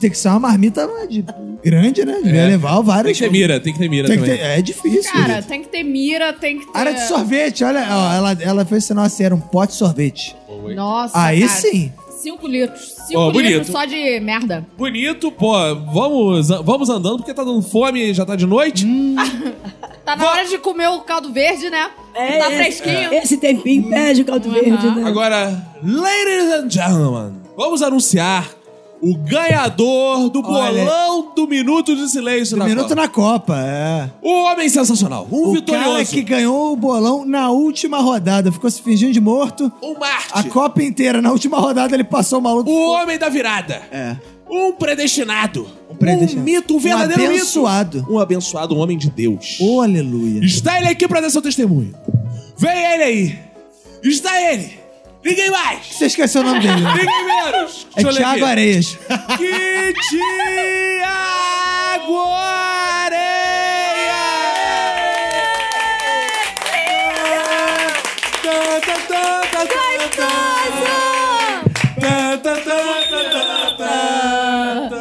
L: Tem que ser uma marmita é de- grande, né? Devia levar
A: É. Tem
L: várias...
A: que ter mira, tem que ter mira
L: Tem que
A: também.
L: ter- é difícil.
C: Cara, tem que ter mira, tem que ter.
L: Área
A: É.
L: de sorvete, olha, ó, ela, ela fez sinal assim, era um pote de sorvete.
C: Nossa.
L: Aí
C: cara.
L: sim.
C: Cinco litros. Cinco
A: Ó, bonito.
C: litros só de merda.
A: Bonito, pô. Vamos, vamos andando porque tá dando fome e já tá de noite.
L: Hum.
C: Tá na hora de comer o caldo verde, né? É, tá fresquinho. Uhum.
D: Esse tempinho pede o caldo verde, né?
A: Agora, ladies and gentlemen, vamos anunciar o ganhador do
L: Olha.
A: bolão do Minuto de Silêncio
L: Do
A: na
L: Minuto
A: Copa.
L: na Copa, é.
A: O homem sensacional, um
L: o
A: vitorioso.
L: cara que ganhou o bolão na última rodada. Ficou se fingindo de morto.
A: O Marte.
L: A Copa inteira. Na última rodada ele passou o maluco.
A: O homem da virada.
L: É.
A: Um predestinado. Um,
L: predestinado.
A: mito, um
L: Um
A: verdadeiro
L: abençoado.
A: mito. Um abençoado, um homem de Deus.
L: Oh, aleluia.
A: Está ele aqui pra dar seu testemunho. Vem ele aí. Está ele. Ninguém mais.
L: Você esqueceu o nome dele, né?
A: Ninguém menos.
L: É
A: Deixa eu ler
L: Thiago
A: aqui.
L: Areias.
A: Que Tiago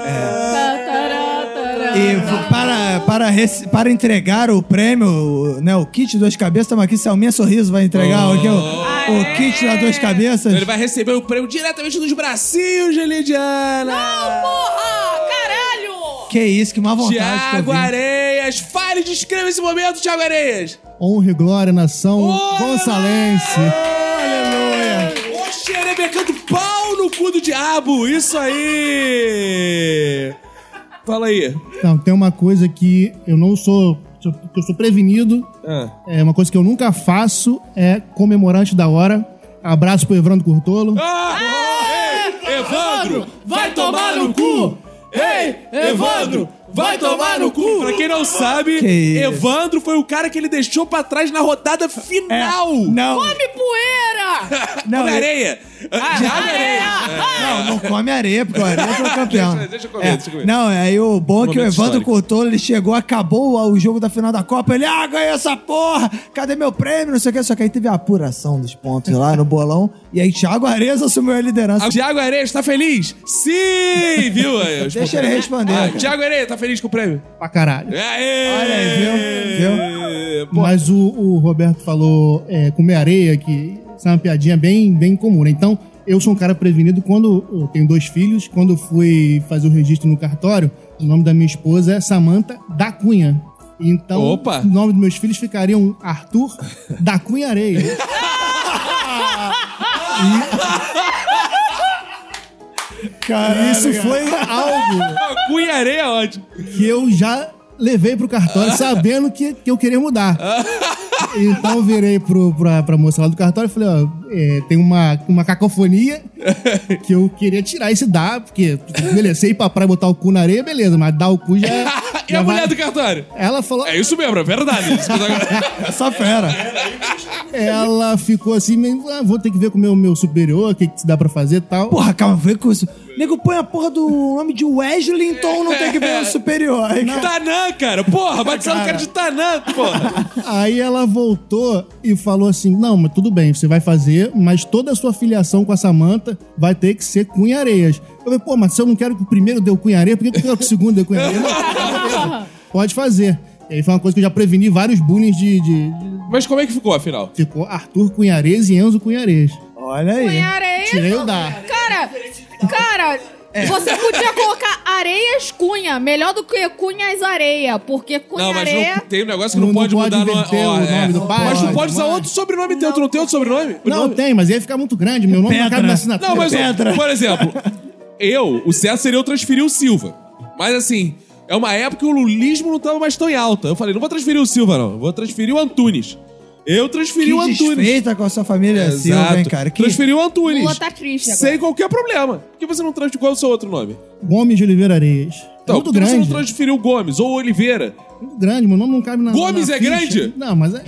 C: É.
B: É.
L: E v- para, para, rece- para entregar o prêmio, o- né, o kit Duas Cabeças, estamos aqui, Selminha Sorriso vai entregar aqui, o, o kit da Duas Cabeças.
A: Oh. Ele vai receber o prêmio diretamente dos bracinhos de Lidiana. Não, porra! Caralho!
L: Que isso, que má vontade. que eu
A: Tiago
L: vi.
A: Areias, fale e descreva esse momento, Tiago Areias.
N: Honra e glória, nação gonçalense.
A: Aleluia! Ô, xerebecando pau no cu do diabo! Isso aí! Fala aí.
N: Então, tem uma coisa que eu não sou. que eu sou prevenido.
A: Ah.
N: É uma coisa que eu nunca faço é comemorante da hora. Abraço pro Evandro Curtolo.
A: Ah! Ei, Evandro, vai tomar no cu! Ei, Evandro, vai tomar no cu! Pra quem não sabe, Evandro foi o cara que ele deixou pra trás na rodada final!
L: não.
C: Come poeira!
L: Não,
A: Come
L: eu-
A: areia! Ah, Thiago
C: é?
A: Areias!
L: Não, não come areia, porque o areia foi o campeão.
A: Deixa- deixa eu comer,
L: É,
A: deixa eu comer.
L: Não, aí o bom é que o
A: Momento
L: Evandro
A: histórico.
L: Couto, ele chegou, acabou o jogo da final da Copa, ele, ah, ganhei essa porra, cadê meu prêmio, não sei o que, só que aí teve a apuração dos pontos lá no bolão, e aí Thiago Areias assumiu a liderança.
A: Ah, Thiago Areias, tá feliz? Sim! Viu? aí, os
L: Deixa ele
A: pontos.
L: responder,
A: Ah,
L: cara.
A: Thiago Areias, tá feliz com o prêmio?
N: Pra caralho.
A: Aê!
L: Olha aí,
N: viu? Mas o, o Roberto falou é, comer areia, que isso é uma piadinha bem, bem comum, né? Então, eu sou um cara prevenido. Quando eu tenho dois filhos, quando eu fui fazer o registro no cartório, o nome da minha esposa é Samanta da Cunha. Então,
A: Opa!
N: o nome dos meus filhos ficariam Arthur da Cunha Areia.
L: Caralho,
N: isso
L: cara.
N: foi algo
A: Cunha areia é ótimo. Ah.
N: que eu já levei pro cartório sabendo que, que eu queria mudar. Então eu virei pro, pra, pra moça lá do cartório e falei, ó, é, tem uma, uma cacofonia que eu queria tirar esse dá, porque, beleza, você ir pra praia e botar o cu na areia, beleza, mas dar o cu já...
A: E a mulher do cartório?
N: Ela falou...
A: É isso mesmo, é verdade. Isso que eu tô agora-
L: Essa fera.
N: É Ela ficou assim, meio, ah, vou ter que ver com o meu, meu superior, o que, que se dá pra fazer e tal.
L: Porra, calma, vê com isso. Nego, põe a porra do nome de Wesley, então não tem que ver o superior. Tá Aí, cara.
A: Tanã, cara. Porra, batizando o cara de Tanã, porra.
N: Aí ela voltou e falou assim: Não, mas tudo bem, você vai fazer, mas toda a sua filiação com a Samanta vai ter que ser Cunha Areias. Eu falei, pô, mas se eu não quero que o primeiro dê o Cunha Areia, por que que eu quero que o segundo dê o Cunha Areia? Não, Pode fazer. E aí foi uma coisa que eu já preveni vários bullying de, de- de-
A: Mas como é que ficou, afinal?
N: Ficou Arthur Cunha Areias e Enzo Cunha Areias.
L: Olha aí.
C: Põe areia.
N: Tirei o dá.
C: Cara, cara, você podia colocar areias cunha. Melhor do que cunhas areia. Porque cunha
A: Não, mas
C: areia.
A: não, tem um negócio que não, pode mudar no,
N: inverter
A: ó,
N: o
A: é.
N: nome do pai,
A: Mas tu
N: não
A: pode usar
N: pode.
A: outro sobrenome teu. Tu não tem outro sobrenome?
N: Não, tem, mas ia ficar muito grande, meu nome não cabe na assinatura.
A: Não, mas, ó, por exemplo, eu, o certo seria eu transferir o Silva. Mas assim, é uma época que o lulismo não tava mais tão em alta. Eu falei, não vou transferir o Silva, não. Vou transferir o Antunes. Eu transferi o
L: Que
A: Antunes.
L: desfeita com a sua família
A: Exato.
L: Silva, hein, cara. Que...
A: Transferiu o Antunes.
C: Lula tá triste agora.
A: Sem qualquer problema. Por que você não transferiu? Qual é o seu outro nome?
N: Gomes de Oliveira Areias.
A: Então,
N: muito
A: por que você não
N: grande.
A: transferiu o Gomes ou o Oliveira?
N: Muito grande, meu nome não cabe na
A: Gomes
N: na
A: é
N: ficha.
A: grande?
N: Não, mas é.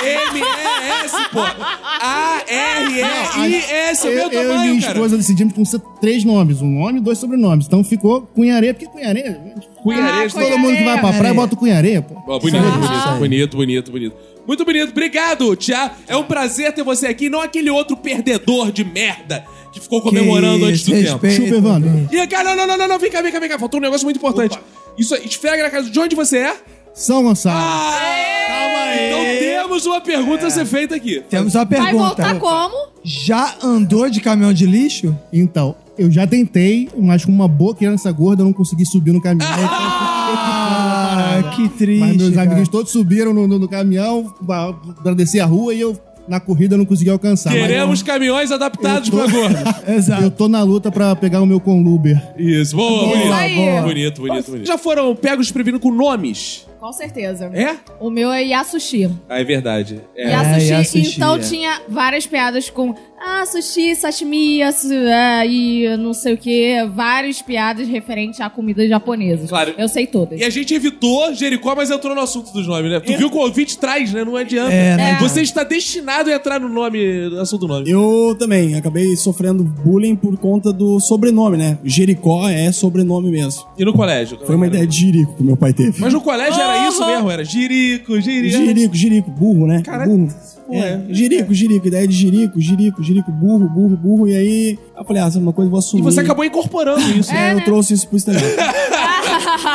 A: G-O-M-E-S, pô. A-R-E-I-S, é o meu
N: eu, eu e minha
A: tamanho, cara.
N: esposa decidimos com três nomes, um nome e dois sobrenomes. Então ficou Cunhareia, porque Ah, Cunhareia.
A: Cunhareia, isso
N: todo
A: aí.
N: mundo que vai pra praia bota o Cunhareia, pô.
A: Ó, bonito, bonito, bonito, bonito, bonito. Muito bonito, obrigado, Tiago. É um prazer ter você aqui, não aquele outro perdedor de merda que ficou comemorando
L: Que
A: antes do
L: isso,
A: tempo.
L: respeito.
N: Chupa, Evandro.
A: E cara, não, não, não, não, não, vem cá, vem cá, vem cá. Faltou um negócio muito importante. Isso aí, esfrega na casa. De onde você é?
N: São Gonçalo.
A: Calma aí. Então temos uma pergunta a ser feita aqui.
L: Temos uma
C: Vai
L: pergunta.
C: voltar como? Tá
B: Já andou de caminhão de lixo?
N: Então, eu já tentei, mas com uma boa criança gorda eu não consegui subir no caminhão.
B: Ah, que triste.
N: Mas meus
B: cara.
N: amigos todos subiram no, no- no caminhão pra, pra descer a rua e eu, na corrida, não consegui alcançar. Mas
A: Queremos caminhões adaptados
N: Eu tô-
A: pra gordo.
N: Exato. Eu tô na luta pra pegar o meu conluber.
A: Isso, boa,
N: Boa,
A: bonito.
N: boa.
A: Bonito, bonito, bonito. Já foram pegos prevenidos com nomes?
C: Com certeza.
A: É?
C: O meu é Yasushi.
A: Ah, é verdade. É.
C: Yasushi,
A: Yasushi,
C: então
A: é.
C: tinha várias piadas com ah, sushi, sashimi, yasu, ah, e não sei o que, várias piadas referentes a comidas japonesas.
A: Claro.
C: Eu sei todas.
A: E a gente evitou Jericó, mas entrou no assunto dos nomes, né? Tu viu que o ouvinte traz, né? Não adianta.
E: É, né?
A: Você está destinado a entrar no nome, no assunto do nome.
E: Eu também acabei sofrendo bullying por conta do sobrenome, né? Jericó é sobrenome mesmo.
A: E no colégio?
E: Foi uma ideia de Jerico que meu pai teve.
A: Mas no colégio era isso mesmo, é? era Jirico, Jirico.
E: Jirico, jirico, burro, né? burro. É, jirico, jirico, ideia de jirico, jirico, jirico, burro, burro, burro. E aí, eu falei, ah, sabe uma coisa, eu vou
A: E
E: assumir.
A: você acabou incorporando isso.
E: É, eu trouxe isso pro stand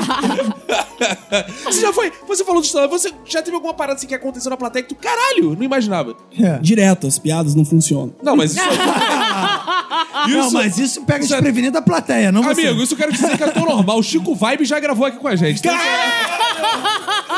A: Ah, Você já foi. Você falou do stand você já teve alguma parada assim que aconteceu na plateia que tu, caralho, não imaginava.
E: Direto, as piadas não funcionam.
A: É. Não, mas isso.
E: Não, mas isso pega
A: é-
E: desprevenido da plateia, não você.
A: Amigo, isso eu quero dizer que é tão normal. O Chico Vibe já gravou aqui com a gente. Então,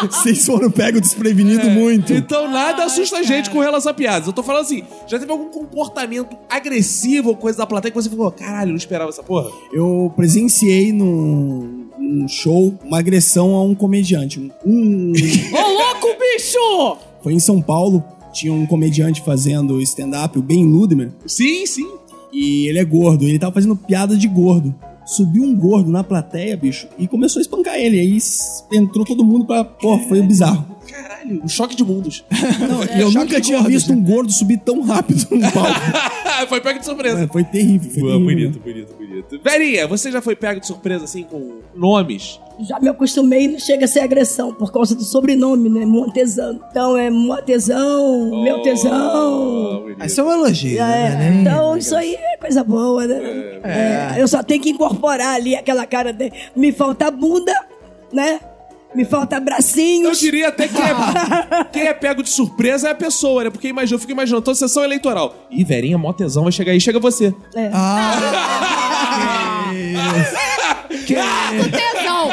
E: Vocês foram pegos desprevenido muito.
A: então nada assusta a gente com relação a piadas. Eu tô falando assim, já teve algum comportamento agressivo ou coisa da plateia que você falou, caralho, eu não esperava essa porra?
E: Eu presenciei num, num show uma agressão a um comediante. Um- Um.
A: Ô, louco, bicho!
E: Foi em São Paulo, tinha um comediante fazendo stand-up, o Ben Ludmer.
A: Sim, sim.
E: E ele é gordo, ele tava fazendo piada de gordo. Subiu um gordo na plateia, bicho, e começou a espancar ele. Aí s- entrou todo mundo pra. Pô, foi bizarro.
A: Caralho, um choque de mundos. É,
E: Não, eu nunca tinha visto um gordo subir tão rápido no palco.
A: Ah, foi pego de surpresa.
E: Foi terrível. Foi terrível.
A: bonito, bonito, bonito. Verinha, você já foi pego de surpresa assim com nomes?
D: Já me acostumei, não chega a ser agressão, por causa do sobrenome, né? Montesano. Então é Montesão, meu tesão.
B: Isso é um elogio,
D: É,
B: né? Nem-
D: então isso aí é coisa boa, né? É, eu só tenho que incorporar ali aquela cara de me falta bunda, né? Me falta bracinhos.
A: Eu diria até que é- quem é pego de surpresa é a pessoa, né? Porque imagina, eu fico imaginando, tô sessão eleitoral. Ih, Verinha, mó tesão, vai chegar aí, chega você.
D: É.
B: Ah,
C: Sinto tesão!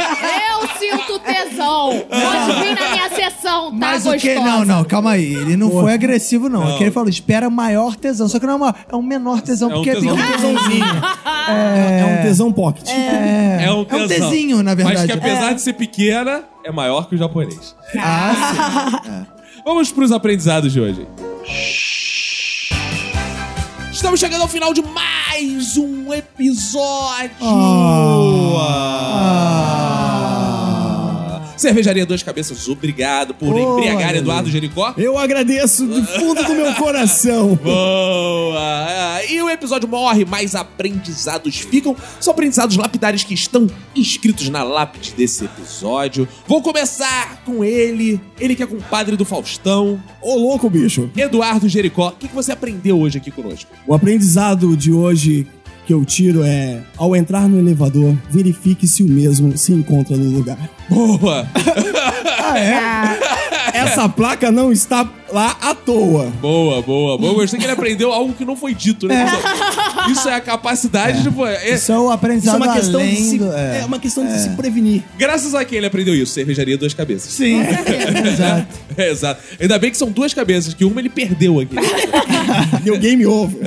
C: Eu sinto tesão! Pode vir na minha sessão, tá
B: Mas o
C: gostosa?
B: que? Não, não, calma aí. Ele não
L: Porra.
B: foi agressivo, não.
L: Não.
B: É que ele falou, espera maior tesão. Só que não é, uma, é um menor tesão,
L: É um
B: porque
L: tesão.
B: é bem
L: É.
B: tesãozinho. É...
E: É um tesão pocket.
B: É,
A: É um tesão.
B: tesinho, na
A: Mas
B: verdade. É.
A: que apesar de ser pequena, é maior que o japonês. Vamos pros aprendizados de hoje. Estamos chegando ao final de mais um episódio. Ah.
B: Ah.
A: Cervejaria Duas Cabeças, obrigado por
E: Boa,
A: embriagar
E: Lelê.
A: Eduardo Jericó.
E: Eu agradeço do fundo do meu coração.
A: Boa! Ah, E o episódio morre, mas aprendizados ficam. São aprendizados lapidares que estão inscritos na lápide desse episódio. Vou começar com ele, ele que é compadre do Faustão.
E: Ô, louco, bicho.
A: Eduardo Jericó, o que que você aprendeu hoje aqui conosco?
E: O aprendizado de hoje que eu tiro é: ao entrar no elevador, verifique se o mesmo se encontra no lugar.
A: Boa!
E: ah, é? Essa placa não está lá à toa.
A: Boa, boa, boa. Eu gostei que ele aprendeu algo que não foi dito, né? Isso- Isso é a capacidade de. é-
B: Isso é o aprendizado
A: Isso é uma questão de
B: além
A: se-
B: do-
E: É uma questão de se prevenir.
A: Graças a quem ele aprendeu isso, cervejaria duas cabeças. Sim, exato. exato. Ainda bem que são duas cabeças, que uma ele perdeu aqui.
E: Deu game over.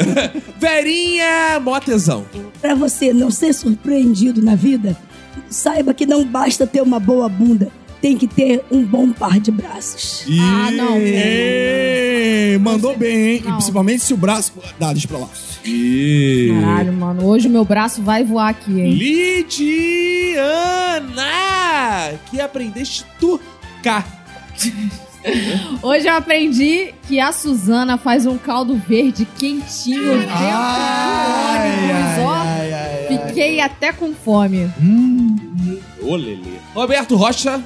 A: Verinha, É, mó tesão.
D: Pra você não ser surpreendido na vida, saiba que não basta ter uma boa bunda, tem que ter um bom par de braços.
A: Ah,
D: não.
E: Ei, É. mandou bem, hein? E principalmente se o braço. Dá, deixa pra lá.
C: Caralho, mano, hoje o meu braço vai voar aqui, hein?
A: Lidiana, que aprendeste tu cá.
C: Hoje eu aprendi que a Suzana faz um caldo verde quentinho dentro do ônibus, ó. Fiquei até com fome.
A: Ô, Lelê. Roberto Rocha,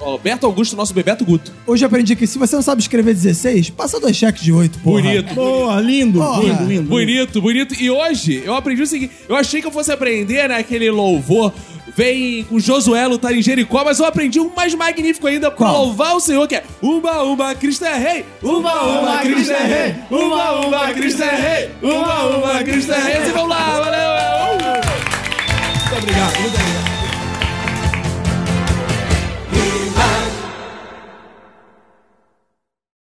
A: Roberto Augusto, nosso Bebeto Guto.
B: Hoje eu aprendi que se você não sabe escrever 16, passa dois cheques de 8, porra.
A: Bonito.
E: Boa, lindo,
B: Porra.
E: lindo, lindo.
A: Bonito, bonito. E hoje eu aprendi o seguinte: eu achei que eu fosse aprender, né, aquele louvor. Vem com Josué lutar em Jericó, mas eu aprendi um mais magnífico ainda pra louvar o Senhor, que é Umba, Umba, Cristo é rei! Umba, Umba, Cristo é rei! Umba, Umba, Cristo é rei! Umba, Umba, Cristo é rei! Vocês vão lá, valeu! Muito obrigado, muito obrigado.